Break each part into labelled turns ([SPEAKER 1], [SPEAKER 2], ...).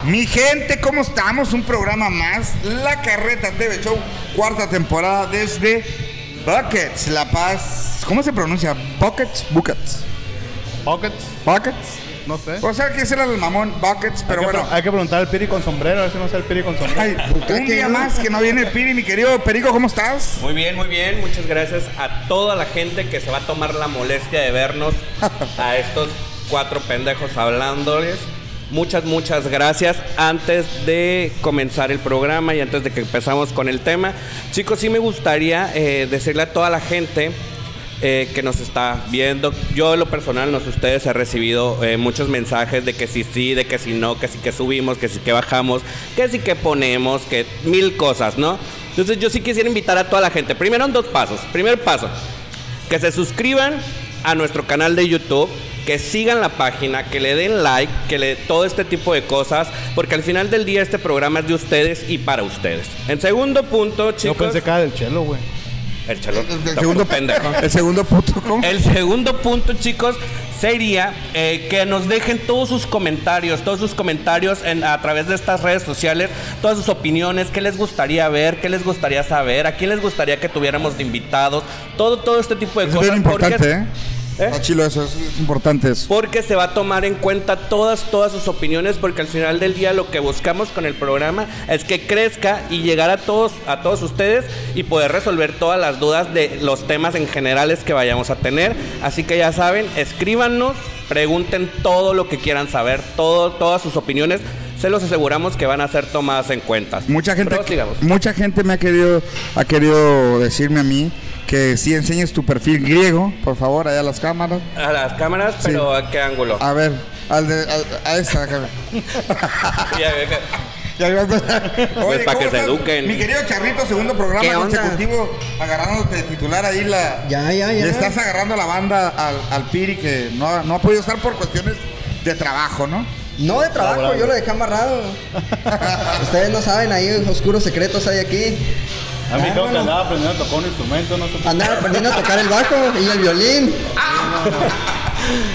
[SPEAKER 1] Gente, ¿cómo estamos? Un programa más. La Carreta TV Show, cuarta temporada desde Buckets, La Paz. ¿Cómo se pronuncia? Buckets, Buckets.
[SPEAKER 2] Pockets,
[SPEAKER 1] Buckets.
[SPEAKER 2] no sé.
[SPEAKER 1] O sea, que ese era el mamón, Buckets, pero
[SPEAKER 2] hay, que,
[SPEAKER 1] bueno.
[SPEAKER 2] pre- hay que preguntar al Piri con sombrero, a ver si no es el Piri con
[SPEAKER 1] Ay,
[SPEAKER 2] sombrero.
[SPEAKER 1] un día más que no viene el Piri, mi querido Perico, ¿cómo estás?
[SPEAKER 3] Muy bien, muy bien. Muchas gracias a toda la gente que se va a tomar la molestia de vernos a estos cuatro pendejos hablándoles. Muchas, muchas gracias. Antes de comenzar el programa y antes de que empezamos con el tema, chicos, sí me gustaría eh, decirle a toda la gente eh, que nos está viendo. Yo en lo personal, no sé ustedes, he recibido eh, muchos mensajes de que sí, sí, de que sí, no, que sí que subimos, que sí que bajamos, que sí que ponemos, que mil cosas, ¿no? Entonces yo sí quisiera invitar a toda la gente. Primero en dos pasos. Primer paso, que se suscriban a nuestro canal de YouTube, que sigan la página, que le den like, que le todo este tipo de cosas, porque al final del día este programa es de ustedes y para ustedes. En segundo punto,
[SPEAKER 2] Yo
[SPEAKER 3] chicos,
[SPEAKER 2] pensé que era del chelo, güey.
[SPEAKER 3] el chalón,
[SPEAKER 1] El, el
[SPEAKER 3] está
[SPEAKER 1] segundo
[SPEAKER 3] pendejo.
[SPEAKER 1] El segundo puto, ¿cómo?
[SPEAKER 3] El segundo punto, chicos, sería eh, que nos dejen todos sus comentarios, todos sus comentarios en- a través de estas redes sociales, todas sus opiniones, qué les gustaría ver, qué les gustaría saber, a quién les gustaría que tuviéramos de invitados, todo, todo este tipo de
[SPEAKER 1] Es
[SPEAKER 3] cosas.
[SPEAKER 1] bien importante, ¿eh?
[SPEAKER 3] ¿Eh?
[SPEAKER 1] Está chilo eso, es es importante eso.
[SPEAKER 3] Porque se va a tomar en cuenta todas, todas sus opiniones, porque al final del día lo que buscamos con el programa es que crezca y llegar a todos, a todos ustedes y poder resolver todas las dudas de los temas en generales que vayamos a tener. Así que ya saben, escríbanos, pregunten todo lo que quieran saber, todo, todas sus opiniones. Se los aseguramos que van a ser tomadas en cuenta.
[SPEAKER 1] Mucha gente,
[SPEAKER 3] Prosigamos.
[SPEAKER 1] mucha gente me ha querido, ha querido decirme a mí que si enseñes tu perfil griego, por favor, allá a las cámaras.
[SPEAKER 3] A las cámaras,
[SPEAKER 1] Sí.
[SPEAKER 3] pero ¿a qué ángulo?
[SPEAKER 1] A ver, al de- al- a esta cámara.
[SPEAKER 3] Ya, ya, ya.
[SPEAKER 1] Ya me acuerdo. Oye,
[SPEAKER 3] para
[SPEAKER 1] ¿cómo
[SPEAKER 3] Pues que se
[SPEAKER 1] estás?
[SPEAKER 3] eduquen.
[SPEAKER 1] Mi querido Charrito, segundo programa
[SPEAKER 4] ¿Qué onda?
[SPEAKER 1] consecutivo, agarrándote de titular ahí la.
[SPEAKER 4] Ya, ya, ya.
[SPEAKER 1] Le estás agarrando la banda al, al Piri que no, ha- no ha podido estar por cuestiones de trabajo, ¿no?
[SPEAKER 4] No de trabajo,
[SPEAKER 2] Laboral.
[SPEAKER 4] yo lo dejé amarrado. Ustedes no saben, ahí oscuros secretos hay aquí.
[SPEAKER 2] A
[SPEAKER 3] Ah,
[SPEAKER 2] mí creo que andaba aprendiendo a tocar un instrumento, no sé.
[SPEAKER 4] Andaba aprendiendo a tocar el bajo y el violín.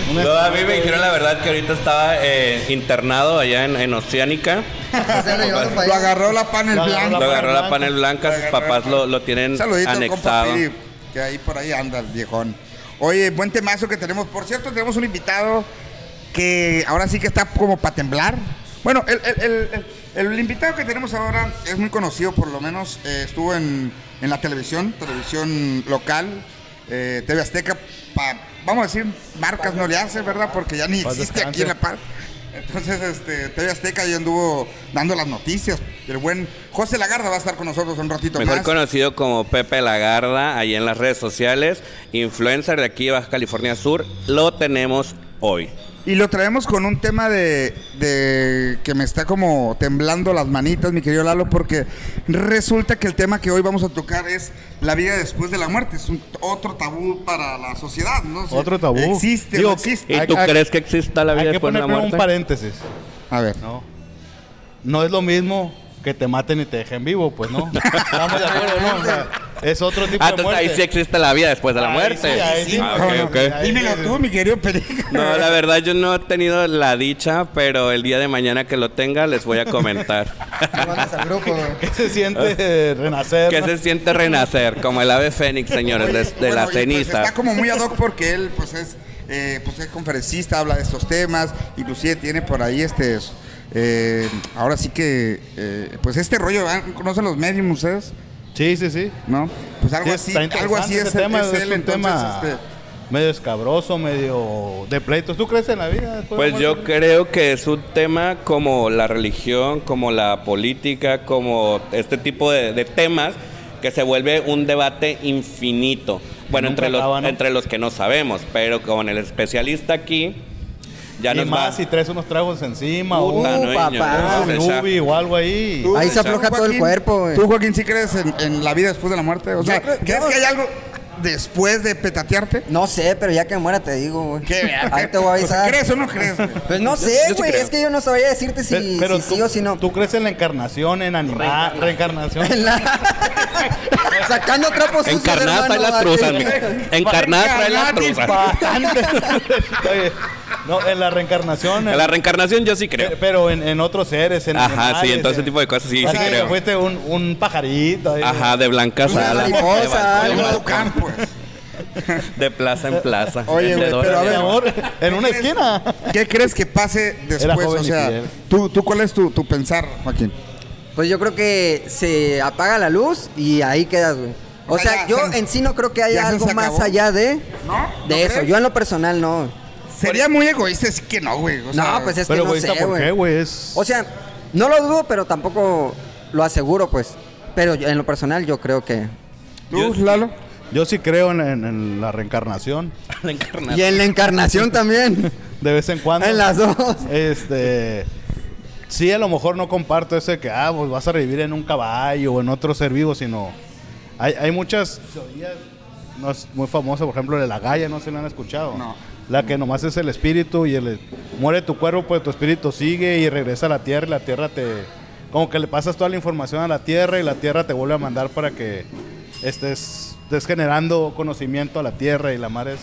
[SPEAKER 2] Un
[SPEAKER 3] No, a mí me dijeron la verdad que ahorita estaba eh, internado allá en, en Oceánica.
[SPEAKER 4] O sea, lo llevaron para
[SPEAKER 1] Lo
[SPEAKER 4] allá.
[SPEAKER 1] agarró la panel
[SPEAKER 2] Lo agarró
[SPEAKER 1] blanca.
[SPEAKER 3] Lo agarró la
[SPEAKER 2] Blanca.
[SPEAKER 3] panel blanca, sus papás lo, lo tienen
[SPEAKER 1] Saludito al compa
[SPEAKER 3] anexado.
[SPEAKER 1] Piri, que ahí por ahí anda el viejón. Oye, buen temazo que tenemos. Por cierto, tenemos un invitado que ahora sí que está como para temblar. Bueno, el, el- el- el- el invitado que tenemos ahora es muy conocido, por lo menos eh, estuvo en, en la televisión, televisión local, eh, TV Azteca, pa- vamos a decir, marcas no le hace, ¿verdad? Porque ya ni
[SPEAKER 2] Paz
[SPEAKER 1] existe aquí en La Paz. Entonces, este, TV Azteca yo anduvo dando las noticias. El buen José Lagarda va a estar con nosotros un ratito
[SPEAKER 3] Mejor
[SPEAKER 1] más.
[SPEAKER 3] conocido como Pepe Lagarda, ahí en las redes sociales, influencer de aquí de Baja California Sur, lo tenemos hoy.
[SPEAKER 1] Y lo traemos con un tema de, de que me está como temblando las manitas, mi querido Lalo, porque resulta que el tema que hoy vamos a tocar es la vida después de la muerte. Es un- otro tabú para la sociedad, ¿no? O sea,
[SPEAKER 2] Otro tabú.
[SPEAKER 1] Existe,
[SPEAKER 2] Digo,
[SPEAKER 1] no existe.
[SPEAKER 3] ¿Y
[SPEAKER 2] Hay-
[SPEAKER 3] tú
[SPEAKER 2] hay-
[SPEAKER 3] crees que exista la vida
[SPEAKER 2] Hay que
[SPEAKER 3] después de
[SPEAKER 2] poner
[SPEAKER 3] la
[SPEAKER 2] un
[SPEAKER 3] muerte?
[SPEAKER 2] paréntesis.
[SPEAKER 1] A ver.
[SPEAKER 2] No. No es lo mismo que te maten y te dejen vivo, pues no. Estamos de acuerdo, ¿no? O sea, es otro tipo
[SPEAKER 3] Ah,
[SPEAKER 2] de
[SPEAKER 3] entonces
[SPEAKER 2] muerte.
[SPEAKER 3] ahí sí existe la vida después de la
[SPEAKER 2] Ahí
[SPEAKER 3] muerte.
[SPEAKER 2] sí, ahí sí.
[SPEAKER 3] Ah,
[SPEAKER 1] No, no,
[SPEAKER 3] ok, ok.
[SPEAKER 2] ahí-
[SPEAKER 1] Dímelo tú, mi querido Perico.
[SPEAKER 3] No, la verdad yo no he tenido la dicha, pero el día de mañana que lo tenga les voy a comentar.
[SPEAKER 4] Me mandas al grupo.
[SPEAKER 2] ¿Qué se siente eh, renacer?
[SPEAKER 3] Ah. Que
[SPEAKER 2] no?
[SPEAKER 3] se siente renacer como el ave fénix, señores, de, de
[SPEAKER 1] Bueno, y
[SPEAKER 3] la
[SPEAKER 1] pues
[SPEAKER 3] ceniza.
[SPEAKER 1] está como muy ad hoc porque él, pues es, eh, pues es conferencista, habla de estos temas, inclusive tiene por ahí este. eh, ahora sí que, eh, pues este rollo, ¿verdad? ¿conocen los mediums ustedes?
[SPEAKER 2] Sí, sí, sí.
[SPEAKER 1] ¿No? Pues algo
[SPEAKER 2] Sí,
[SPEAKER 1] así,
[SPEAKER 2] está interesante
[SPEAKER 1] algo así
[SPEAKER 2] ese
[SPEAKER 1] es, el-
[SPEAKER 2] tema,
[SPEAKER 1] es
[SPEAKER 2] es
[SPEAKER 1] él,
[SPEAKER 2] un
[SPEAKER 1] entonces,
[SPEAKER 2] tema
[SPEAKER 1] este,
[SPEAKER 2] medio escabroso, medio de pleitos. ¿Tú crees en la vida? después de
[SPEAKER 3] Pues
[SPEAKER 2] la
[SPEAKER 3] yo
[SPEAKER 2] muerte?
[SPEAKER 3] creo que es un tema como la religión, como la política, como este tipo de, de temas que se vuelve un debate infinito. Bueno,
[SPEAKER 2] Nunca
[SPEAKER 3] entre los,
[SPEAKER 2] acaba, ¿no?
[SPEAKER 3] entre los que no sabemos, pero con el especialista aquí ya
[SPEAKER 2] y
[SPEAKER 3] nos
[SPEAKER 2] más
[SPEAKER 3] va.
[SPEAKER 2] si Uh, traes unos tragos encima o
[SPEAKER 3] Puta,
[SPEAKER 2] un
[SPEAKER 3] no,
[SPEAKER 4] papá.
[SPEAKER 3] ño,
[SPEAKER 2] un
[SPEAKER 3] no, se
[SPEAKER 2] ubi o algo ahí.
[SPEAKER 1] ¿tú,
[SPEAKER 4] Ahí se afloja todo el cuerpo, güey.
[SPEAKER 1] ¿Tú, Joaquín, sí crees en, en la vida después de la muerte? O sea,
[SPEAKER 4] Yo creo-
[SPEAKER 1] ¿crees
[SPEAKER 4] yo-
[SPEAKER 1] que hay algo después de petatearte?
[SPEAKER 4] No sé, pero ya que muera te digo, güey. Ahí te voy a avisar.
[SPEAKER 1] ¿Crees o no crees? güey?
[SPEAKER 4] Pues no
[SPEAKER 3] Yo- yo
[SPEAKER 4] sé,
[SPEAKER 3] sí
[SPEAKER 4] güey.
[SPEAKER 3] creo.
[SPEAKER 4] es que yo no sabría decirte si,
[SPEAKER 2] Pe-
[SPEAKER 4] si
[SPEAKER 2] tú,
[SPEAKER 4] sí o si no.
[SPEAKER 2] ¿Tú crees en la encarnación, en animal, reencarnación?
[SPEAKER 4] Sacando trapos sucios,
[SPEAKER 3] Encarnada trae
[SPEAKER 4] hermano,
[SPEAKER 3] las
[SPEAKER 4] date.
[SPEAKER 3] truzas, mijo. Encarnada trae las truzas.
[SPEAKER 2] Bastante. Pues, Oye, No, en la reencarnación.
[SPEAKER 3] En la reencarnación yo sí creo.
[SPEAKER 2] Pe- Pero en, en otros seres, en
[SPEAKER 3] Ajá, sí, en todo ese tipo de
[SPEAKER 2] cosas.
[SPEAKER 3] cosas sí, sí creo.
[SPEAKER 2] Fuiste un, un pajarito. ahí.
[SPEAKER 3] Ajá, de blancas
[SPEAKER 4] Una
[SPEAKER 3] a
[SPEAKER 1] Pues,
[SPEAKER 3] la-
[SPEAKER 4] mariposa,
[SPEAKER 3] de
[SPEAKER 4] algo.
[SPEAKER 1] Eduardo
[SPEAKER 3] balcón,
[SPEAKER 1] Campos.
[SPEAKER 3] de plaza en plaza.
[SPEAKER 1] Oye, güey,
[SPEAKER 3] vendedora
[SPEAKER 1] pero a
[SPEAKER 3] de
[SPEAKER 2] Mi
[SPEAKER 1] ver,
[SPEAKER 2] amor, en una
[SPEAKER 1] ¿Qué crees-
[SPEAKER 2] esquina.
[SPEAKER 1] ¿Qué crees que pase después?
[SPEAKER 2] joven
[SPEAKER 1] O
[SPEAKER 2] y
[SPEAKER 1] sea,
[SPEAKER 2] fiel.
[SPEAKER 1] ¿tú, tú cuál es tu, tu pensar, Joaquín?
[SPEAKER 4] Pues yo creo que se apaga la luz y ahí quedas, güey. O,
[SPEAKER 1] O sea,
[SPEAKER 4] sea,
[SPEAKER 1] ya,
[SPEAKER 4] yo
[SPEAKER 1] se-
[SPEAKER 4] en sí no creo que
[SPEAKER 1] ya
[SPEAKER 4] haya
[SPEAKER 1] se-
[SPEAKER 4] algo
[SPEAKER 1] se
[SPEAKER 4] más
[SPEAKER 1] acabó.
[SPEAKER 4] allá de,
[SPEAKER 1] ¿No? ¿No
[SPEAKER 4] de eso.
[SPEAKER 1] crees?
[SPEAKER 4] Yo en lo personal no.
[SPEAKER 1] Sería muy egoísta decir que no, güey. o sea,
[SPEAKER 4] no, pues es que
[SPEAKER 2] Pero,
[SPEAKER 4] no
[SPEAKER 2] güey,
[SPEAKER 4] sé,
[SPEAKER 2] ¿por qué,
[SPEAKER 4] güey.
[SPEAKER 2] güey? Es...
[SPEAKER 4] O sea, no lo dudo, pero tampoco lo aseguro, pues. Pero yo- en lo personal yo creo que...
[SPEAKER 1] ¿Tú, Lalo?
[SPEAKER 2] Yo sí creo en, en- en la reencarnación.
[SPEAKER 3] la encarnación.
[SPEAKER 4] Y en la encarnación también.
[SPEAKER 2] De vez en cuando.
[SPEAKER 4] en las dos.
[SPEAKER 2] Este. Sí, a lo mejor no comparto ese de que, ah, pues vas a revivir en un caballo o en otro ser vivo, sino. Hay, hay muchas teorías. No es muy famosa, por ejemplo, de la galla, no se la han escuchado.
[SPEAKER 1] No.
[SPEAKER 2] La que nomás es el espíritu y el, muere tu cuerpo, pero tu espíritu sigue y regresa a la tierra y la tierra te. Como que le pasas toda la información a la tierra y la tierra te vuelve a mandar para que estés, estés generando conocimiento a la tierra y la mar es.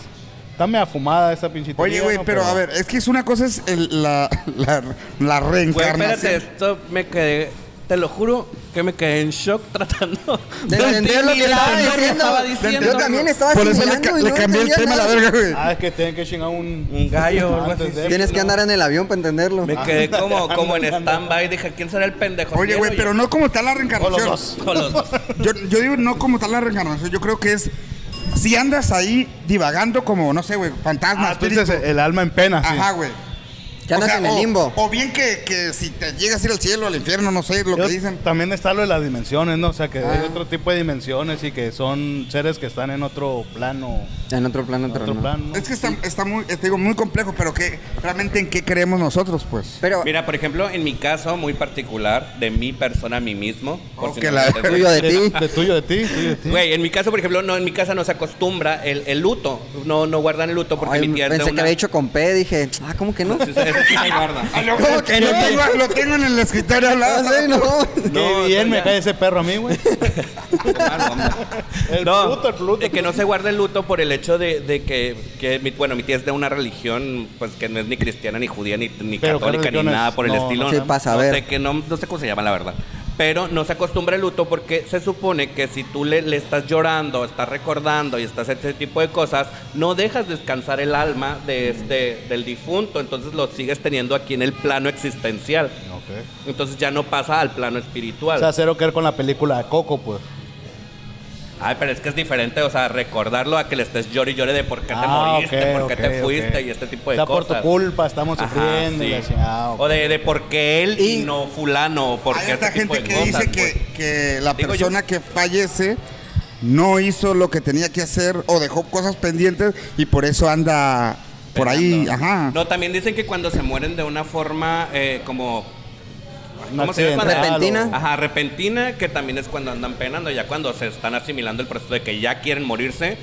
[SPEAKER 2] Está media fumada esa pinche
[SPEAKER 1] Oye,
[SPEAKER 2] teoría,
[SPEAKER 1] güey,
[SPEAKER 2] ¿no?
[SPEAKER 1] pero a ver, es que es una cosa es el- la, la, la
[SPEAKER 3] Güey, espérate,
[SPEAKER 1] reencarnación.
[SPEAKER 3] esto me quedé. Te lo juro que me quedé en shock tratando
[SPEAKER 4] De entender lo que estaba
[SPEAKER 3] señor
[SPEAKER 4] diciendo.
[SPEAKER 3] estaba
[SPEAKER 4] De
[SPEAKER 3] diciendo.
[SPEAKER 4] entender- Yo también estaba
[SPEAKER 1] Por eso le,
[SPEAKER 4] asimilando
[SPEAKER 1] ca-
[SPEAKER 4] y
[SPEAKER 1] le
[SPEAKER 4] no
[SPEAKER 1] cambié el
[SPEAKER 4] entendía
[SPEAKER 1] tema a la
[SPEAKER 4] nada.
[SPEAKER 1] verga, güey.
[SPEAKER 2] Ah, es que tienen que chingar un,
[SPEAKER 3] Un gallo o algo
[SPEAKER 2] Antes
[SPEAKER 3] así.
[SPEAKER 2] de-
[SPEAKER 4] Tienes que andar en el avión para entenderlo.
[SPEAKER 3] Me quedé
[SPEAKER 2] Ah.
[SPEAKER 3] como, como en stand-by. Dije, ¿quién será el
[SPEAKER 2] pues
[SPEAKER 3] pendejo?
[SPEAKER 1] Oye, güey, pero no como tal la reencarnación.
[SPEAKER 2] dos.
[SPEAKER 3] Con los dos.
[SPEAKER 1] Yo, yo digo no como tal la reencarnación, yo creo que es si andas ahí divagando como, no sé, güey, fantasma,
[SPEAKER 2] Ah,
[SPEAKER 1] espíritu.
[SPEAKER 2] entonces el alma en pena. sí.
[SPEAKER 1] Ajá, güey.
[SPEAKER 4] Que andas en el
[SPEAKER 1] o-
[SPEAKER 4] limbo.
[SPEAKER 1] O, bien que, que si te llegas a ir al cielo, al infierno, no sé, lo
[SPEAKER 2] Yo-
[SPEAKER 1] que dicen.
[SPEAKER 2] También está lo de las dimensiones, ¿no? O sea, que hay
[SPEAKER 1] Ah.
[SPEAKER 2] otro tipo de dimensiones y que son seres que están en otro plano.
[SPEAKER 4] En otro plano,
[SPEAKER 2] En
[SPEAKER 4] otro,
[SPEAKER 2] otro
[SPEAKER 4] no.
[SPEAKER 2] plano.
[SPEAKER 1] Es que está, está muy, eh, te digo, muy complejo, pero que realmente en qué creemos nosotros, pues.
[SPEAKER 4] Pero
[SPEAKER 3] Mira, por ejemplo, en mi caso muy particular, de mi persona a mí mismo. por
[SPEAKER 1] Oh,
[SPEAKER 3] si
[SPEAKER 1] que
[SPEAKER 3] no
[SPEAKER 1] la-
[SPEAKER 3] lo entendí.
[SPEAKER 4] tuyo de ti.
[SPEAKER 2] Eh, De tuyo, de ti, tuyo de ti.
[SPEAKER 3] Güey, en mi caso, por ejemplo, no, en mi casa no se acostumbra el, el luto. No, no guardan el luto porque
[SPEAKER 4] Ay,
[SPEAKER 3] mi tía es de
[SPEAKER 4] pensé que
[SPEAKER 3] una-
[SPEAKER 4] había hecho con P, dije, ah, ¿cómo que no?
[SPEAKER 3] Sí, sí, eso sí se guarda.
[SPEAKER 1] Ah, lo,
[SPEAKER 4] ¿Cómo que
[SPEAKER 1] lo
[SPEAKER 4] no?
[SPEAKER 1] tengo, lo tengo en el escritorio al lado.
[SPEAKER 4] Ah, sí, no.
[SPEAKER 2] Qué
[SPEAKER 3] No,
[SPEAKER 2] bien
[SPEAKER 3] no,
[SPEAKER 2] me
[SPEAKER 3] ya.
[SPEAKER 2] cae ese perro a mí, güey.
[SPEAKER 3] Claro, hombre.
[SPEAKER 2] El
[SPEAKER 3] no,
[SPEAKER 2] pluto, el pluto,
[SPEAKER 3] eh, que no se guarde el luto por el hecho de, de que, que mi- bueno, mi tía es de una religión pues que no es ni cristiana, ni judía, ni, ni
[SPEAKER 2] Pero, ¿cuál
[SPEAKER 3] católica, ni
[SPEAKER 2] religión es?
[SPEAKER 3] nada por el
[SPEAKER 2] No,
[SPEAKER 3] estilo.
[SPEAKER 2] no
[SPEAKER 4] sé,
[SPEAKER 3] ¿no?
[SPEAKER 4] pasa, a
[SPEAKER 3] No
[SPEAKER 4] ver.
[SPEAKER 3] sé que no, no sé cómo se llama la verdad. Pero no se acostumbra el luto porque se supone que si tú le, le estás llorando, estás recordando y estás este tipo de cosas, no dejas descansar el alma de este, del difunto, entonces lo sigues teniendo aquí en el plano existencial.
[SPEAKER 2] Ok.
[SPEAKER 3] Entonces ya no pasa al plano
[SPEAKER 2] O
[SPEAKER 3] espiritual.
[SPEAKER 2] sea, cero que ver con la película de Coco, pues.
[SPEAKER 3] Ay, pero es que es diferente, o sea, recordarlo a que le estés llore y llore de por qué te
[SPEAKER 2] Ah,
[SPEAKER 3] moriste,
[SPEAKER 2] ok,
[SPEAKER 3] por qué
[SPEAKER 2] ok,
[SPEAKER 3] te
[SPEAKER 2] ok.
[SPEAKER 3] fuiste y este tipo de
[SPEAKER 2] O sea,
[SPEAKER 3] cosas.
[SPEAKER 2] por tu culpa estamos
[SPEAKER 3] Ajá,
[SPEAKER 2] sufriendo. y
[SPEAKER 3] sí.
[SPEAKER 2] la chingada, ok.
[SPEAKER 3] O de, de por qué él y,
[SPEAKER 4] Y-
[SPEAKER 3] no fulano, o por
[SPEAKER 1] Hay
[SPEAKER 3] qué
[SPEAKER 1] esta
[SPEAKER 3] este tipo
[SPEAKER 1] gente
[SPEAKER 3] de
[SPEAKER 1] que
[SPEAKER 3] cosas,
[SPEAKER 1] dice
[SPEAKER 3] güey.
[SPEAKER 1] que, que la
[SPEAKER 3] Digo yo.
[SPEAKER 1] persona que fallece no hizo lo que tenía que hacer o dejó cosas pendientes y por eso anda por ahí,
[SPEAKER 3] Pensando.
[SPEAKER 1] ajá.
[SPEAKER 3] No, también dicen que cuando se mueren de una forma eh, como...
[SPEAKER 2] Un
[SPEAKER 3] ¿Cómo se llama?
[SPEAKER 2] accidental o-
[SPEAKER 4] Repentina.
[SPEAKER 3] Ajá, repentina, que también es cuando andan penando, ya cuando se están asimilando el proceso de que ya quieren morirse,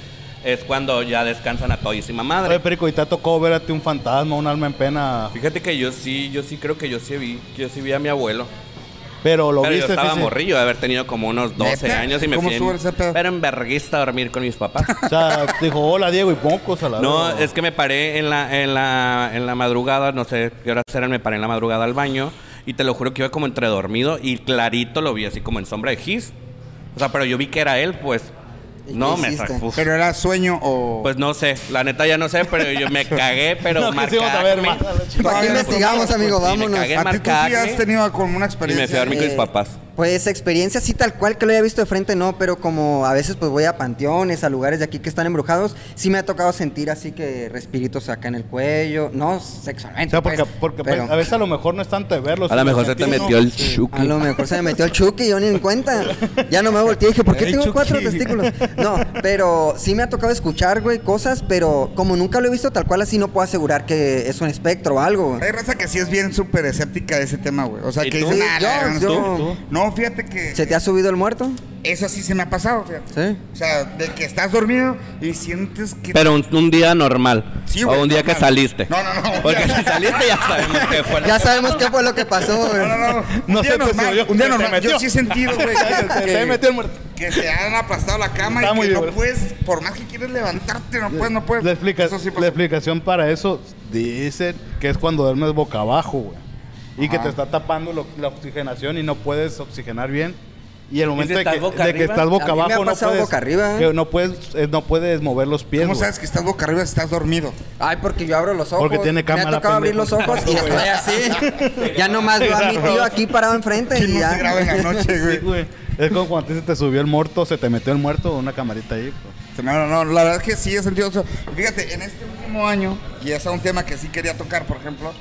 [SPEAKER 3] es cuando ya descansan a todísima madre.
[SPEAKER 2] Oye, Perico, y te tocó ver a ti un fantasma, un alma en pena.
[SPEAKER 3] Fíjate que yo sí, yo sí creo que yo sí vi, yo sí vi a mi abuelo.
[SPEAKER 2] Pero lo
[SPEAKER 3] Pero yo
[SPEAKER 2] viste.
[SPEAKER 3] estaba
[SPEAKER 2] sí, sí.
[SPEAKER 3] morrillo de haber tenido como unos 12
[SPEAKER 1] ¿Neta?
[SPEAKER 3] años y me
[SPEAKER 1] ¿Cómo
[SPEAKER 3] fui en-
[SPEAKER 1] estuvo ese pedo?
[SPEAKER 3] pero en verguista a dormir con mis papás.
[SPEAKER 2] O sea, dijo, hola Diego y pocos a la
[SPEAKER 3] No,
[SPEAKER 2] verga.
[SPEAKER 3] es que me paré en la, en la, en la madrugada, no sé qué horas eran, me paré en la madrugada al baño y te lo juro que iba como entre dormido y clarito lo vi así como en sombra de gis. O sea, pero yo vi que era él, pues.
[SPEAKER 4] ¿Y
[SPEAKER 3] No,
[SPEAKER 4] qué
[SPEAKER 3] me
[SPEAKER 4] hiciste?
[SPEAKER 3] sacó.
[SPEAKER 1] Pero era sueño o
[SPEAKER 3] Pues no sé, la neta ya no sé, pero yo me cagué, pero
[SPEAKER 2] No, que sí vamos a ver
[SPEAKER 3] marcadme.
[SPEAKER 2] más.
[SPEAKER 4] ¿Para qué investigamos, amigo?
[SPEAKER 3] Sí, me
[SPEAKER 4] Vámonos.
[SPEAKER 3] cagué,
[SPEAKER 1] a ti tú sí
[SPEAKER 3] marcadme.
[SPEAKER 1] has tenido como una
[SPEAKER 3] ¿eh? Y me fui a
[SPEAKER 1] experiencia.
[SPEAKER 3] dormir con mis
[SPEAKER 4] Eh,
[SPEAKER 3] papás.
[SPEAKER 4] Pues experiencia así tal cual que lo haya visto de frente, no, pero como a veces pues voy a panteones, a lugares de aquí que están embrujados, sí me ha tocado sentir así que respiritos acá en el cuello, no sexualmente.
[SPEAKER 2] O sea, porque,
[SPEAKER 4] pues,
[SPEAKER 2] porque
[SPEAKER 4] pero
[SPEAKER 2] a veces a lo mejor no es tanto de verlo.
[SPEAKER 3] A lo
[SPEAKER 2] sino
[SPEAKER 3] mejor se te
[SPEAKER 2] sentirlo.
[SPEAKER 3] metió el
[SPEAKER 2] Sí.
[SPEAKER 3] chuki.
[SPEAKER 4] a lo mejor se me metió el Chucky, yo ni en cuenta. Ya no me volteé y dije, ¿por qué
[SPEAKER 2] El
[SPEAKER 4] tengo
[SPEAKER 2] Chucky.
[SPEAKER 4] cuatro testículos? No, pero sí me ha tocado escuchar, güey, cosas, pero como nunca lo he visto tal cual así, no puedo asegurar que es un espectro o algo, güey.
[SPEAKER 1] Hay raza que sí es bien súper escéptica de ese tema, güey. O sea,
[SPEAKER 3] ¿Y
[SPEAKER 1] que
[SPEAKER 3] tú?
[SPEAKER 1] dice,
[SPEAKER 4] Sí,
[SPEAKER 1] "Nah,
[SPEAKER 4] yo-
[SPEAKER 1] la verga, no
[SPEAKER 4] yo-
[SPEAKER 1] estuvo". No, fíjate que
[SPEAKER 4] ¿Se te ha subido el muerto?
[SPEAKER 1] eso sí se me ha pasado, fíjate.
[SPEAKER 4] Sí.
[SPEAKER 1] O sea, de que estás dormido y sientes que
[SPEAKER 3] Pero un, un día normal.
[SPEAKER 1] Sí,
[SPEAKER 3] o
[SPEAKER 1] güey,
[SPEAKER 3] un día
[SPEAKER 1] normal.
[SPEAKER 3] que saliste.
[SPEAKER 1] No, no, no.
[SPEAKER 3] Porque si saliste ya sabemos que fue la-
[SPEAKER 4] Ya sabemos qué fue lo que pasó, güey.
[SPEAKER 1] No, no, no.
[SPEAKER 2] No
[SPEAKER 1] un día
[SPEAKER 2] se te
[SPEAKER 1] normal,
[SPEAKER 2] subió,
[SPEAKER 1] un día
[SPEAKER 2] se te
[SPEAKER 1] normal. Yo
[SPEAKER 2] metió.
[SPEAKER 1] sí he sentido, güey, que-
[SPEAKER 2] Se te metió el muerto.
[SPEAKER 1] que se han aplastado la cama
[SPEAKER 2] Está
[SPEAKER 1] y
[SPEAKER 2] muy
[SPEAKER 1] que no
[SPEAKER 2] bien.
[SPEAKER 4] Pues,
[SPEAKER 1] puedes, por más que quieres levantarte, no puedes, no puedes.
[SPEAKER 2] Le explicas,
[SPEAKER 1] Eso sí pasa.
[SPEAKER 2] la explicación para eso, Dicen que es cuando duermes boca abajo, güey. Y que
[SPEAKER 1] Ajá.
[SPEAKER 2] te está tapando lo- la oxigenación y no puedes oxigenar bien. Y el momento
[SPEAKER 5] si
[SPEAKER 2] de,
[SPEAKER 5] estás
[SPEAKER 2] que,
[SPEAKER 5] boca
[SPEAKER 2] de que
[SPEAKER 5] arriba?
[SPEAKER 2] estás boca
[SPEAKER 4] A mí me ha
[SPEAKER 2] abajo no
[SPEAKER 4] pasado
[SPEAKER 2] puedes,
[SPEAKER 4] boca arriba, ¿eh?
[SPEAKER 2] que no puedes eh, no puedes mover los pies.
[SPEAKER 1] ¿Cómo
[SPEAKER 2] güey.
[SPEAKER 1] sabes que estás boca arriba si estás dormido?
[SPEAKER 4] Ay, porque yo abro los ojos.
[SPEAKER 2] Porque tiene cámara,
[SPEAKER 4] Me ha tocado abrir los
[SPEAKER 2] pendejo.
[SPEAKER 4] ojos y estoy así. ya nomás veo a mi tío aquí parado enfrente
[SPEAKER 1] Que
[SPEAKER 4] y
[SPEAKER 1] no
[SPEAKER 4] ya.
[SPEAKER 1] se graben anoche,
[SPEAKER 2] Sí,
[SPEAKER 1] güey.
[SPEAKER 2] güey. Es como cuando a ti se te subió el muerto, se te metió el muerto, una camarita ahí. pues.
[SPEAKER 1] No, no, no, la verdad es que sí he sentido eso. Fíjate, en este último año, y es un tema que sí quería tocar, por ejemplo,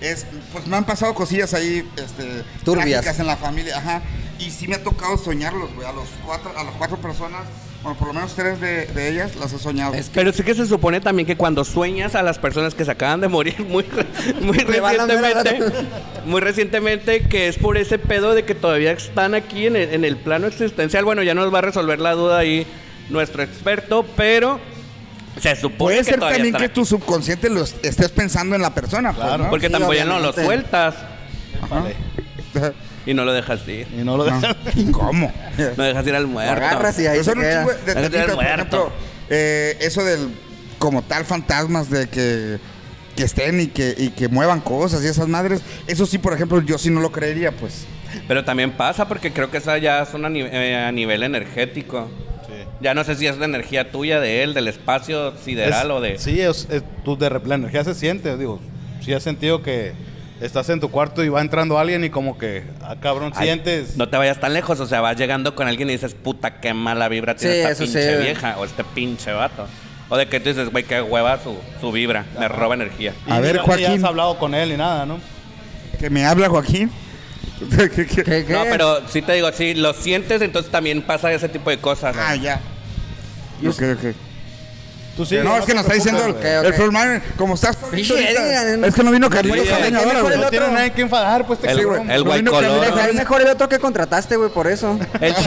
[SPEAKER 1] es, pues me han pasado cosillas ahí, este,
[SPEAKER 4] Turbias.
[SPEAKER 1] trágicas en la familia, ajá, y sí me ha tocado soñarlos, güey, a los cuatro, a las cuatro personas, bueno, por lo menos tres de, de ellas las he soñado.
[SPEAKER 5] Pero sí que se supone también que cuando sueñas a las personas que se acaban de morir muy, re- muy
[SPEAKER 4] Te van a ver a la-
[SPEAKER 5] recientemente, muy recientemente, que es por ese pedo de que todavía están aquí en el, en el plano existencial. Bueno, ya nos va a resolver la duda ahí nuestro experto, pero se supone
[SPEAKER 1] Puede
[SPEAKER 5] que
[SPEAKER 1] ser
[SPEAKER 5] todavía
[SPEAKER 1] también
[SPEAKER 5] están
[SPEAKER 1] que
[SPEAKER 5] aquí,
[SPEAKER 1] tu subconsciente lo est- estés pensando en la persona, pues,
[SPEAKER 2] Claro.
[SPEAKER 1] ¿no?
[SPEAKER 5] porque
[SPEAKER 4] Sí,
[SPEAKER 5] tampoco ya no lo
[SPEAKER 4] obviamente.
[SPEAKER 5] sueltas
[SPEAKER 1] Ajá.
[SPEAKER 5] y no lo dejas ir.
[SPEAKER 2] Y no lo dejas.
[SPEAKER 1] ¿Cómo?
[SPEAKER 5] No dejas ir al muerto.
[SPEAKER 4] agarras y ahí
[SPEAKER 1] Pero
[SPEAKER 4] se
[SPEAKER 1] son un
[SPEAKER 4] queda.
[SPEAKER 1] chingo de- de
[SPEAKER 5] Hay que tener
[SPEAKER 1] detitas, por
[SPEAKER 5] muerto.
[SPEAKER 1] ejemplo, eh, eso del como tal fantasmas de que, que estén y que, y que muevan cosas y esas madres, eso sí, por ejemplo, yo sí no lo creería, pues.
[SPEAKER 5] Pero también pasa porque creo que esa ya son a, ni- eh, a nivel energético. Ya no sé si es de energía tuya, de él, del espacio sideral
[SPEAKER 2] Es-
[SPEAKER 5] o de...
[SPEAKER 2] Sí, es, es- tú de repente la energía se siente, digo, si has sentido que estás en tu cuarto y va entrando alguien y como que, ah, cabrón,
[SPEAKER 5] Ay,
[SPEAKER 2] sientes.
[SPEAKER 5] No te vayas tan lejos, o sea, vas llegando con alguien y dices, puta, qué mala vibra tiene
[SPEAKER 4] Sí,
[SPEAKER 5] esta
[SPEAKER 4] eso sí,
[SPEAKER 5] pinche
[SPEAKER 4] güey.
[SPEAKER 5] vieja o este pinche vato. O de que tú dices, güey, qué hueva su, su vibra, me roba energía.
[SPEAKER 2] Y
[SPEAKER 1] A ver,
[SPEAKER 2] mira, ni
[SPEAKER 1] Joaquín.
[SPEAKER 2] has hablado con él ni nada, ¿no?
[SPEAKER 1] Que me habla Joaquín. Que- que-
[SPEAKER 4] ¿Qué, qué?
[SPEAKER 5] No, pero sí te digo, sí, lo sientes, entonces también pasa ese tipo de cosas.
[SPEAKER 1] Ah, ya. Ok, ok.
[SPEAKER 2] Tú sí.
[SPEAKER 1] no, es que nos está diciendo el,
[SPEAKER 4] preocupes, güey.
[SPEAKER 1] el floor man, como estás
[SPEAKER 4] Sí,
[SPEAKER 1] ahorita,
[SPEAKER 4] digan.
[SPEAKER 1] es que no vino Carmelo
[SPEAKER 5] Sí,
[SPEAKER 1] Salinas
[SPEAKER 5] eh,
[SPEAKER 1] ahora,
[SPEAKER 4] mejor
[SPEAKER 1] güey.
[SPEAKER 4] el
[SPEAKER 2] No tiene
[SPEAKER 4] otro.
[SPEAKER 2] nadie que enfadar, pues te
[SPEAKER 5] El-
[SPEAKER 2] cabrón.
[SPEAKER 5] el
[SPEAKER 1] No
[SPEAKER 5] white
[SPEAKER 1] vino Carmelo
[SPEAKER 5] color.
[SPEAKER 1] Salinas.
[SPEAKER 4] Es mejor el otro que contrataste, güey, por eso.
[SPEAKER 5] El chi-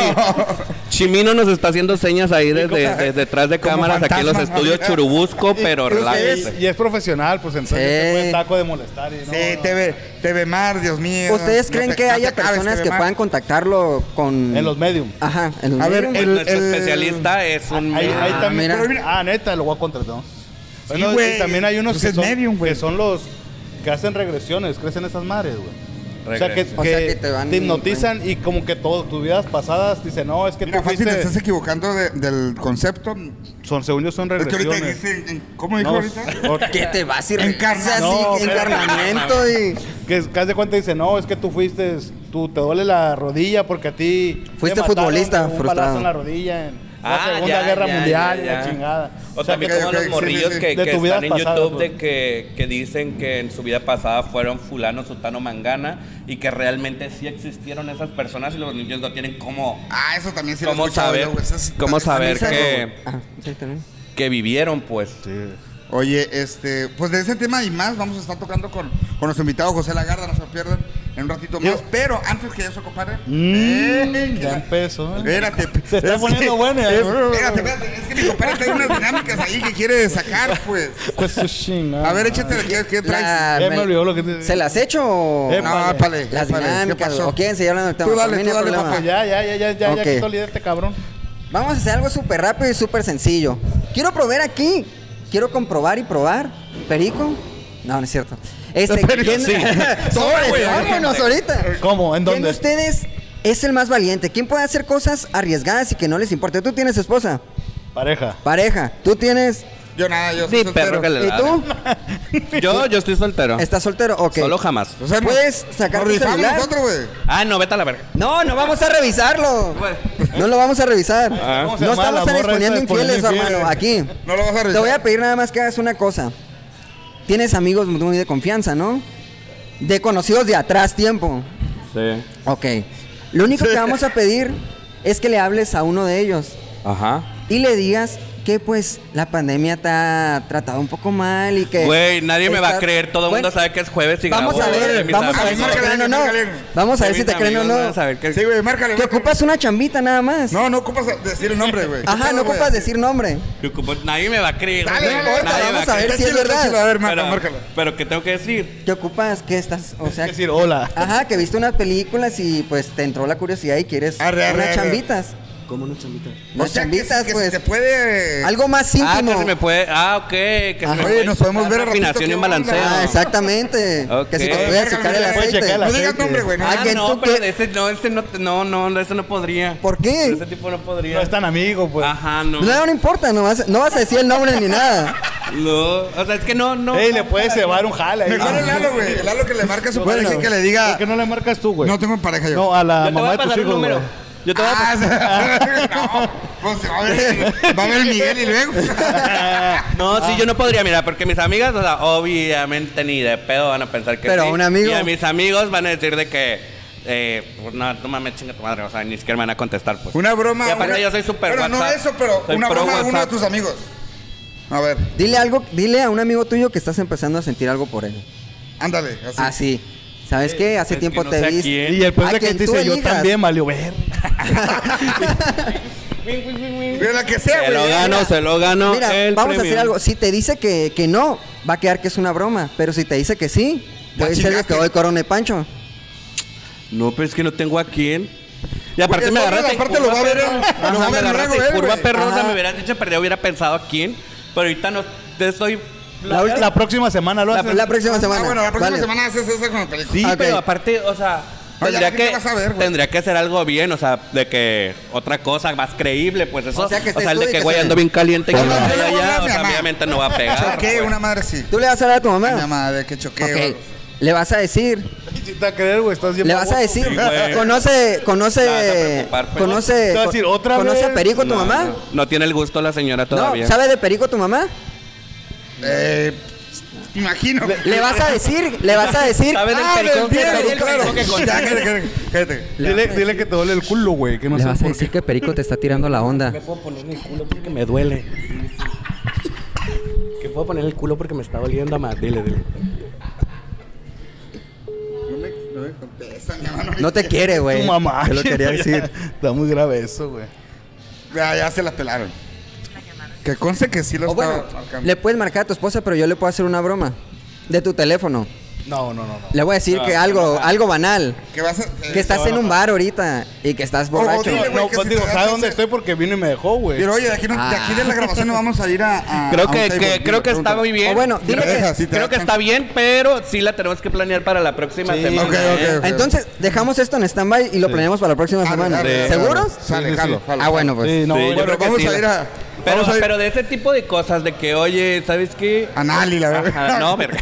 [SPEAKER 5] Chimino nos está haciendo señas ahí desde,
[SPEAKER 2] como-
[SPEAKER 5] desde detrás de
[SPEAKER 1] como
[SPEAKER 5] cámaras, aquí en los
[SPEAKER 1] fantasma.
[SPEAKER 5] estudios Churubusco, pero
[SPEAKER 2] Y- y
[SPEAKER 5] relájate.
[SPEAKER 2] es- Y es profesional, pues entonces
[SPEAKER 4] Sí.
[SPEAKER 2] se fue taco de molestar. Y no,
[SPEAKER 1] Sí,
[SPEAKER 2] no.
[SPEAKER 1] TV, TV Mar, Dios mío.
[SPEAKER 4] ¿Ustedes
[SPEAKER 1] No
[SPEAKER 4] creen
[SPEAKER 1] te-
[SPEAKER 4] que
[SPEAKER 1] no te
[SPEAKER 4] haya
[SPEAKER 1] acabes,
[SPEAKER 4] personas
[SPEAKER 1] TV
[SPEAKER 4] que
[SPEAKER 1] Mar.
[SPEAKER 4] puedan contactarlo con.
[SPEAKER 2] En los medium.
[SPEAKER 4] Ajá, en los
[SPEAKER 1] A ver,
[SPEAKER 4] medios?
[SPEAKER 1] el-
[SPEAKER 5] Nuestro
[SPEAKER 1] el-
[SPEAKER 5] especialista es un...
[SPEAKER 2] Ahí, ahí
[SPEAKER 4] Ah,
[SPEAKER 2] también.
[SPEAKER 4] mira.
[SPEAKER 2] pero mira, ah, neta, lo voy a contratar. Bueno, y
[SPEAKER 1] güey,
[SPEAKER 2] también hay unos
[SPEAKER 1] pues
[SPEAKER 2] que
[SPEAKER 1] es
[SPEAKER 2] son,
[SPEAKER 1] medium, güey.
[SPEAKER 2] que son los que hacen regresiones, crecen esas madres, güey. O sea, que,
[SPEAKER 5] Regresa.
[SPEAKER 4] O sea,
[SPEAKER 2] que
[SPEAKER 4] que
[SPEAKER 2] te,
[SPEAKER 4] te van-
[SPEAKER 2] hipnotizan y como que todo, tus vidas pasadas dicen, no, es que
[SPEAKER 1] Mira,
[SPEAKER 2] tú
[SPEAKER 1] fácil, te
[SPEAKER 2] fuiste...
[SPEAKER 1] estás equivocando de- del concepto.
[SPEAKER 2] Son, según yo, son
[SPEAKER 1] Es que ahorita
[SPEAKER 2] regresiones.
[SPEAKER 1] dijiste, en- en- ¿cómo dijo
[SPEAKER 2] No,
[SPEAKER 1] ahorita?
[SPEAKER 2] o-
[SPEAKER 4] ¿Qué te vas a ir?
[SPEAKER 1] Encarna-
[SPEAKER 4] así,
[SPEAKER 2] No, pero-
[SPEAKER 4] encarnamiento y.
[SPEAKER 2] que es- que haz de cuenta y dice, no, es que tú fuiste, tú te duele la rodilla porque a ti... te
[SPEAKER 4] Fuiste
[SPEAKER 2] mataron
[SPEAKER 4] futbolista,
[SPEAKER 2] de un
[SPEAKER 4] frustrado.
[SPEAKER 2] palazo en la rodilla en la
[SPEAKER 5] Ah,
[SPEAKER 2] Segunda
[SPEAKER 5] ya,
[SPEAKER 2] Guerra
[SPEAKER 5] ya,
[SPEAKER 2] Mundial,
[SPEAKER 5] ya,
[SPEAKER 2] y la
[SPEAKER 5] ya.
[SPEAKER 2] chingada.
[SPEAKER 5] O sea,
[SPEAKER 1] Ok,
[SPEAKER 5] también como
[SPEAKER 1] ok,
[SPEAKER 5] los
[SPEAKER 1] sí,
[SPEAKER 5] morrillos
[SPEAKER 1] sí, sí.
[SPEAKER 5] que,
[SPEAKER 2] De
[SPEAKER 5] que
[SPEAKER 2] tu vida
[SPEAKER 5] están en
[SPEAKER 2] pasada,
[SPEAKER 5] YouTube
[SPEAKER 2] pues.
[SPEAKER 5] de que, que dicen que en su vida pasada fueron fulano, sutano, mangana y que realmente sí existieron esas personas y los niños no tienen cómo,
[SPEAKER 1] Ah, eso también sí lo he
[SPEAKER 5] cómo
[SPEAKER 1] escuchado
[SPEAKER 5] saber,
[SPEAKER 1] yo, güey. Eso es-
[SPEAKER 5] cómo
[SPEAKER 1] está bien
[SPEAKER 5] saber
[SPEAKER 1] cerdo,
[SPEAKER 5] que,
[SPEAKER 1] güey.
[SPEAKER 4] Ah, sí, también.
[SPEAKER 5] que vivieron, pues.
[SPEAKER 2] Sí.
[SPEAKER 1] Oye, este, pues de ese tema y más vamos a estar tocando con, con nuestro invitado José Lagarda, no se lo pierdan en un ratito más.
[SPEAKER 2] Yo-
[SPEAKER 1] Pero antes que eso, compadre.
[SPEAKER 2] Mm,
[SPEAKER 1] Ey,
[SPEAKER 2] ya empezó, eh.
[SPEAKER 1] Espérate.
[SPEAKER 2] Se está
[SPEAKER 1] es
[SPEAKER 2] poniendo
[SPEAKER 1] que-
[SPEAKER 2] bueno, ya.
[SPEAKER 1] es- Espérate, espérate. Es que mi compadre trae unas dinámicas ahí que quiere sacar, pues.
[SPEAKER 2] Pues su chingada.
[SPEAKER 1] A ver, échate, ¿qué, qué traes?
[SPEAKER 4] La-
[SPEAKER 2] Ya me olvidó lo que te-
[SPEAKER 4] ¿Se las hecho o.?
[SPEAKER 2] Eh,
[SPEAKER 1] No, épale,
[SPEAKER 4] Las
[SPEAKER 1] épale, ¿qué
[SPEAKER 4] dinámicas,
[SPEAKER 1] pasó?
[SPEAKER 4] ¿o quieren seguir hablando del tema?
[SPEAKER 1] Tú
[SPEAKER 4] Por
[SPEAKER 1] dale,
[SPEAKER 4] mí
[SPEAKER 1] tú
[SPEAKER 4] no hay
[SPEAKER 1] dale,
[SPEAKER 4] problema.
[SPEAKER 1] papá.
[SPEAKER 2] Ah. Ya, ya, ya, ya, ya,
[SPEAKER 4] Ok.
[SPEAKER 2] ya quitó el líder este cabrón.
[SPEAKER 4] Vamos a hacer algo súper rápido y súper sencillo. Quiero probar aquí. Quiero comprobar y probar. Perico. No, no es cierto. Este,
[SPEAKER 2] Perico,
[SPEAKER 4] ¿quién-
[SPEAKER 2] sí.
[SPEAKER 4] Sobre,
[SPEAKER 5] güey,
[SPEAKER 4] vámonos ahorita.
[SPEAKER 2] ¿Cómo? ¿En
[SPEAKER 4] ¿Quién
[SPEAKER 2] dónde?
[SPEAKER 4] de ustedes es el más valiente? ¿Quién puede hacer cosas arriesgadas y que no les importe? ¿Tú tienes esposa?
[SPEAKER 2] Pareja.
[SPEAKER 4] ¿Pareja? ¿Tú tienes?
[SPEAKER 1] Yo nada, yo soy
[SPEAKER 5] Sí, perro
[SPEAKER 1] soltero.
[SPEAKER 5] que le
[SPEAKER 4] ¿Y tú?
[SPEAKER 5] Yo, yo estoy soltero.
[SPEAKER 4] ¿Estás soltero? Ok.
[SPEAKER 5] Solo jamás.
[SPEAKER 1] O sea,
[SPEAKER 4] ¿Puedes
[SPEAKER 1] nos-
[SPEAKER 4] sacar
[SPEAKER 1] nos
[SPEAKER 4] tu
[SPEAKER 1] rifamos
[SPEAKER 4] celular?
[SPEAKER 1] nosotros, güey.
[SPEAKER 5] Ah, no, vete a la verga.
[SPEAKER 4] No, no vamos a revisarlo.
[SPEAKER 5] Bueno.
[SPEAKER 4] No lo vamos a revisar.
[SPEAKER 5] Ah.
[SPEAKER 4] No
[SPEAKER 2] ¿Cómo se llama la morra
[SPEAKER 4] estamos tan
[SPEAKER 2] esa
[SPEAKER 4] exponiendo
[SPEAKER 2] de poniendo
[SPEAKER 4] infieles, hermano, aquí.
[SPEAKER 1] No lo vas a revisar.
[SPEAKER 4] Te voy a pedir nada más que hagas una cosa. Tienes amigos muy de confianza, ¿no? De conocidos de atrás tiempo.
[SPEAKER 5] Sí.
[SPEAKER 4] Ok. Lo único que vamos a pedir es que le hables a uno de ellos
[SPEAKER 5] Ajá.
[SPEAKER 4] y le digas que pues la pandemia te ha tratado un poco mal y que...
[SPEAKER 5] Güey, nadie me va a
[SPEAKER 4] estás-
[SPEAKER 5] creer. Todo el mundo
[SPEAKER 4] Eh, Bueno,
[SPEAKER 5] sabe que es jueves y
[SPEAKER 4] Vamos a
[SPEAKER 5] grabo, güey,
[SPEAKER 4] ver,
[SPEAKER 5] mis
[SPEAKER 4] vamos a ver si
[SPEAKER 5] amigos-
[SPEAKER 4] te creen o no.
[SPEAKER 1] Márcale,
[SPEAKER 4] Vamos a ver
[SPEAKER 5] mis
[SPEAKER 4] si te creen o
[SPEAKER 5] amigos
[SPEAKER 4] no.
[SPEAKER 5] van a saber que-
[SPEAKER 1] Sí, güey, márcale.
[SPEAKER 4] Que
[SPEAKER 1] márcale.
[SPEAKER 4] ocupas una chambita nada más.
[SPEAKER 1] No, no ocupas decir el nombre, güey.
[SPEAKER 4] Ajá, no
[SPEAKER 1] Échalo, güey.
[SPEAKER 4] ocupas decir nombre.
[SPEAKER 5] que ocupo- Nadie me va a creer.
[SPEAKER 1] Dale,
[SPEAKER 5] güey.
[SPEAKER 1] no importa,
[SPEAKER 5] Nadie me va
[SPEAKER 4] vamos a ver
[SPEAKER 5] creer.
[SPEAKER 4] si es
[SPEAKER 1] Échalo,
[SPEAKER 4] verdad.
[SPEAKER 1] échalo, A ver,
[SPEAKER 5] Pero-
[SPEAKER 1] márcala, márcala.
[SPEAKER 5] Pero, ¿qué tengo que decir?
[SPEAKER 4] ¿Qué ocupas? ¿Qué estás? O sea,
[SPEAKER 2] Es decir, hola.
[SPEAKER 4] Ajá, que viste unas películas y pues te entró la curiosidad y quieres
[SPEAKER 1] Arre, arre,
[SPEAKER 4] unas
[SPEAKER 1] arre.
[SPEAKER 4] chambitas.
[SPEAKER 6] ¿Cómo no chambitas?
[SPEAKER 1] O
[SPEAKER 4] Las
[SPEAKER 1] sea, que,
[SPEAKER 4] chambitas,
[SPEAKER 1] que
[SPEAKER 4] pues.
[SPEAKER 1] se te puede...
[SPEAKER 4] Algo más
[SPEAKER 5] Ah,
[SPEAKER 4] íntimo.
[SPEAKER 5] que se me puede. Ah, ok. Que se
[SPEAKER 4] Ajá.
[SPEAKER 5] me
[SPEAKER 4] Oye,
[SPEAKER 5] puede
[SPEAKER 1] nos podemos
[SPEAKER 5] chutar
[SPEAKER 1] ver al ratito,
[SPEAKER 5] Refinación
[SPEAKER 1] ¿qué
[SPEAKER 5] y
[SPEAKER 1] onda?
[SPEAKER 5] balanceo.
[SPEAKER 4] Ah, exactamente.
[SPEAKER 5] Ok.
[SPEAKER 4] Que si te
[SPEAKER 1] A ver,
[SPEAKER 4] puede
[SPEAKER 1] déjame
[SPEAKER 4] sacar el
[SPEAKER 1] ver,
[SPEAKER 2] Puedes
[SPEAKER 4] aceite.
[SPEAKER 2] checar el
[SPEAKER 1] No digas
[SPEAKER 2] aceite.
[SPEAKER 1] nombre, güey. no
[SPEAKER 4] Ah,
[SPEAKER 1] digas-
[SPEAKER 5] Ah,
[SPEAKER 4] que
[SPEAKER 5] no,
[SPEAKER 4] tú
[SPEAKER 5] pero
[SPEAKER 4] que-
[SPEAKER 5] de ese no, ese no, te- no, no, de ese no podría.
[SPEAKER 4] ¿Por
[SPEAKER 5] De
[SPEAKER 4] qué?
[SPEAKER 5] ese tipo no podría.
[SPEAKER 2] No es tan amigo,
[SPEAKER 4] Ah.
[SPEAKER 2] pues.
[SPEAKER 5] Ajá, no.
[SPEAKER 4] No, no importa, no vas, no vas a decir el nombre ni nada.
[SPEAKER 5] No, o sea, es que no, no.
[SPEAKER 2] Ey, le puedes cebar un jale. ahí.
[SPEAKER 1] Mejor el Lalo, güey. El Lalo que le marca a su pareja y que le
[SPEAKER 2] ¿Por
[SPEAKER 1] diga...
[SPEAKER 2] qué no le marcas tú, güey?
[SPEAKER 1] No tengo pareja yo.
[SPEAKER 2] No, a la
[SPEAKER 5] Yo te voy
[SPEAKER 2] mamá
[SPEAKER 5] a
[SPEAKER 2] de tus
[SPEAKER 5] pasar el
[SPEAKER 2] hijos, güey.
[SPEAKER 5] número. Yo te voy a
[SPEAKER 1] Ah,
[SPEAKER 5] pasar.
[SPEAKER 1] no, pues, a ver, va a ver Miguel y luego.
[SPEAKER 2] Ah,
[SPEAKER 5] No,
[SPEAKER 1] Ah.
[SPEAKER 5] sí, yo no podría, mira, porque mis amigas, o sea, obviamente ni de pedo van a pensar que
[SPEAKER 4] Pero
[SPEAKER 5] sí.
[SPEAKER 4] un amigo.
[SPEAKER 5] Y a mis amigos van a decir de que, eh, pues, no, no mames, chinga tu madre, o sea, ni siquiera me van a contestar, pues.
[SPEAKER 1] Una broma.
[SPEAKER 5] Y aparte
[SPEAKER 1] una-
[SPEAKER 5] yo soy super
[SPEAKER 1] Bueno, no
[SPEAKER 5] WhatsApp.
[SPEAKER 1] eso, pero
[SPEAKER 5] Soy
[SPEAKER 1] una
[SPEAKER 5] pro
[SPEAKER 1] broma a uno de
[SPEAKER 5] WhatsApp.
[SPEAKER 1] tus amigos. A ver,
[SPEAKER 4] Dile algo, dile a un amigo tuyo que estás empezando a sentir algo por él.
[SPEAKER 1] ándale. Así.
[SPEAKER 4] Así. ¿Sabes qué? Hace
[SPEAKER 5] Es que
[SPEAKER 4] tiempo
[SPEAKER 5] no
[SPEAKER 4] te
[SPEAKER 5] sé a
[SPEAKER 4] vi.
[SPEAKER 5] quién.
[SPEAKER 2] Y el pues
[SPEAKER 4] A
[SPEAKER 2] de que
[SPEAKER 4] quien
[SPEAKER 2] te
[SPEAKER 4] tú
[SPEAKER 2] dice, yo
[SPEAKER 4] elijas".
[SPEAKER 2] también, valió ver.
[SPEAKER 1] Pero la que sea,
[SPEAKER 5] Se lo
[SPEAKER 1] güey.
[SPEAKER 5] gano, se lo gano.
[SPEAKER 4] Mira,
[SPEAKER 5] el
[SPEAKER 4] vamos a
[SPEAKER 5] premio.
[SPEAKER 4] hacer algo. Si te dice que, que no, va a quedar que es una broma. Pero si te dice que sí,
[SPEAKER 1] Ya
[SPEAKER 4] puede ser de que
[SPEAKER 1] chingaste.
[SPEAKER 4] hoy corone Pancho.
[SPEAKER 5] No, pero es que no tengo a quién. Y aparte
[SPEAKER 1] Porque
[SPEAKER 5] me
[SPEAKER 1] el hombre,
[SPEAKER 5] agarraste. en
[SPEAKER 1] aparte, lo
[SPEAKER 5] curva,
[SPEAKER 1] va a ver
[SPEAKER 5] perro.
[SPEAKER 1] él, lo va a
[SPEAKER 5] Ajá, me
[SPEAKER 1] ver luego
[SPEAKER 5] agarraste en
[SPEAKER 1] él,
[SPEAKER 5] curva
[SPEAKER 1] güey.
[SPEAKER 5] perro, o sea,
[SPEAKER 4] Ajá.
[SPEAKER 5] me hubieras dicho perdido, hubiera pensado a quién. Pero ahorita no te estoy.
[SPEAKER 2] La, la próxima semana lo
[SPEAKER 5] La-
[SPEAKER 2] haces.
[SPEAKER 4] La próxima semana.
[SPEAKER 1] Ah, bueno, la próxima
[SPEAKER 4] Vale.
[SPEAKER 1] semana haces eso con el película.
[SPEAKER 5] Sí,
[SPEAKER 4] Ok.
[SPEAKER 5] pero aparte, o sea,
[SPEAKER 1] No, ya
[SPEAKER 5] tendría
[SPEAKER 1] la gente
[SPEAKER 5] que
[SPEAKER 1] va a saber, güey.
[SPEAKER 5] tendría que ser algo bien, o sea, de que otra cosa más creíble, pues eso.
[SPEAKER 4] O sea, que
[SPEAKER 5] o sea el
[SPEAKER 4] estés
[SPEAKER 5] de
[SPEAKER 4] tú y
[SPEAKER 5] que
[SPEAKER 4] que
[SPEAKER 5] güey
[SPEAKER 4] se-
[SPEAKER 5] ando bien caliente y que
[SPEAKER 1] Hola.
[SPEAKER 5] no
[SPEAKER 1] Yo le voy
[SPEAKER 5] vaya
[SPEAKER 1] a hablar
[SPEAKER 5] allá,
[SPEAKER 1] a
[SPEAKER 5] o
[SPEAKER 1] mi
[SPEAKER 5] sea,
[SPEAKER 1] mamá.
[SPEAKER 5] obviamente no va a pegar.
[SPEAKER 1] Choqué,
[SPEAKER 5] pues.
[SPEAKER 1] una madre sí.
[SPEAKER 4] ¿Tú le vas a hablar a tu
[SPEAKER 1] Una
[SPEAKER 4] mamá?
[SPEAKER 1] madre que choqué.
[SPEAKER 4] Ah. Ok.
[SPEAKER 1] güey.
[SPEAKER 4] Le vas a decir.
[SPEAKER 2] Si te va a creer, güey, estás bien
[SPEAKER 4] Le vas a
[SPEAKER 2] baboso.
[SPEAKER 4] decir.
[SPEAKER 5] Sí, güey.
[SPEAKER 4] conoce,
[SPEAKER 5] La vas a
[SPEAKER 4] conoce,
[SPEAKER 5] preocupar, pues.
[SPEAKER 4] conoce.
[SPEAKER 2] Te va a decir, ¿otra
[SPEAKER 4] ¿Conoce
[SPEAKER 2] vez?
[SPEAKER 4] a Perico tu
[SPEAKER 5] No,
[SPEAKER 4] mamá?
[SPEAKER 5] No, no tiene el gusto la señora
[SPEAKER 4] No,
[SPEAKER 5] todavía.
[SPEAKER 4] ¿sabe de Perico tu mamá?
[SPEAKER 1] Eh, imagino.
[SPEAKER 4] Le vas a decir, le vas a decir.
[SPEAKER 5] ¿Sabe del
[SPEAKER 4] ah,
[SPEAKER 5] perico?
[SPEAKER 4] del
[SPEAKER 5] Del
[SPEAKER 4] perico.
[SPEAKER 5] perico que con-
[SPEAKER 1] Ya, cállate, cállate, cállate.
[SPEAKER 4] Le
[SPEAKER 2] Dile,
[SPEAKER 4] vas a
[SPEAKER 2] dile que te duele el culo, güey. Que no
[SPEAKER 4] Le
[SPEAKER 2] sé
[SPEAKER 4] vas a
[SPEAKER 2] por
[SPEAKER 4] decir que Perico te está tirando la onda.
[SPEAKER 6] Me puedo poner en el culo porque me duele. Que puedo poner el culo porque me está doliendo a más. Dile, dile.
[SPEAKER 1] No me, no me contesta, mi mamá. me-
[SPEAKER 4] No te quiere, güey.
[SPEAKER 2] Tu mamá.
[SPEAKER 4] Te lo quería decir.
[SPEAKER 2] Está muy grave eso, güey.
[SPEAKER 1] Ya, ya se la pelaron. Que conste que sí lo
[SPEAKER 4] O bueno,
[SPEAKER 1] estaba marcando.
[SPEAKER 4] le puedes marcar a tu esposa, pero yo le puedo hacer una broma. De tu teléfono.
[SPEAKER 2] No, no, no, no.
[SPEAKER 4] Le voy a decir
[SPEAKER 1] Ah,
[SPEAKER 4] que algo, algo banal.
[SPEAKER 1] Que vas a. eh,
[SPEAKER 4] Que estás en un bar ahorita y que estás borracho.
[SPEAKER 1] dile, güey,
[SPEAKER 2] No,
[SPEAKER 1] que
[SPEAKER 2] pues
[SPEAKER 1] si
[SPEAKER 2] digo,
[SPEAKER 1] te
[SPEAKER 2] ¿sabe
[SPEAKER 1] das
[SPEAKER 2] dónde
[SPEAKER 1] ese-
[SPEAKER 2] estoy? Porque vino y me dejó, güey.
[SPEAKER 1] Pero oye, de aquí, no- de aquí de la grabación no vamos a ir a. a-
[SPEAKER 5] Creo
[SPEAKER 1] a un table,
[SPEAKER 5] que, que-
[SPEAKER 1] Ah, pues, dile,
[SPEAKER 5] creo que
[SPEAKER 1] pregunta.
[SPEAKER 5] está muy bien.
[SPEAKER 4] O bueno, dile
[SPEAKER 1] Deja,
[SPEAKER 4] que-
[SPEAKER 1] sí te
[SPEAKER 5] creo
[SPEAKER 1] da
[SPEAKER 5] que
[SPEAKER 1] chance.
[SPEAKER 5] está bien, pero sí la tenemos que planear para la próxima
[SPEAKER 2] Sí.
[SPEAKER 5] semana.
[SPEAKER 1] Ok,
[SPEAKER 5] ¿eh?
[SPEAKER 1] ok, ok.
[SPEAKER 4] Entonces, dejamos esto en stand-by y lo planeamos para la próxima
[SPEAKER 1] Dale,
[SPEAKER 4] semana.
[SPEAKER 1] dale, dale.
[SPEAKER 4] ¿Seguros?
[SPEAKER 1] Sale,
[SPEAKER 2] Sí, sí,
[SPEAKER 1] jalo,
[SPEAKER 2] sí.
[SPEAKER 1] jalo.
[SPEAKER 4] Ah, bueno, pues.
[SPEAKER 2] Sí, no,
[SPEAKER 5] Sí,
[SPEAKER 2] bueno.
[SPEAKER 5] yo creo
[SPEAKER 1] Pero
[SPEAKER 5] que
[SPEAKER 1] vamos
[SPEAKER 5] sí.
[SPEAKER 1] a ir a.
[SPEAKER 5] Pero,
[SPEAKER 1] vamos a ir
[SPEAKER 5] pero de ese tipo de cosas, de que, oye, ¿sabes qué?
[SPEAKER 1] a Nali, la
[SPEAKER 5] Ajá,
[SPEAKER 1] verdad.
[SPEAKER 5] no, verga.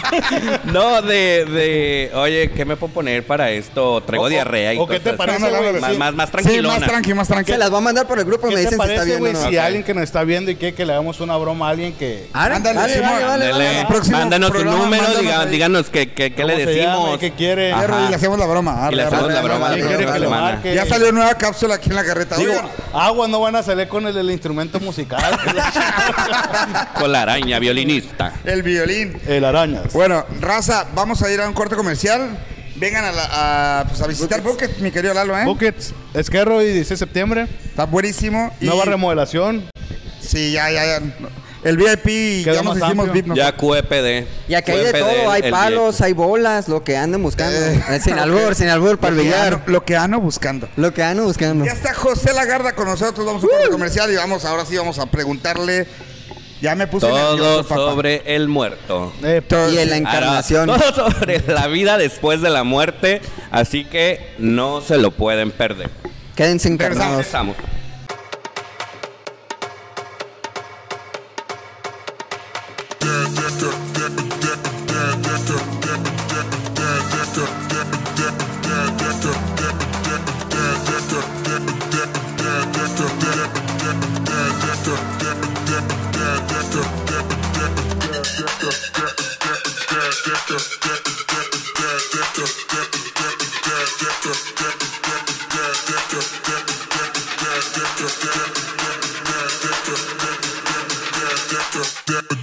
[SPEAKER 5] no, de, de, oye, ¿qué me puedo poner para esto? Traigo
[SPEAKER 2] O- o-
[SPEAKER 5] diarrea y
[SPEAKER 2] ¿o qué te
[SPEAKER 5] cosas.
[SPEAKER 2] parece,
[SPEAKER 1] güey?
[SPEAKER 5] Más, más, más
[SPEAKER 1] Sí,
[SPEAKER 5] tranquilona.
[SPEAKER 1] más tranqui, más tranqui.
[SPEAKER 4] Se las voy a mandar por el grupo y
[SPEAKER 2] ¿Qué
[SPEAKER 4] me
[SPEAKER 2] te
[SPEAKER 4] dicen si está
[SPEAKER 2] parece,
[SPEAKER 4] bien o
[SPEAKER 2] güey,
[SPEAKER 4] no.
[SPEAKER 2] si
[SPEAKER 5] Ok.
[SPEAKER 2] alguien que nos está viendo y quiere que le hagamos una broma a alguien que...
[SPEAKER 5] Ah,
[SPEAKER 4] Ahora,
[SPEAKER 1] Ándale,
[SPEAKER 4] vale,
[SPEAKER 1] Simón,
[SPEAKER 4] vale, vale,
[SPEAKER 5] Ándale,
[SPEAKER 4] vale.
[SPEAKER 1] El próximo
[SPEAKER 5] mándanos su
[SPEAKER 1] programa,
[SPEAKER 5] número,
[SPEAKER 1] mándanos
[SPEAKER 5] diga-
[SPEAKER 1] ahí.
[SPEAKER 5] díganos qué, qué, qué le
[SPEAKER 2] ¿Cómo se llama?
[SPEAKER 5] decimos.
[SPEAKER 2] ¿Qué quiere?
[SPEAKER 5] Ajá.
[SPEAKER 1] Perro, Y le hacemos la broma.
[SPEAKER 5] Y le
[SPEAKER 1] arre,
[SPEAKER 5] hacemos
[SPEAKER 1] arre,
[SPEAKER 5] la
[SPEAKER 1] arre,
[SPEAKER 5] broma
[SPEAKER 1] arre,
[SPEAKER 2] ¿Quién
[SPEAKER 5] la
[SPEAKER 1] arre,
[SPEAKER 2] quiere que
[SPEAKER 5] próxima
[SPEAKER 1] arre.
[SPEAKER 2] le
[SPEAKER 5] semana.
[SPEAKER 2] marque?
[SPEAKER 1] Ya salió nueva cápsula aquí en la carreta.
[SPEAKER 2] Digo,
[SPEAKER 1] Oigan,
[SPEAKER 2] aguas no van a salir con el, el instrumento musical.
[SPEAKER 5] Con la araña, violinista.
[SPEAKER 1] el violín.
[SPEAKER 2] el arañas.
[SPEAKER 1] Bueno, raza, vamos a ir a un corte comercial. Vengan a, la- a, pues, a visitar Bucket, mi querido Lalo, ¿eh?
[SPEAKER 2] Buckets, Esquerro y 16 de septiembre.
[SPEAKER 1] Está buenísimo. y-
[SPEAKER 2] Nueva remodelación.
[SPEAKER 1] Sí, ya, ya, ya. El VIP,
[SPEAKER 2] Quedó
[SPEAKER 1] ya nos
[SPEAKER 2] más
[SPEAKER 1] hicimos
[SPEAKER 2] amplio.
[SPEAKER 1] VIP. nosotros.
[SPEAKER 5] Ya E QEPD.
[SPEAKER 4] Y aquí hay de
[SPEAKER 5] QEPD
[SPEAKER 4] todo, hay
[SPEAKER 5] el- el
[SPEAKER 4] palos, hay bolas, lo que anden buscando.
[SPEAKER 1] Eh,
[SPEAKER 4] Sin
[SPEAKER 1] lo
[SPEAKER 4] albur,
[SPEAKER 1] que-
[SPEAKER 4] sin albur, para
[SPEAKER 1] lo que
[SPEAKER 4] olvidar.
[SPEAKER 1] ando- Lo que ando buscando.
[SPEAKER 4] Lo que anden buscando.
[SPEAKER 1] Ya está José Lagarda con nosotros, vamos a un corte comercial y vamos, ahora sí vamos a preguntarle. Ya me
[SPEAKER 5] billete.
[SPEAKER 1] puse
[SPEAKER 5] Todo
[SPEAKER 1] nervioso, papá.
[SPEAKER 5] sobre el muerto.
[SPEAKER 2] Eh,
[SPEAKER 1] Todo-
[SPEAKER 4] Y en la encarnación.
[SPEAKER 5] Ahora, todo sobre la vida después de la muerte. Así que no se lo pueden perder.
[SPEAKER 4] Quédense encarnados.
[SPEAKER 5] Regresamos.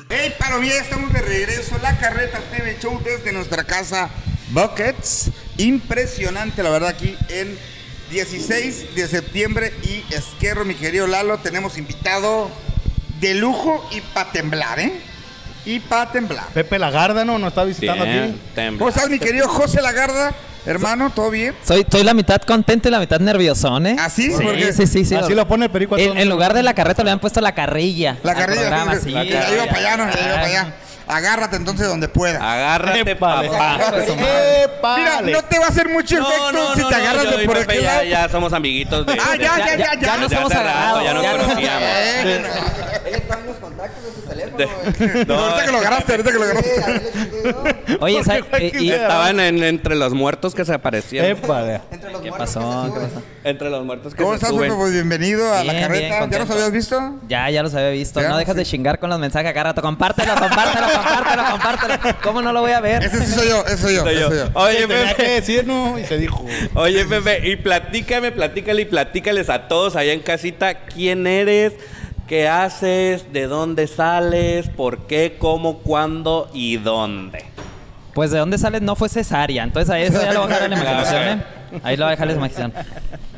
[SPEAKER 1] Hey, Palomilla, estamos de regreso. La Carreta TV Show desde nuestra casa Buckets. Impresionante, la verdad, aquí en 16 de septiembre. Y Esquerro, mi querido Lalo, tenemos invitado de lujo y pa' temblar, ¿eh? Y pa' temblar.
[SPEAKER 2] Pepe Lagarda, ¿no? Nos está visitando
[SPEAKER 5] Bien,
[SPEAKER 2] aquí.
[SPEAKER 5] tembla.
[SPEAKER 1] ¿Cómo estás, mi querido José Lagarda? Hermano, ¿todo bien?
[SPEAKER 7] Soy, soy la mitad contento y la mitad nerviosón, ¿eh?
[SPEAKER 1] ¿Ah, sí? Porque-
[SPEAKER 7] Sí, sí, sí. sí.
[SPEAKER 2] Así lo pone el perico a
[SPEAKER 7] En,
[SPEAKER 2] todo
[SPEAKER 7] en lugar de la carreta le han puesto la carrilla.
[SPEAKER 1] La
[SPEAKER 7] al
[SPEAKER 1] carrilla.
[SPEAKER 7] programa,
[SPEAKER 1] entonces,
[SPEAKER 7] sí, Ah,
[SPEAKER 1] la carrilla. iba para allá, no, ya iba para allá. Agárrate entonces donde pueda.
[SPEAKER 3] Agárrate,
[SPEAKER 2] Épale.
[SPEAKER 3] papá.
[SPEAKER 1] Mira,
[SPEAKER 2] Épale.
[SPEAKER 1] no te va a hacer mucho efecto si te agarras
[SPEAKER 3] yo
[SPEAKER 1] de
[SPEAKER 3] y
[SPEAKER 1] por
[SPEAKER 3] Pepe
[SPEAKER 1] aquel
[SPEAKER 3] ya,
[SPEAKER 1] lado.
[SPEAKER 3] ya somos amiguitos de.
[SPEAKER 1] Ah,
[SPEAKER 3] de-
[SPEAKER 1] ya, ya, ya, ya.
[SPEAKER 7] Ya nos
[SPEAKER 1] Ya
[SPEAKER 7] hemos
[SPEAKER 3] hace rato,
[SPEAKER 7] agarrado.
[SPEAKER 3] ya nos
[SPEAKER 7] ya nos-
[SPEAKER 3] conocíamos.
[SPEAKER 1] Bueno.
[SPEAKER 4] Él trae los contactos de su teléfono.
[SPEAKER 3] de- no,
[SPEAKER 1] ahorita que lo agarraste, ahorita que lo agarraste.
[SPEAKER 4] agarraste.
[SPEAKER 7] Oye, ¿sabes?
[SPEAKER 2] Porque
[SPEAKER 7] Y, y-
[SPEAKER 2] va a quedar-
[SPEAKER 3] Estaban en- entre los muertos que se
[SPEAKER 2] Eh,
[SPEAKER 3] aparecían.
[SPEAKER 2] Épale.
[SPEAKER 4] Entre los
[SPEAKER 7] ¿Qué
[SPEAKER 4] muertos
[SPEAKER 7] pasó?
[SPEAKER 4] que se
[SPEAKER 7] ¿Qué
[SPEAKER 4] suben.
[SPEAKER 7] pasó?
[SPEAKER 3] Entre los muertos que
[SPEAKER 1] ¿Cómo
[SPEAKER 3] se
[SPEAKER 1] estás,
[SPEAKER 3] suben.
[SPEAKER 1] Pepe? Pues bienvenido a la
[SPEAKER 7] Bien, bien,
[SPEAKER 1] carreta. ¿Ya nos
[SPEAKER 7] contento.
[SPEAKER 1] habías visto?
[SPEAKER 7] Ya, ya los había visto.
[SPEAKER 1] Ya,
[SPEAKER 7] No dejas de chingar con los mensajes acá rato. Compártelo, compártelo, compártelo, compártelo. ¿Cómo no lo voy a ver?
[SPEAKER 1] Ese sí soy yo, ese soy yo,
[SPEAKER 3] Soy
[SPEAKER 1] ese
[SPEAKER 3] yo.
[SPEAKER 1] soy yo.
[SPEAKER 3] Oye,
[SPEAKER 2] Tenía que
[SPEAKER 3] Pepe.
[SPEAKER 2] decir, no, y se dijo.
[SPEAKER 3] Oye, Pepe, y platícame, platícale y platícales a todos allá en casita quién eres, qué haces, de dónde sales, por qué, cómo, cuándo y dónde.
[SPEAKER 7] Pues de dónde sales no fue cesárea. Entonces ahí eso ya lo voy a dejar en
[SPEAKER 1] Ah,
[SPEAKER 7] la imaginación, ¿eh? Ahí lo voy a dejar en la imaginación.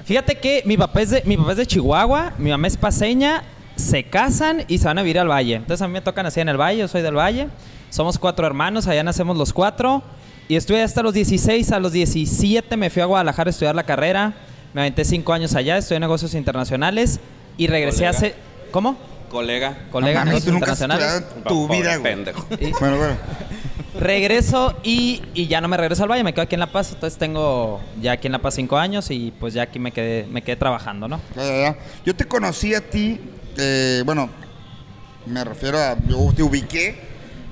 [SPEAKER 7] Fíjate que mi papá, es de, mi papá es de Chihuahua, mi mamá es paseña, se casan y se van a vivir al valle. Entonces a mí me tocan así en el valle, yo soy del valle. Somos cuatro hermanos, allá nacemos los cuatro. Y estuve hasta los 16, a los 17 me fui a Guadalajara a estudiar la carrera. Me aventé cinco años allá, estudié negocios internacionales y regresé
[SPEAKER 3] Colega.
[SPEAKER 7] hace... ¿Cómo?
[SPEAKER 3] Colega.
[SPEAKER 7] Colega,
[SPEAKER 1] Mami, tú
[SPEAKER 7] negocios
[SPEAKER 1] nunca has
[SPEAKER 7] internacionales.
[SPEAKER 1] estudiado en tu
[SPEAKER 3] Pobre
[SPEAKER 1] vida, güey.
[SPEAKER 3] pendejo.
[SPEAKER 7] Y-
[SPEAKER 1] Bueno, bueno.
[SPEAKER 7] Regreso y, y ya no me regreso al Valle, me quedo aquí en La Paz. Entonces tengo ya aquí en La Paz cinco años y pues ya aquí me quedé, me quedé trabajando, ¿no?
[SPEAKER 1] Ya, ya, ya. Yo te conocí a ti, eh, bueno, me refiero a, yo te ubiqué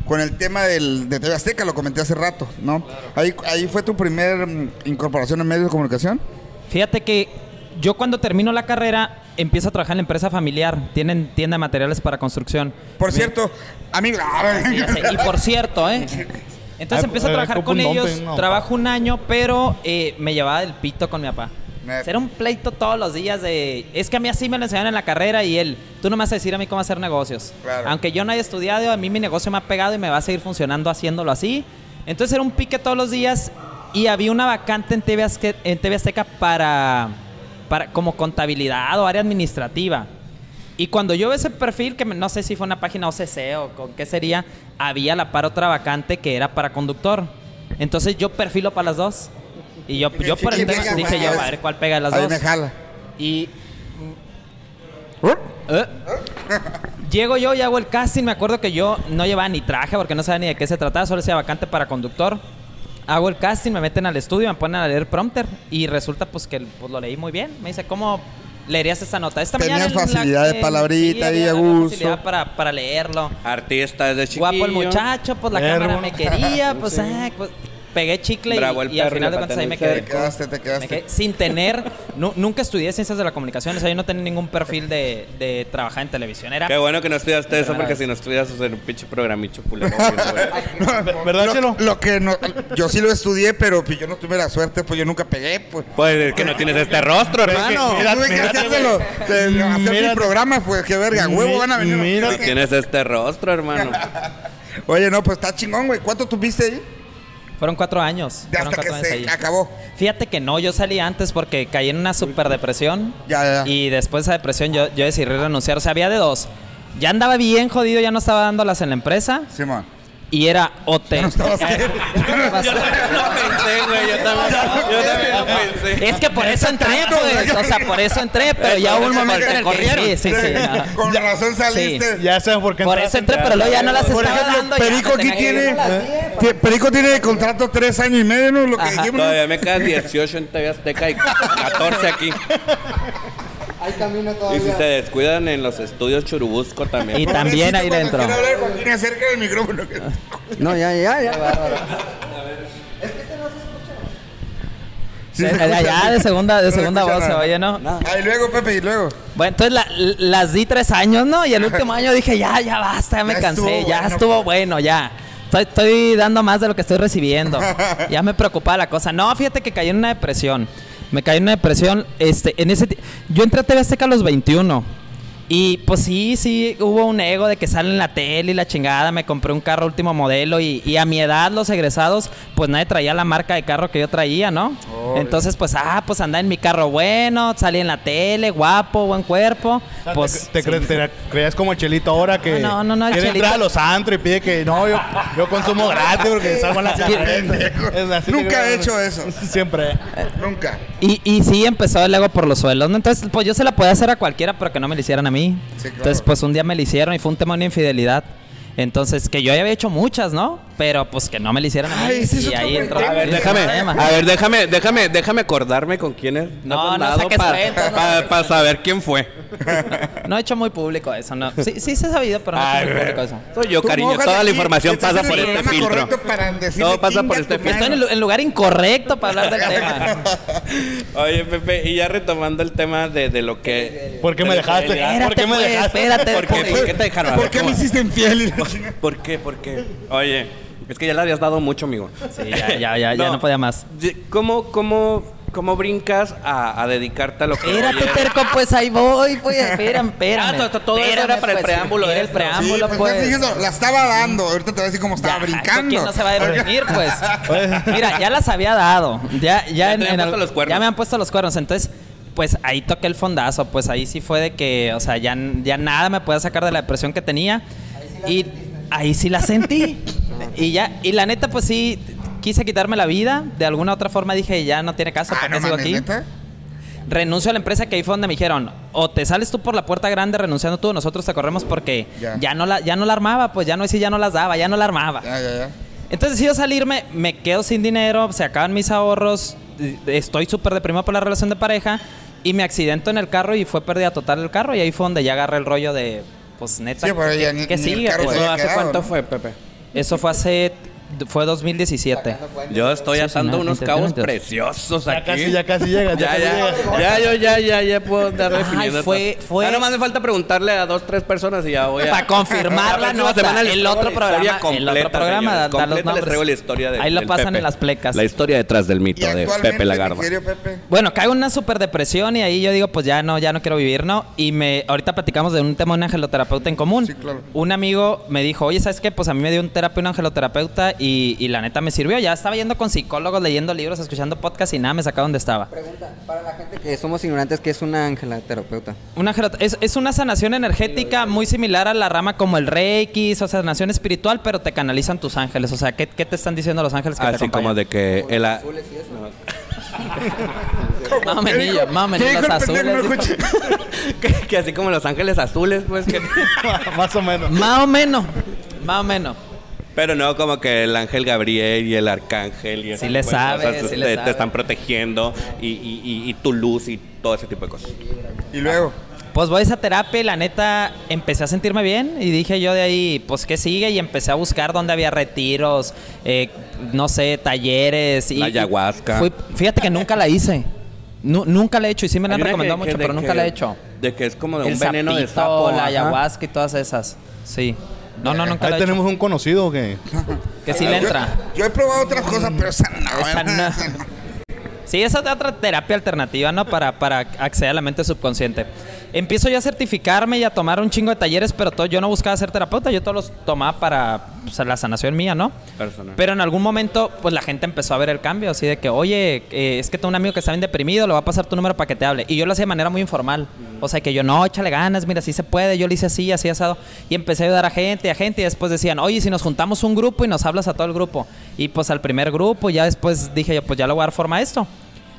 [SPEAKER 1] con el tema del, de TV Azteca, lo comenté hace rato, ¿no? Ahí, ahí fue tu primer mm, incorporación en medios de comunicación.
[SPEAKER 7] Fíjate que yo cuando termino la carrera empiezo a trabajar en la empresa familiar. Tienen tienda de materiales para construcción.
[SPEAKER 1] Por cierto, ah, amigo,
[SPEAKER 7] Sí, ya sé. Y por cierto, ¿eh? Entonces
[SPEAKER 2] Ah,
[SPEAKER 7] empiezo a
[SPEAKER 2] era
[SPEAKER 7] trabajar
[SPEAKER 2] como un
[SPEAKER 7] con ellos.
[SPEAKER 2] dumping, no,
[SPEAKER 7] Trabajo un año, pero eh, me llevaba del pito con mi papá.
[SPEAKER 1] Neta.
[SPEAKER 7] Era un pleito todos los días de... Es que a mí así me lo enseñaron en la carrera y él... Tú no me vas a decir a mí cómo hacer negocios.
[SPEAKER 1] Claro.
[SPEAKER 7] Aunque yo no haya estudiado, a mí mi negocio me ha pegado y me va a seguir funcionando haciéndolo así. Entonces era un pique todos los días y había una vacante en TV, Azque- en TV Azteca para, para... Como contabilidad o área administrativa. Y cuando yo veo ese perfil, que me- no sé si fue una página OCC o con qué sería, había a la par otra vacante que era para conductor. Entonces yo perfilo para las dos. Y yo, yo por el
[SPEAKER 1] Sí,
[SPEAKER 7] tema
[SPEAKER 1] venga,
[SPEAKER 7] dije
[SPEAKER 1] venga,
[SPEAKER 7] yo,
[SPEAKER 1] es-
[SPEAKER 7] a ver cuál pega de las
[SPEAKER 1] ahí
[SPEAKER 7] dos.
[SPEAKER 1] me jala.
[SPEAKER 7] Y ¿Eh? Llego yo y hago el casting. Me acuerdo que yo no llevaba ni traje porque no sabía ni de qué se trataba, solo decía vacante para conductor. Hago el casting, me meten al estudio, me ponen a leer prompter y resulta pues que pues, lo leí muy bien. Me dice, ¿cómo leerías esta nota? Esta
[SPEAKER 1] Tenías
[SPEAKER 7] mañana en la
[SPEAKER 1] facilidad de
[SPEAKER 7] que-
[SPEAKER 1] palabrita
[SPEAKER 7] sí,
[SPEAKER 1] ahí,
[SPEAKER 7] había
[SPEAKER 1] a
[SPEAKER 7] la
[SPEAKER 1] gusto.
[SPEAKER 7] facilidad para, para leerlo.
[SPEAKER 3] Artista desde chiquillo.
[SPEAKER 7] Guapo el muchacho, pues la
[SPEAKER 2] Verbo.
[SPEAKER 7] cámara me quería, pues, ah, pues, pegué chicle y-
[SPEAKER 3] Bravo el
[SPEAKER 7] y, al
[SPEAKER 3] perro y la
[SPEAKER 7] final de cuentas
[SPEAKER 3] pata
[SPEAKER 7] ahí
[SPEAKER 3] en
[SPEAKER 7] me
[SPEAKER 3] el
[SPEAKER 7] quedé.
[SPEAKER 1] Te quedaste, te
[SPEAKER 7] Me
[SPEAKER 1] quedaste.
[SPEAKER 7] quedé sin tener, nu- nunca estudié ciencias de la comunicación, o sea, yo no tenía ningún perfil de, de trabajar en televisión. Era,
[SPEAKER 3] Qué bueno que no estudiaste eso,
[SPEAKER 7] Primera
[SPEAKER 3] porque
[SPEAKER 7] vez.
[SPEAKER 3] si no estudias, o sea, un pinche programicho culero.
[SPEAKER 2] ¿Verdad, Chelo?
[SPEAKER 1] Lo, lo que no, yo sí lo estudié, pero pues, yo no tuve la suerte, pues yo nunca pegué, pues.
[SPEAKER 3] Pues es que no tienes este rostro, hermano.
[SPEAKER 2] Mira,
[SPEAKER 1] tuve que
[SPEAKER 2] mira,
[SPEAKER 1] hacértelo, de- de hacer
[SPEAKER 2] mira.
[SPEAKER 1] mi programa, pues qué verga, huevo
[SPEAKER 2] Mi-
[SPEAKER 1] van a venir.
[SPEAKER 2] mira.
[SPEAKER 3] No tienes este rostro, hermano.
[SPEAKER 1] Oye, no, pues está chingón, güey. ¿Cuánto tuviste ahí?
[SPEAKER 7] fueron cuatro años.
[SPEAKER 1] De
[SPEAKER 7] fueron
[SPEAKER 1] hasta que
[SPEAKER 7] cuatro
[SPEAKER 1] se
[SPEAKER 7] años ahí.
[SPEAKER 1] acabó.
[SPEAKER 7] Fíjate que no, yo salí antes porque caí en una super depresión.
[SPEAKER 1] Ya, ya, ya.
[SPEAKER 7] Y después de esa depresión yo, yo decidí renunciar. O sea, había de dos. Ya andaba bien jodido, ya no estaba dándolas en la empresa.
[SPEAKER 1] Simón.
[SPEAKER 7] Y era o te-
[SPEAKER 1] no estabas-
[SPEAKER 3] Yo también lo pensé, güey. Yo también, yo también lo pensé.
[SPEAKER 7] Es que por eso entré, pues. O sea, por eso entré, pero ya hubo un momento en el que. Sí, sí, sí. no.
[SPEAKER 1] Con razón saliste.
[SPEAKER 2] Ya saben por qué
[SPEAKER 7] Por
[SPEAKER 2] entraste
[SPEAKER 7] eso entré,
[SPEAKER 2] en
[SPEAKER 7] pero luego ya
[SPEAKER 2] teatro.
[SPEAKER 7] no las
[SPEAKER 1] Por
[SPEAKER 7] estaba
[SPEAKER 1] ejemplo,
[SPEAKER 7] dando. ya
[SPEAKER 1] Perico
[SPEAKER 7] me
[SPEAKER 1] aquí
[SPEAKER 7] tenía que ir.
[SPEAKER 1] tiene. tie- Perico tiene de contrato tres años y medio, ¿no? Lo que
[SPEAKER 7] Ajá.
[SPEAKER 1] dijimos. ¿no?
[SPEAKER 3] Todavía me quedan 18 en TV Azteca y 14 aquí.
[SPEAKER 4] Hay camino
[SPEAKER 3] Y si
[SPEAKER 4] todavía.
[SPEAKER 3] se descuidan en los estudios Churubusco también.
[SPEAKER 7] Y también ahí
[SPEAKER 1] Cuando
[SPEAKER 7] dentro.
[SPEAKER 1] quiera hablar, cuando tiene cerca del micrófono.
[SPEAKER 4] No, ya, ya, ya.
[SPEAKER 1] Sí,
[SPEAKER 7] De-
[SPEAKER 1] se
[SPEAKER 7] de allá,
[SPEAKER 1] escucha.
[SPEAKER 7] Eh, de segunda, de
[SPEAKER 1] No se
[SPEAKER 7] segunda
[SPEAKER 1] escucha
[SPEAKER 7] voz,
[SPEAKER 1] nada.
[SPEAKER 7] oye, ¿no?
[SPEAKER 1] Ah, y luego, Pepe, y luego.
[SPEAKER 7] Bueno, entonces la- las di tres años, ¿no? Y el último año dije, ya, ya basta, ya me
[SPEAKER 1] Ya
[SPEAKER 7] cansé,
[SPEAKER 1] estuvo
[SPEAKER 7] ya
[SPEAKER 1] bueno. pues.
[SPEAKER 7] estuvo bueno, ya. Estoy, estoy dando más de lo que estoy recibiendo. ya me preocupaba la cosa. No, fíjate que caí en una depresión. Me caí en una depresión. Este, en ese ti- Yo entré a TV Azteca a los 21. Y pues sí, sí, hubo un ego de que sale en la tele y la chingada, me compré un carro último modelo y, y a mi edad los egresados, pues nadie traía la marca de carro que yo traía, ¿no? Entonces, pues, ah, pues andaba en mi carro bueno, salí en la tele, guapo, buen cuerpo.
[SPEAKER 2] O sea,
[SPEAKER 7] Pues,
[SPEAKER 2] Ah, te, te cre- te creías como el Chelito ahora que
[SPEAKER 7] No, no, no, no, el
[SPEAKER 2] quiere
[SPEAKER 7] Chelito-
[SPEAKER 2] entrar a los antros y pide que no, yo, yo consumo gratis porque salgo en la
[SPEAKER 1] pendejo. Nunca he hecho eso.
[SPEAKER 2] Siempre.
[SPEAKER 1] Nunca.
[SPEAKER 7] Y, y sí empezó el ego por los suelos, ¿no? Entonces, pues yo se la podía hacer a cualquiera, pero que no me la hicieran a mí.
[SPEAKER 1] Sí, claro.
[SPEAKER 7] Entonces, pues un día me la hicieron y fue un tema de una infidelidad. Entonces, que yo ya había hecho muchas, ¿no? Pero pues que no me la hicieran a mí.
[SPEAKER 1] Ay, ese es
[SPEAKER 7] y
[SPEAKER 1] otro
[SPEAKER 7] ahí
[SPEAKER 1] buen
[SPEAKER 7] entró
[SPEAKER 1] tema.
[SPEAKER 3] A ver,
[SPEAKER 7] el
[SPEAKER 3] déjame,
[SPEAKER 7] tema.
[SPEAKER 3] a ver, déjame, déjame, déjame acordarme con quién es.
[SPEAKER 7] No, no saques cuentas, no
[SPEAKER 3] para
[SPEAKER 7] saques
[SPEAKER 3] saber quién fue.
[SPEAKER 7] No he hecho muy público eso, ¿no? Sí, sí se ha sabido, pero no he
[SPEAKER 3] Ay,
[SPEAKER 7] hecho muy
[SPEAKER 3] güey.
[SPEAKER 7] público eso.
[SPEAKER 3] Soy yo,
[SPEAKER 1] Tú
[SPEAKER 3] cariño.
[SPEAKER 1] mójate
[SPEAKER 3] Toda la
[SPEAKER 1] aquí,
[SPEAKER 3] información
[SPEAKER 1] estás
[SPEAKER 3] pasa
[SPEAKER 1] en el
[SPEAKER 3] por este
[SPEAKER 1] programa
[SPEAKER 3] filtro.
[SPEAKER 1] correcto para decirle
[SPEAKER 3] Todo pasa
[SPEAKER 1] chinga
[SPEAKER 3] por
[SPEAKER 1] tu
[SPEAKER 3] este
[SPEAKER 1] madre.
[SPEAKER 7] Estoy en el, el lugar incorrecto para hablar del tema.
[SPEAKER 3] Oye, Pepe, y ya retomando el tema de, de lo que.
[SPEAKER 2] ¿Por qué me
[SPEAKER 3] de la
[SPEAKER 2] dejaste?
[SPEAKER 3] infidelidad.
[SPEAKER 2] ¿Por qué me
[SPEAKER 7] pues,
[SPEAKER 2] dejaste?
[SPEAKER 7] espérate.
[SPEAKER 3] ¿Por qué,
[SPEAKER 7] pues.
[SPEAKER 3] ¿Por qué te dejaron? A
[SPEAKER 1] ¿Por
[SPEAKER 3] ver,
[SPEAKER 1] qué me
[SPEAKER 3] ¿cómo?
[SPEAKER 1] hiciste infiel? Y la chinga-
[SPEAKER 3] ¿Por qué? ¿Por qué? Oye, es que ya le habías dado mucho, amigo.
[SPEAKER 7] Sí, ya, ya, ya, ya no podía más.
[SPEAKER 3] de- ¿Cómo, cómo, cómo brincas a, a dedicarte a lo que
[SPEAKER 7] Espérate,
[SPEAKER 3] hoy es?
[SPEAKER 7] terco, pues ahí voy, pues. Espérame, espérame.
[SPEAKER 3] Ah, todo- todo eso
[SPEAKER 7] Espérame, pues,
[SPEAKER 3] era para el preámbulo
[SPEAKER 7] Era
[SPEAKER 3] de
[SPEAKER 7] el
[SPEAKER 3] esto.
[SPEAKER 1] Sí,
[SPEAKER 7] preámbulo,
[SPEAKER 1] pues,
[SPEAKER 7] pues.
[SPEAKER 1] estoy diciendo, la estaba dando. Ahorita te voy a decir cómo estaba
[SPEAKER 7] Ya, ¿esto
[SPEAKER 1] brincando.
[SPEAKER 7] ¿Quién no se va a dormir, pues? Mira, ya las había dado. Ya, ya,
[SPEAKER 3] Ya
[SPEAKER 7] en-
[SPEAKER 3] te habían
[SPEAKER 7] en
[SPEAKER 3] puesto
[SPEAKER 7] al-
[SPEAKER 3] los cuernos.
[SPEAKER 7] ya me han puesto los cuernos. Entonces, pues ahí toqué el fondazo. Pues ahí sí fue de que, o sea, ya, ya nada me podía sacar de la depresión que tenía. y ahí sí la sentí. y ya, y la neta, pues sí, quise quitarme la vida. De alguna u otra forma dije, ya no tiene caso,
[SPEAKER 1] Ah,
[SPEAKER 7] ¿para qué
[SPEAKER 1] no
[SPEAKER 7] sigo
[SPEAKER 1] mames,
[SPEAKER 7] aquí?
[SPEAKER 1] ¿neta?
[SPEAKER 7] renuncio a la empresa que ahí fue donde me dijeron o te sales tú por la puerta grande renunciando tú nosotros te corremos porque
[SPEAKER 1] Ya.
[SPEAKER 7] ya, no la ya no la armaba pues ya no sí ya no las daba ya no la armaba
[SPEAKER 1] Ya, ya, ya.
[SPEAKER 7] entonces decido salirme me quedo sin dinero se acaban mis ahorros eh, estoy súper deprimido por la relación de pareja y me accidento en el carro y fue pérdida total el carro y ahí fue donde ya agarré el rollo de pues neta
[SPEAKER 1] Sí, pero ya
[SPEAKER 7] ¿qué-
[SPEAKER 1] ni-
[SPEAKER 7] qué
[SPEAKER 1] ni el
[SPEAKER 7] sigue,
[SPEAKER 1] carro
[SPEAKER 7] pues?
[SPEAKER 1] se
[SPEAKER 3] ¿Eso
[SPEAKER 1] había
[SPEAKER 3] hace
[SPEAKER 1] quedado,
[SPEAKER 3] cuánto
[SPEAKER 1] ¿no?
[SPEAKER 3] fue, Pepe?
[SPEAKER 7] eso fue hace fue 2017
[SPEAKER 3] Yo estoy
[SPEAKER 7] Sí, sí,
[SPEAKER 3] atando
[SPEAKER 7] no,
[SPEAKER 3] unos
[SPEAKER 7] entiendo,
[SPEAKER 3] cabos
[SPEAKER 7] entiendo.
[SPEAKER 3] preciosos
[SPEAKER 2] Ya
[SPEAKER 3] aquí.
[SPEAKER 2] casi, ya casi llegas.
[SPEAKER 3] Ya,
[SPEAKER 2] casi
[SPEAKER 3] ya,
[SPEAKER 2] llegas.
[SPEAKER 3] ya, yo ya, ya, ya puedo andar definiendo.
[SPEAKER 7] fue-
[SPEAKER 3] esto.
[SPEAKER 7] fue-
[SPEAKER 3] Ya nomás me falta preguntarle a dos, tres personas y ya voy a...
[SPEAKER 7] Para confirmar la
[SPEAKER 3] próxima
[SPEAKER 7] nota,
[SPEAKER 3] semana les
[SPEAKER 7] el
[SPEAKER 3] traigo
[SPEAKER 7] otro
[SPEAKER 3] la historia
[SPEAKER 7] programa, el
[SPEAKER 3] completa,
[SPEAKER 7] otro programa,
[SPEAKER 3] señores,
[SPEAKER 7] da- da los
[SPEAKER 3] completa, les
[SPEAKER 7] nombres.
[SPEAKER 3] traigo la historia de,
[SPEAKER 7] Ahí lo
[SPEAKER 3] del
[SPEAKER 7] pasan en
[SPEAKER 3] Pepe.
[SPEAKER 7] las plecas.
[SPEAKER 3] La historia detrás del
[SPEAKER 1] Y
[SPEAKER 3] mito de
[SPEAKER 1] actualmente,
[SPEAKER 3] Pepe
[SPEAKER 1] mi
[SPEAKER 3] Lagarba.
[SPEAKER 1] querido Pepe.
[SPEAKER 7] Bueno, caigo en una super depresión y ahí yo digo, pues ya no, ya no quiero vivir, ¿no? Y me, ahorita platicamos de un tema de un angeloterapeuta en común.
[SPEAKER 1] Sí, claro.
[SPEAKER 7] Un amigo me dijo, oye, ¿sabes qué? Pues a mí me dio un terapia un angeloterapeuta y, y la neta me sirvió. Ya estaba yendo con psicólogos, leyendo libros, escuchando podcasts y nada, me sacaba donde estaba.
[SPEAKER 4] Pregunta, para la gente que somos ignorantes, ¿qué es una ángela terapeuta?
[SPEAKER 7] Una angelo- es, es una sanación energética muy similar a la rama como el Reiki, o sea, sanación espiritual, pero te canalizan tus ángeles. O sea, ¿qué, qué te están diciendo los ángeles que
[SPEAKER 3] Así
[SPEAKER 7] te
[SPEAKER 3] Ah,
[SPEAKER 7] acompañan?
[SPEAKER 3] como de que... El, a-
[SPEAKER 7] Más o menos, más o menos,
[SPEAKER 1] ¿Qué dijo el
[SPEAKER 7] los
[SPEAKER 1] pendejo?
[SPEAKER 7] azules,
[SPEAKER 1] No
[SPEAKER 7] dijo.
[SPEAKER 1] escuché.
[SPEAKER 3] que, que así como Los Ángeles Azules, pues que...
[SPEAKER 2] Más o menos.
[SPEAKER 7] Más o menos, más o menos.
[SPEAKER 3] Pero no, como que el ángel Gabriel y el arcángel y ese
[SPEAKER 7] Sí le
[SPEAKER 3] tipo de
[SPEAKER 7] sabe,
[SPEAKER 3] cosas,
[SPEAKER 7] sí
[SPEAKER 3] te,
[SPEAKER 7] le
[SPEAKER 3] te
[SPEAKER 7] sabe.
[SPEAKER 3] están protegiendo y, y- y- y tu luz y todo ese tipo de cosas.
[SPEAKER 1] Y luego.
[SPEAKER 7] Pues voy a esa terapia y la neta empecé a sentirme bien y dije yo de ahí, pues qué sigue y empecé a buscar dónde había retiros, eh, no sé, talleres. Y,
[SPEAKER 3] La ayahuasca.
[SPEAKER 7] Fui- fíjate que nunca la hice. Nu- nunca la he hecho y sí me la
[SPEAKER 3] Hay
[SPEAKER 7] han
[SPEAKER 3] una
[SPEAKER 7] recomendado
[SPEAKER 3] que- que
[SPEAKER 7] mucho,
[SPEAKER 3] de
[SPEAKER 7] pero nunca
[SPEAKER 3] que-
[SPEAKER 7] la he hecho.
[SPEAKER 3] De que es como de
[SPEAKER 7] El
[SPEAKER 3] un veneno de
[SPEAKER 7] sapito,
[SPEAKER 3] sapo.
[SPEAKER 7] la
[SPEAKER 3] ajá.
[SPEAKER 7] ayahuasca y todas esas. Sí. No, no, nunca la
[SPEAKER 2] Ahí
[SPEAKER 7] he hecho.
[SPEAKER 2] tenemos un conocido que.
[SPEAKER 7] Que sí le
[SPEAKER 1] Yo-
[SPEAKER 7] entra.
[SPEAKER 1] Yo he probado otras cosas, pero esa no.
[SPEAKER 7] Esa
[SPEAKER 1] ¿verdad?
[SPEAKER 7] no.
[SPEAKER 1] Esa no.
[SPEAKER 7] Sí, esa es otra terapia alternativa, ¿no? Para, para acceder a la mente subconsciente. Empiezo yo a certificarme y a tomar un chingo de talleres, pero todo, yo no buscaba ser terapeuta, yo todos los tomaba para pues, la sanación mía, ¿no?
[SPEAKER 3] Personal.
[SPEAKER 7] Pero en algún momento, pues la gente empezó a ver el cambio, así de que, oye, eh, es que tengo un amigo que está bien deprimido, le va a pasar tu número para que te hable. Y yo lo hacía de manera muy informal. O sea, que yo, no, échale ganas, mira, sí se puede, yo le hice así, así asado. Y empecé a ayudar a gente, a gente, y después decían, oye, si nos juntamos un grupo y nos hablas a todo el grupo. Y pues al primer grupo, ya después dije yo, pues ya le voy a dar forma a esto.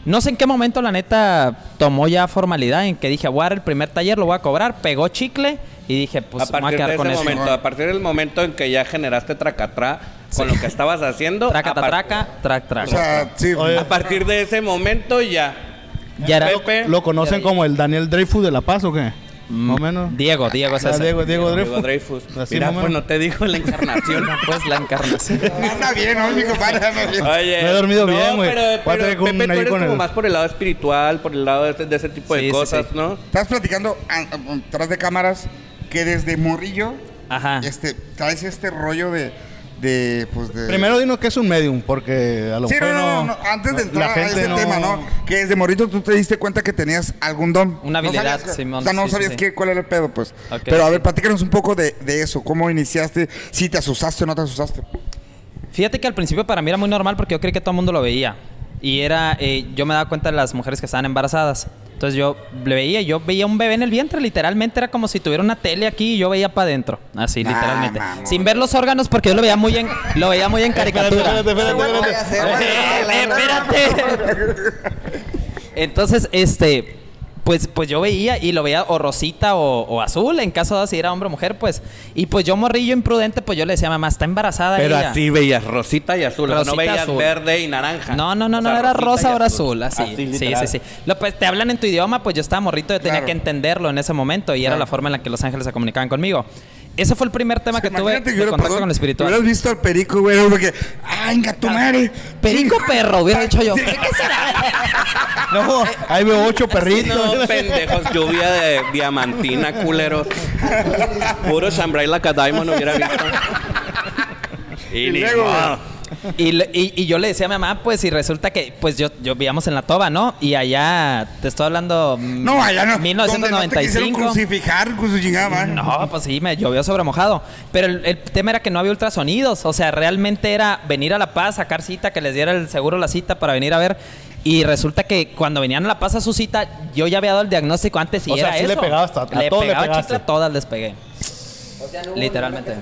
[SPEAKER 7] No sé en qué momento la neta tomó ya formalidad en que dije, voy a dar el primer taller, lo voy a cobrar, pegó chicle y dije, pues
[SPEAKER 3] a
[SPEAKER 7] me voy a
[SPEAKER 3] partir
[SPEAKER 7] quedar
[SPEAKER 3] de
[SPEAKER 7] con
[SPEAKER 3] ese
[SPEAKER 7] eso.
[SPEAKER 3] momento, a partir del momento en que ya generaste tracatrá con lo que estabas haciendo.
[SPEAKER 7] Traca,
[SPEAKER 3] a par-
[SPEAKER 7] traca, trac,
[SPEAKER 1] O
[SPEAKER 7] trac.
[SPEAKER 1] sea, sí.
[SPEAKER 2] Oye,
[SPEAKER 3] A partir de ese momento ya.
[SPEAKER 7] Ya era-
[SPEAKER 3] Pepe,
[SPEAKER 2] ¿Lo conocen como el Daniel Dreyfus de La Paz o qué?
[SPEAKER 7] Mm,
[SPEAKER 2] Más o menos.
[SPEAKER 7] Diego, Diego es
[SPEAKER 2] Ah,
[SPEAKER 7] ese.
[SPEAKER 2] Diego, Diego
[SPEAKER 3] Diego
[SPEAKER 2] Dreyfus.
[SPEAKER 3] Dreyfus.
[SPEAKER 2] Así
[SPEAKER 3] Mira,
[SPEAKER 2] más o
[SPEAKER 3] pues
[SPEAKER 2] menos.
[SPEAKER 3] no te dijo la encarnación.
[SPEAKER 7] Pues la encarnación.
[SPEAKER 1] Anda bien, hoy mi compadre anda bien.
[SPEAKER 3] Oye,
[SPEAKER 2] No he dormido bien, güey. Voy
[SPEAKER 3] Pero,
[SPEAKER 2] a
[SPEAKER 3] pero
[SPEAKER 2] tener con-
[SPEAKER 3] Pepe, tú
[SPEAKER 2] ahí
[SPEAKER 3] eres
[SPEAKER 2] con
[SPEAKER 3] como
[SPEAKER 2] el-
[SPEAKER 3] más por el lado espiritual, por el lado de este- de ese tipo de
[SPEAKER 7] Sí, sí,
[SPEAKER 3] cosas,
[SPEAKER 7] sí.
[SPEAKER 3] ¿no?
[SPEAKER 1] Estás platicando ah, ah, tras de cámaras que desde morrillo
[SPEAKER 7] Ajá.
[SPEAKER 1] este, traes este rollo de, de, pues, de-
[SPEAKER 2] Primero dinos que es un medium, porque a lo
[SPEAKER 1] Sí,
[SPEAKER 2] mejor
[SPEAKER 1] no, no,
[SPEAKER 2] no,
[SPEAKER 1] no, no, antes de entrar
[SPEAKER 2] la
[SPEAKER 1] a
[SPEAKER 2] gente
[SPEAKER 1] ese tema, ¿no? Que desde morrito tú te diste cuenta que tenías algún don.
[SPEAKER 7] Una
[SPEAKER 1] No
[SPEAKER 7] habilidad,
[SPEAKER 1] sabías-
[SPEAKER 7] Simón,
[SPEAKER 1] O sea, no
[SPEAKER 7] sí, sí,
[SPEAKER 1] sabías
[SPEAKER 7] sí.
[SPEAKER 1] qué, cuál era el pedo, pues.
[SPEAKER 7] Ok.
[SPEAKER 1] Pero a ver, platícanos un poco de, de eso. ¿Cómo iniciaste? Si te asustaste o no te asustaste.
[SPEAKER 7] Fíjate que al principio para mí era muy normal porque yo creí que todo el mundo lo veía. Y era, eh, yo me daba cuenta de las mujeres que estaban embarazadas. Entonces yo le veía, yo veía un bebé en el vientre, literalmente era como si tuviera una tele aquí y yo veía para adentro. Así,
[SPEAKER 1] Ah,
[SPEAKER 7] literalmente.
[SPEAKER 1] mamón.
[SPEAKER 7] Sin ver los órganos porque yo lo veía muy en, lo veía muy en caricatura.
[SPEAKER 2] Espérate, espérate, espérate.
[SPEAKER 4] Voy a hacer-
[SPEAKER 7] Eh, espérate. Entonces, este, pues, pues yo veía y lo veía o rosita o, o azul, en caso de si era hombre o mujer, pues. Y pues yo morrillo imprudente, pues yo le decía a mamá, está embarazada
[SPEAKER 3] Pero
[SPEAKER 7] ella".
[SPEAKER 3] así veías rosita y azul. o sea,
[SPEAKER 7] Rosita,
[SPEAKER 3] no veías
[SPEAKER 7] azul.
[SPEAKER 3] verde y naranja.
[SPEAKER 7] No, no, no,
[SPEAKER 3] O sea,
[SPEAKER 7] no, era
[SPEAKER 3] rosita
[SPEAKER 7] rosa,
[SPEAKER 3] y
[SPEAKER 7] ahora azul, así. sí,
[SPEAKER 3] literal.
[SPEAKER 7] sí, sí. Lo, pues te hablan en tu idioma, pues yo estaba morrito, yo tenía
[SPEAKER 1] Claro.
[SPEAKER 7] que entenderlo en ese momento y era
[SPEAKER 1] Claro.
[SPEAKER 7] la forma en la que los ángeles se comunicaban conmigo. Ese fue el primer tema que tuve
[SPEAKER 1] Imagínate que
[SPEAKER 7] de
[SPEAKER 1] hubiera-
[SPEAKER 7] contacto
[SPEAKER 1] perdón,
[SPEAKER 7] con lo espiritual. Ah,
[SPEAKER 1] Hubieras visto al perico, güey, porque. ¡Ay, venga tu madre!
[SPEAKER 7] Perico
[SPEAKER 1] Sí.
[SPEAKER 7] perro, hubiera dicho yo.
[SPEAKER 1] Sí.
[SPEAKER 7] ¿Qué, qué será?
[SPEAKER 2] No, ahí veo ocho perritos.
[SPEAKER 3] No, pendejos, lluvia de diamantina, culeros. Puro Shambray la Diamond hubiera visto. Y,
[SPEAKER 1] Y
[SPEAKER 3] ni
[SPEAKER 1] luego,
[SPEAKER 3] modo.
[SPEAKER 7] Y, le- y- y yo le decía a mi mamá, pues, y resulta que, pues, yo, yo vivíamos en la toba, ¿no? Y allá, te estoy hablando... mm,
[SPEAKER 1] No, allá no. Donde no te quisieron
[SPEAKER 7] 1995.
[SPEAKER 1] crucifijar con su chingada, madre.
[SPEAKER 7] No, pues sí, me llovió sobre mojado. Pero el, el tema era que no había ultrasonidos. O sea, realmente era venir a La Paz, sacar cita, que les diera el seguro la cita para venir a ver. Y resulta que cuando venían a La Paz a su cita, yo ya había dado el diagnóstico antes y
[SPEAKER 2] O sea,
[SPEAKER 7] era
[SPEAKER 2] sí
[SPEAKER 7] eso.
[SPEAKER 2] le pegabas a- a
[SPEAKER 7] Le
[SPEAKER 2] todos le
[SPEAKER 7] pegaba
[SPEAKER 2] pegaste.
[SPEAKER 7] chicle, a todas les pegué. Literalmente.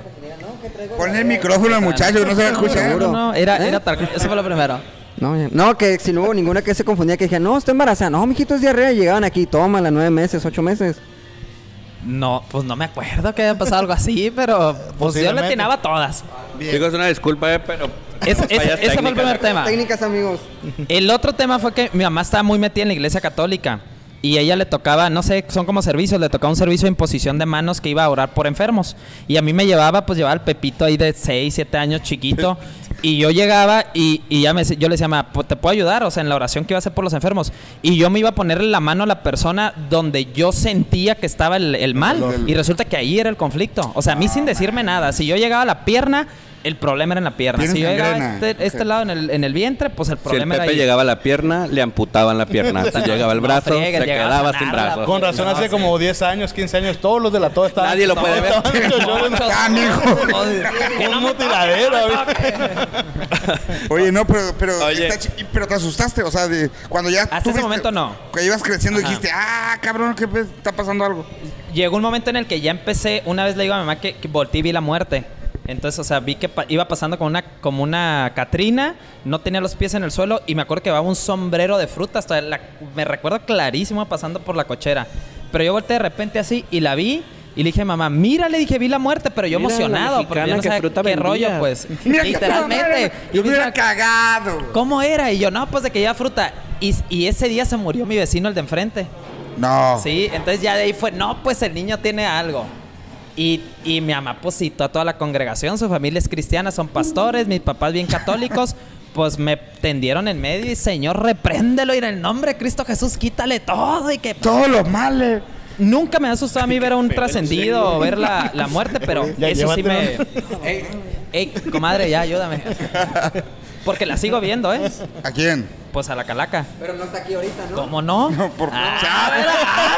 [SPEAKER 1] Ponle el micrófono al muchacho, no se va a escuchar.
[SPEAKER 7] No, no, era, era tal. Eso fue lo primero.
[SPEAKER 4] No, ya- no, que si no hubo ninguna que se confundía, que dije, no, estoy embarazada. No, mijito, es diarrea. Y llegaban aquí, tómala, nueve meses, ocho meses.
[SPEAKER 7] No, pues no me acuerdo que haya pasado algo así, pero pues yo le
[SPEAKER 2] Posiblemente.
[SPEAKER 7] atinaba a todas.
[SPEAKER 3] Chicos, una disculpa, eh, pero.
[SPEAKER 7] Es- es-
[SPEAKER 3] fallas
[SPEAKER 7] ese fue el
[SPEAKER 3] técnicas.
[SPEAKER 7] primer tema.
[SPEAKER 4] Técnicas, amigos.
[SPEAKER 7] El otro tema fue que mi mamá estaba muy metida en la iglesia católica y ella le tocaba, no sé, son como servicios, le tocaba un servicio de imposición de manos que iba a orar por enfermos. Y a mí me llevaba, pues llevaba al Pepito ahí de 6, 7 años chiquito. Y yo llegaba y, y ya me, decía- yo le decía, "Ma, pues, ¿te puedo ayudar? O sea, en la oración que iba a hacer por los enfermos. Y yo me iba a ponerle la mano a la persona donde yo sentía que estaba el, el mal.
[SPEAKER 1] dolor. Ah.
[SPEAKER 7] Y resulta que ahí era el conflicto. O sea, a mí sin decirme nada. Si yo llegaba a la pierna, el problema era en la pierna.
[SPEAKER 1] Tienes
[SPEAKER 7] Si yo llegaba a
[SPEAKER 1] gangrena.
[SPEAKER 7] este, este
[SPEAKER 1] Ok.
[SPEAKER 7] lado en el, en el vientre, pues el
[SPEAKER 3] Si el
[SPEAKER 7] problema era
[SPEAKER 3] Pepe
[SPEAKER 7] ahí.
[SPEAKER 3] llegaba a la pierna, le amputaban la pierna. Si llegaba el
[SPEAKER 7] No
[SPEAKER 3] brazo,
[SPEAKER 7] friegues,
[SPEAKER 3] se
[SPEAKER 7] llegabas
[SPEAKER 3] quedaba
[SPEAKER 7] a
[SPEAKER 3] sin
[SPEAKER 7] nada,
[SPEAKER 3] brazo.
[SPEAKER 2] Con razón, hace como 10 años, 15 años, todos los de la toda estaban.
[SPEAKER 3] Nadie lo puede ver.
[SPEAKER 2] estaban llorando.
[SPEAKER 7] Muchos-
[SPEAKER 1] Ah, mijo.
[SPEAKER 7] Que no
[SPEAKER 2] Un
[SPEAKER 7] me
[SPEAKER 2] mutiladero,
[SPEAKER 7] toque, no me
[SPEAKER 2] güey.
[SPEAKER 7] toque.
[SPEAKER 1] Oye, no, pero, pero,
[SPEAKER 3] Oye.
[SPEAKER 1] está chi- y- pero te asustaste, o sea, de, cuando ya...
[SPEAKER 7] Hasta
[SPEAKER 1] tú
[SPEAKER 7] ese
[SPEAKER 1] viste-
[SPEAKER 7] momento no.
[SPEAKER 1] Que ibas creciendo
[SPEAKER 7] Ajá.
[SPEAKER 1] dijiste, ah, cabrón, que está pasando algo.
[SPEAKER 7] Llegó un momento en el que ya empecé, una vez le digo a mi mamá que, que volteé y vi la muerte. Entonces, o sea, vi que pa- iba pasando como una, como una Catrina, no tenía los pies en el suelo y me acuerdo que llevaba un sombrero de frutas. todavía la- me recuerdo clarísimo pasando por la cochera. Pero yo volteé de repente así y la vi y le dije, mamá, mira, le dije, vi la muerte, pero yo
[SPEAKER 3] Mira, la
[SPEAKER 7] emocionado, porque
[SPEAKER 3] mexicana
[SPEAKER 7] yo no
[SPEAKER 3] que
[SPEAKER 7] sabía
[SPEAKER 3] fruta
[SPEAKER 7] qué
[SPEAKER 3] vendía.
[SPEAKER 7] rollo, pues.
[SPEAKER 1] Mira,
[SPEAKER 7] Literalmente.
[SPEAKER 1] Yo me
[SPEAKER 7] Y
[SPEAKER 1] hubiera
[SPEAKER 7] dije,
[SPEAKER 1] cagado.
[SPEAKER 7] ¿Cómo era? Y yo, no, pues de que lleva fruta. Y, y ese día se murió mi vecino, el de enfrente.
[SPEAKER 1] No.
[SPEAKER 7] Sí, entonces ya de ahí fue, no, pues el niño tiene algo. Y, y mi mamá pues citó a toda la congregación, su familia es cristiana, son pastores, mis papás bien católicos, pues me tendieron en medio y Señor, repréndelo y en el nombre de Cristo Jesús quítale todo y que...
[SPEAKER 1] Todos los males.
[SPEAKER 7] Nunca me ha asustado a mí ver a un trascendido o ver la, la muerte, pero
[SPEAKER 2] Ya,
[SPEAKER 7] eso sí me...
[SPEAKER 2] llévatelo.
[SPEAKER 7] Ey, ey, comadre, ya ayúdame. Porque la sigo viendo, ¿eh?
[SPEAKER 1] ¿A quién?
[SPEAKER 7] Pues a la calaca.
[SPEAKER 4] Pero no está aquí ahorita, ¿no?
[SPEAKER 7] ¿Cómo no?
[SPEAKER 1] No, por
[SPEAKER 7] Ah,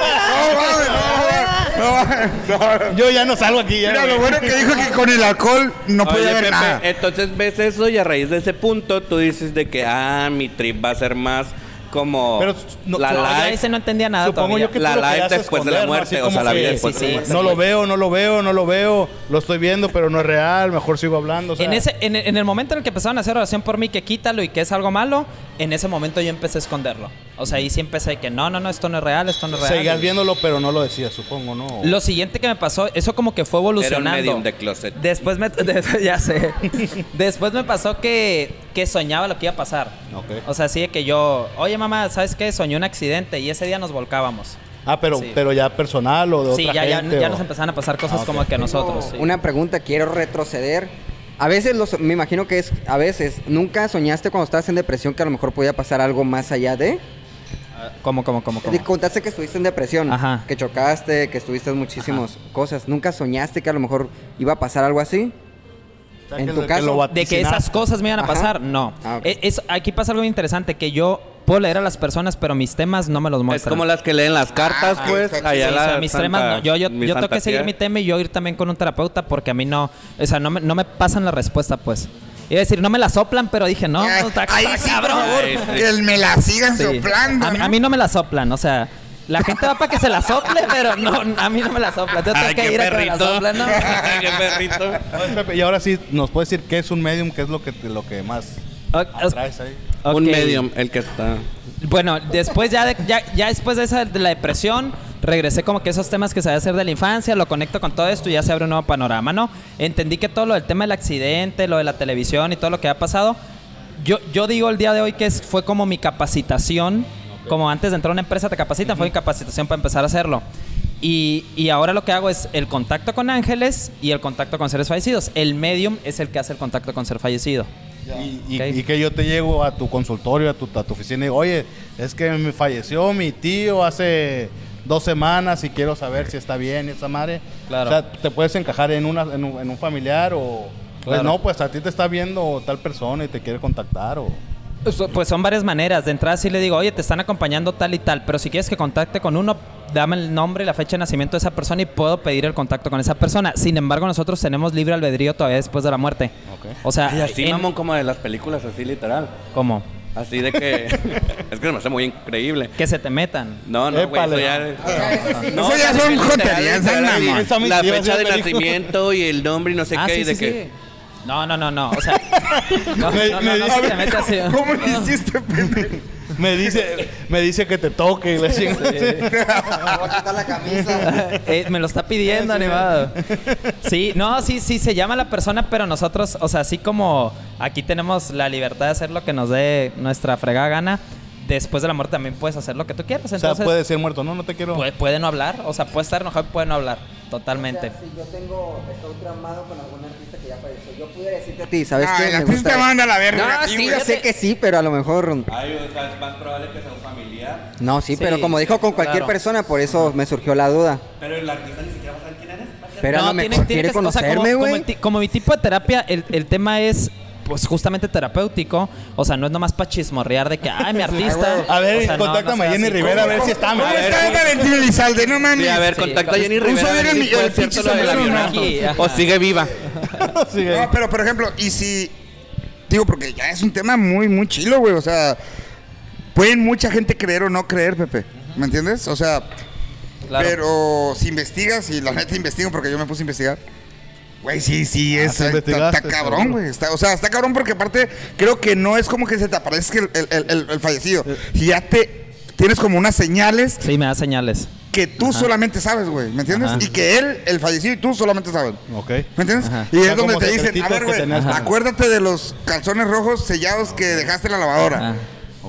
[SPEAKER 1] No, mames, no, mames, no, mames, no, mames.
[SPEAKER 2] Yo ya no salgo aquí. Ya,
[SPEAKER 1] Mira, lo
[SPEAKER 2] güey.
[SPEAKER 1] bueno que dijo que con el alcohol no
[SPEAKER 3] Oye,
[SPEAKER 1] podía haber
[SPEAKER 3] Pepe,
[SPEAKER 1] nada.
[SPEAKER 3] entonces ves eso y a raíz de ese punto tú dices de que, ah, mi trip va a ser más como
[SPEAKER 2] Pero no-
[SPEAKER 3] la
[SPEAKER 7] No, yo
[SPEAKER 3] live.
[SPEAKER 7] ese no entendía nada
[SPEAKER 2] Supongo
[SPEAKER 7] todavía.
[SPEAKER 2] yo que tú
[SPEAKER 3] La
[SPEAKER 2] lo
[SPEAKER 3] live
[SPEAKER 2] querías
[SPEAKER 3] después de la
[SPEAKER 2] esconder, ¿no?
[SPEAKER 3] muerte,
[SPEAKER 2] Así
[SPEAKER 3] o sea,
[SPEAKER 2] como
[SPEAKER 3] la
[SPEAKER 2] que,
[SPEAKER 3] vida después
[SPEAKER 7] de la muerte.
[SPEAKER 2] No lo veo, no lo veo, no lo veo, lo estoy viendo, pero no es real, mejor sigo hablando. o sea,
[SPEAKER 7] en, ese, en, el- en el momento en el que empezaron a hacer oración por mí, que quítalo y que es algo malo, en ese momento yo empecé a esconderlo. O sea, ahí sí empecé que no, no, no, esto no es real, esto no es real.
[SPEAKER 2] Seguías viéndolo, pero no lo decías, supongo, ¿no?
[SPEAKER 7] Lo siguiente que me pasó, eso como que fue evolucionando.
[SPEAKER 3] medium de closet.
[SPEAKER 7] Después me, de- ya sé. Después me pasó que, que soñaba lo que iba a pasar.
[SPEAKER 2] Ok.
[SPEAKER 7] O sea, así de que yo, oye mamá, ¿sabes qué? Soñé un accidente y ese día nos volcábamos.
[SPEAKER 2] Ah, pero,
[SPEAKER 7] Sí.
[SPEAKER 2] pero ya personal o de
[SPEAKER 7] Sí,
[SPEAKER 2] otra
[SPEAKER 7] ya, ya,
[SPEAKER 2] gente.
[SPEAKER 7] ya
[SPEAKER 2] o-
[SPEAKER 7] nos empezaron a pasar cosas
[SPEAKER 2] Ah, ok.
[SPEAKER 7] como que a nosotros. sí.
[SPEAKER 4] Una pregunta, quiero retroceder. A veces, los, me imagino que es, a veces, ¿nunca soñaste cuando estabas en depresión que a lo mejor podía pasar algo más allá de?
[SPEAKER 7] ¿Cómo, cómo, cómo, cómo?
[SPEAKER 4] de- Contaste que estuviste en depresión,
[SPEAKER 7] Ajá.
[SPEAKER 4] que chocaste, que estuviste en muchísimas cosas. ¿Nunca soñaste que a lo mejor iba a pasar algo así?
[SPEAKER 2] sea,
[SPEAKER 4] en
[SPEAKER 2] que
[SPEAKER 4] tu
[SPEAKER 2] lo- que
[SPEAKER 4] caso,
[SPEAKER 2] lo bat-
[SPEAKER 7] de que
[SPEAKER 2] Vaticinaste.
[SPEAKER 7] esas cosas me iban a
[SPEAKER 4] Ajá.
[SPEAKER 7] pasar, no.
[SPEAKER 4] Ah, ok.
[SPEAKER 7] E- es, aquí pasa algo interesante que yo puedo leer a las personas, pero mis temas no me los
[SPEAKER 3] Es
[SPEAKER 7] muestran.
[SPEAKER 3] como las que leen las cartas,
[SPEAKER 1] Ah,
[SPEAKER 3] pues.
[SPEAKER 1] exacto.
[SPEAKER 7] Sí,
[SPEAKER 3] Allá
[SPEAKER 7] o
[SPEAKER 3] la
[SPEAKER 7] sea, mis
[SPEAKER 3] Santa-
[SPEAKER 7] temas no. Yo, yo,
[SPEAKER 3] mi
[SPEAKER 7] yo tengo
[SPEAKER 3] Santa
[SPEAKER 7] que seguir
[SPEAKER 3] Tía.
[SPEAKER 7] mi tema y yo ir también con un terapeuta porque a mí no, o sea, no me, no me pasan la respuesta, pues. Iba a decir, no me la soplan, pero dije, no,
[SPEAKER 1] Ah,
[SPEAKER 7] no, está-
[SPEAKER 1] ahí
[SPEAKER 7] está
[SPEAKER 1] sí, por
[SPEAKER 7] cabrón.
[SPEAKER 1] favor,
[SPEAKER 3] Ay, sí.
[SPEAKER 1] que el- me la sigan
[SPEAKER 7] Sí.
[SPEAKER 1] soplando.
[SPEAKER 7] A, mí- a mí no me la soplan, o sea, la gente va para que se la sople, pero no, a mí no me la soplan. Yo tengo
[SPEAKER 3] Ay,
[SPEAKER 7] que
[SPEAKER 3] qué
[SPEAKER 7] ir a que me la
[SPEAKER 3] perrito.
[SPEAKER 7] soplen, ¿no?
[SPEAKER 3] Ay, qué perrito.
[SPEAKER 2] Y ahora sí, nos puedes decir qué es un medium, qué es lo que, te- lo que más
[SPEAKER 7] O- o-
[SPEAKER 2] atraes ahí.
[SPEAKER 7] ok.
[SPEAKER 3] Un medium, el que está.
[SPEAKER 7] Bueno, después ya, de- ya, ya después de esa de la depresión, regresé como que esos temas que sabía hacer de la infancia, lo conecto con todo esto y ya se abre un nuevo panorama, ¿no? Entendí que todo lo del tema del accidente, lo de la televisión y todo lo que ha pasado, yo, yo digo el día de hoy que es- fue como mi capacitación, como antes de entrar a una empresa te capacitan, fue mi capacitación para empezar a hacerlo. Y, y ahora lo que hago es el contacto con ángeles y el contacto con seres fallecidos. El medium es el que hace el contacto con ser fallecido.
[SPEAKER 2] Y, y-
[SPEAKER 7] Ok.
[SPEAKER 2] y que yo te llego a tu consultorio, a tu, a tu oficina y digo, oye, es que me falleció mi tío hace dos semanas y quiero saber si está bien esa madre.
[SPEAKER 7] Claro.
[SPEAKER 2] O sea, te puedes encajar en, una, en, un, en un familiar o... Pues
[SPEAKER 7] Claro.
[SPEAKER 2] no, pues a ti te está viendo tal persona y te quiere contactar o...
[SPEAKER 7] So- Pues son varias maneras. De entrada sí le digo, oye, te están acompañando tal y tal, pero si quieres que contacte con uno, dame el nombre y la fecha de nacimiento de esa persona y puedo pedir el contacto con esa persona. Sin embargo, nosotros tenemos libre albedrío todavía después de la muerte.
[SPEAKER 2] Ok.
[SPEAKER 7] O sea,
[SPEAKER 3] Ay, así,
[SPEAKER 7] Ah, en-
[SPEAKER 3] mamón, como de las películas, así literal.
[SPEAKER 7] ¿cómo?
[SPEAKER 3] Así de que. es que se me hace muy increíble.
[SPEAKER 7] Que se te metan.
[SPEAKER 3] No, no, güey. Eso
[SPEAKER 2] Épale.
[SPEAKER 3] ya,
[SPEAKER 1] Eso ya
[SPEAKER 3] o sea,
[SPEAKER 1] son
[SPEAKER 3] literal,
[SPEAKER 1] joterías,
[SPEAKER 3] literal,
[SPEAKER 1] son
[SPEAKER 3] y
[SPEAKER 1] mamón.
[SPEAKER 3] La
[SPEAKER 2] Sí,
[SPEAKER 3] fecha
[SPEAKER 2] sí,
[SPEAKER 3] de
[SPEAKER 2] me dijo.
[SPEAKER 3] nacimiento y el nombre y no sé
[SPEAKER 7] Ah,
[SPEAKER 3] qué.
[SPEAKER 7] sí,
[SPEAKER 3] y de
[SPEAKER 7] sí,
[SPEAKER 3] que.
[SPEAKER 7] sí. No, no, no, no. O sea, no, no,
[SPEAKER 2] Me-
[SPEAKER 7] no,
[SPEAKER 2] me
[SPEAKER 7] no,
[SPEAKER 2] dijo-
[SPEAKER 7] se te mete así.
[SPEAKER 1] ¿Cómo le hiciste, pendejo?
[SPEAKER 2] Me dice, me dice que te toque y la chingada.
[SPEAKER 4] Voy a quitar la camisa.
[SPEAKER 7] Eh, me lo está pidiendo, animado. Sí, no, sí, sí, se llama la persona, pero nosotros, o sea, así como aquí tenemos la libertad de hacer lo que nos dé nuestra fregada gana, después de la muerte también puedes hacer lo que tú quieras.
[SPEAKER 2] O sea,
[SPEAKER 7] Entonces,
[SPEAKER 2] puede ser muerto, no, no te quiero...
[SPEAKER 7] puede, puede no hablar, o sea, puede estar enojado y puede no hablar, totalmente.
[SPEAKER 4] si yo tengo, estoy tramado con algún artista que ya falleció, yo pudiera decirte a ti, ¿sabes
[SPEAKER 1] Ay,
[SPEAKER 4] qué?
[SPEAKER 1] la
[SPEAKER 4] Me
[SPEAKER 1] pinta
[SPEAKER 4] gusta.
[SPEAKER 1] manda a la verga.
[SPEAKER 3] No,
[SPEAKER 1] Y,
[SPEAKER 3] sí,
[SPEAKER 1] güey,
[SPEAKER 4] Yo sé que sí, pero a lo mejor.
[SPEAKER 3] Ay, o sea, es más probable que sea un familiar.
[SPEAKER 4] No, sí,
[SPEAKER 7] Sí,
[SPEAKER 4] pero como dijo con cualquier
[SPEAKER 7] claro.
[SPEAKER 4] persona, por eso me surgió la duda.
[SPEAKER 3] Pero el artista ni siquiera va a saber quién eres. va a ser-
[SPEAKER 4] Pero a
[SPEAKER 7] No,
[SPEAKER 4] lo
[SPEAKER 7] tiene-
[SPEAKER 4] mejor
[SPEAKER 7] tiene
[SPEAKER 4] quiere
[SPEAKER 7] que- o sea, como-
[SPEAKER 4] conocerme,
[SPEAKER 7] como,
[SPEAKER 4] güey.
[SPEAKER 7] el ti- como mi tipo de terapia, el, el tema es pues justamente terapéutico, o sea, no es nomás para chismorrear de que, ay, mi artista.
[SPEAKER 2] A ver,
[SPEAKER 7] o sea, no,
[SPEAKER 2] contáctame
[SPEAKER 7] no
[SPEAKER 2] a
[SPEAKER 7] sea
[SPEAKER 2] Jenny
[SPEAKER 7] así.
[SPEAKER 2] Rivera a ver si está
[SPEAKER 1] ¿Cómo
[SPEAKER 2] mal.
[SPEAKER 1] está Valentín Elizalde? No mames.
[SPEAKER 3] Sí, pues, a ver,
[SPEAKER 7] Sí,
[SPEAKER 3] contacta a
[SPEAKER 7] con-
[SPEAKER 3] Jenny
[SPEAKER 1] Usa
[SPEAKER 3] Rivera. a ver
[SPEAKER 1] el-
[SPEAKER 3] si fue
[SPEAKER 1] el
[SPEAKER 3] cierto
[SPEAKER 1] pinche
[SPEAKER 3] lo del
[SPEAKER 1] sombrero, ¿no?
[SPEAKER 3] avionazo.
[SPEAKER 7] Aquí, ajá.
[SPEAKER 3] O sigue viva.
[SPEAKER 2] Sí,
[SPEAKER 1] No, pero por ejemplo, y si. Digo, porque ya es un tema muy, muy chilo, güey. O sea, pueden mucha gente creer o no creer, Pepe. ¿Me entiendes? O sea,
[SPEAKER 7] Claro.
[SPEAKER 1] pero si investigas, y la neta investigo porque yo me puse a investigar. Güey, sí, sí, es,
[SPEAKER 2] Ah, sí
[SPEAKER 1] está, está
[SPEAKER 2] investigaste,
[SPEAKER 1] cabrón,
[SPEAKER 2] cabrón.
[SPEAKER 1] güey. Está- o sea, está cabrón porque aparte creo que no es como que se te aparezca el, el- el- el- el fallecido.
[SPEAKER 2] Eh.
[SPEAKER 1] Si ya te tienes como unas señales
[SPEAKER 7] Sí, me da señales.
[SPEAKER 1] que tú solamente sabes, güey. ¿Me entiendes?
[SPEAKER 7] Ajá.
[SPEAKER 1] Y que él, el fallecido, y tú solamente sabes.
[SPEAKER 2] Ok.
[SPEAKER 1] ¿Me entiendes?
[SPEAKER 7] Ajá.
[SPEAKER 1] Y
[SPEAKER 2] O
[SPEAKER 1] es
[SPEAKER 2] sea,
[SPEAKER 1] donde
[SPEAKER 2] como
[SPEAKER 1] te dicen, a
[SPEAKER 2] secretitos
[SPEAKER 1] ver,
[SPEAKER 2] que
[SPEAKER 1] güey,
[SPEAKER 2] tenías como-
[SPEAKER 1] acuérdate de los calzones rojos sellados que dejaste en la lavadora.
[SPEAKER 7] Ah.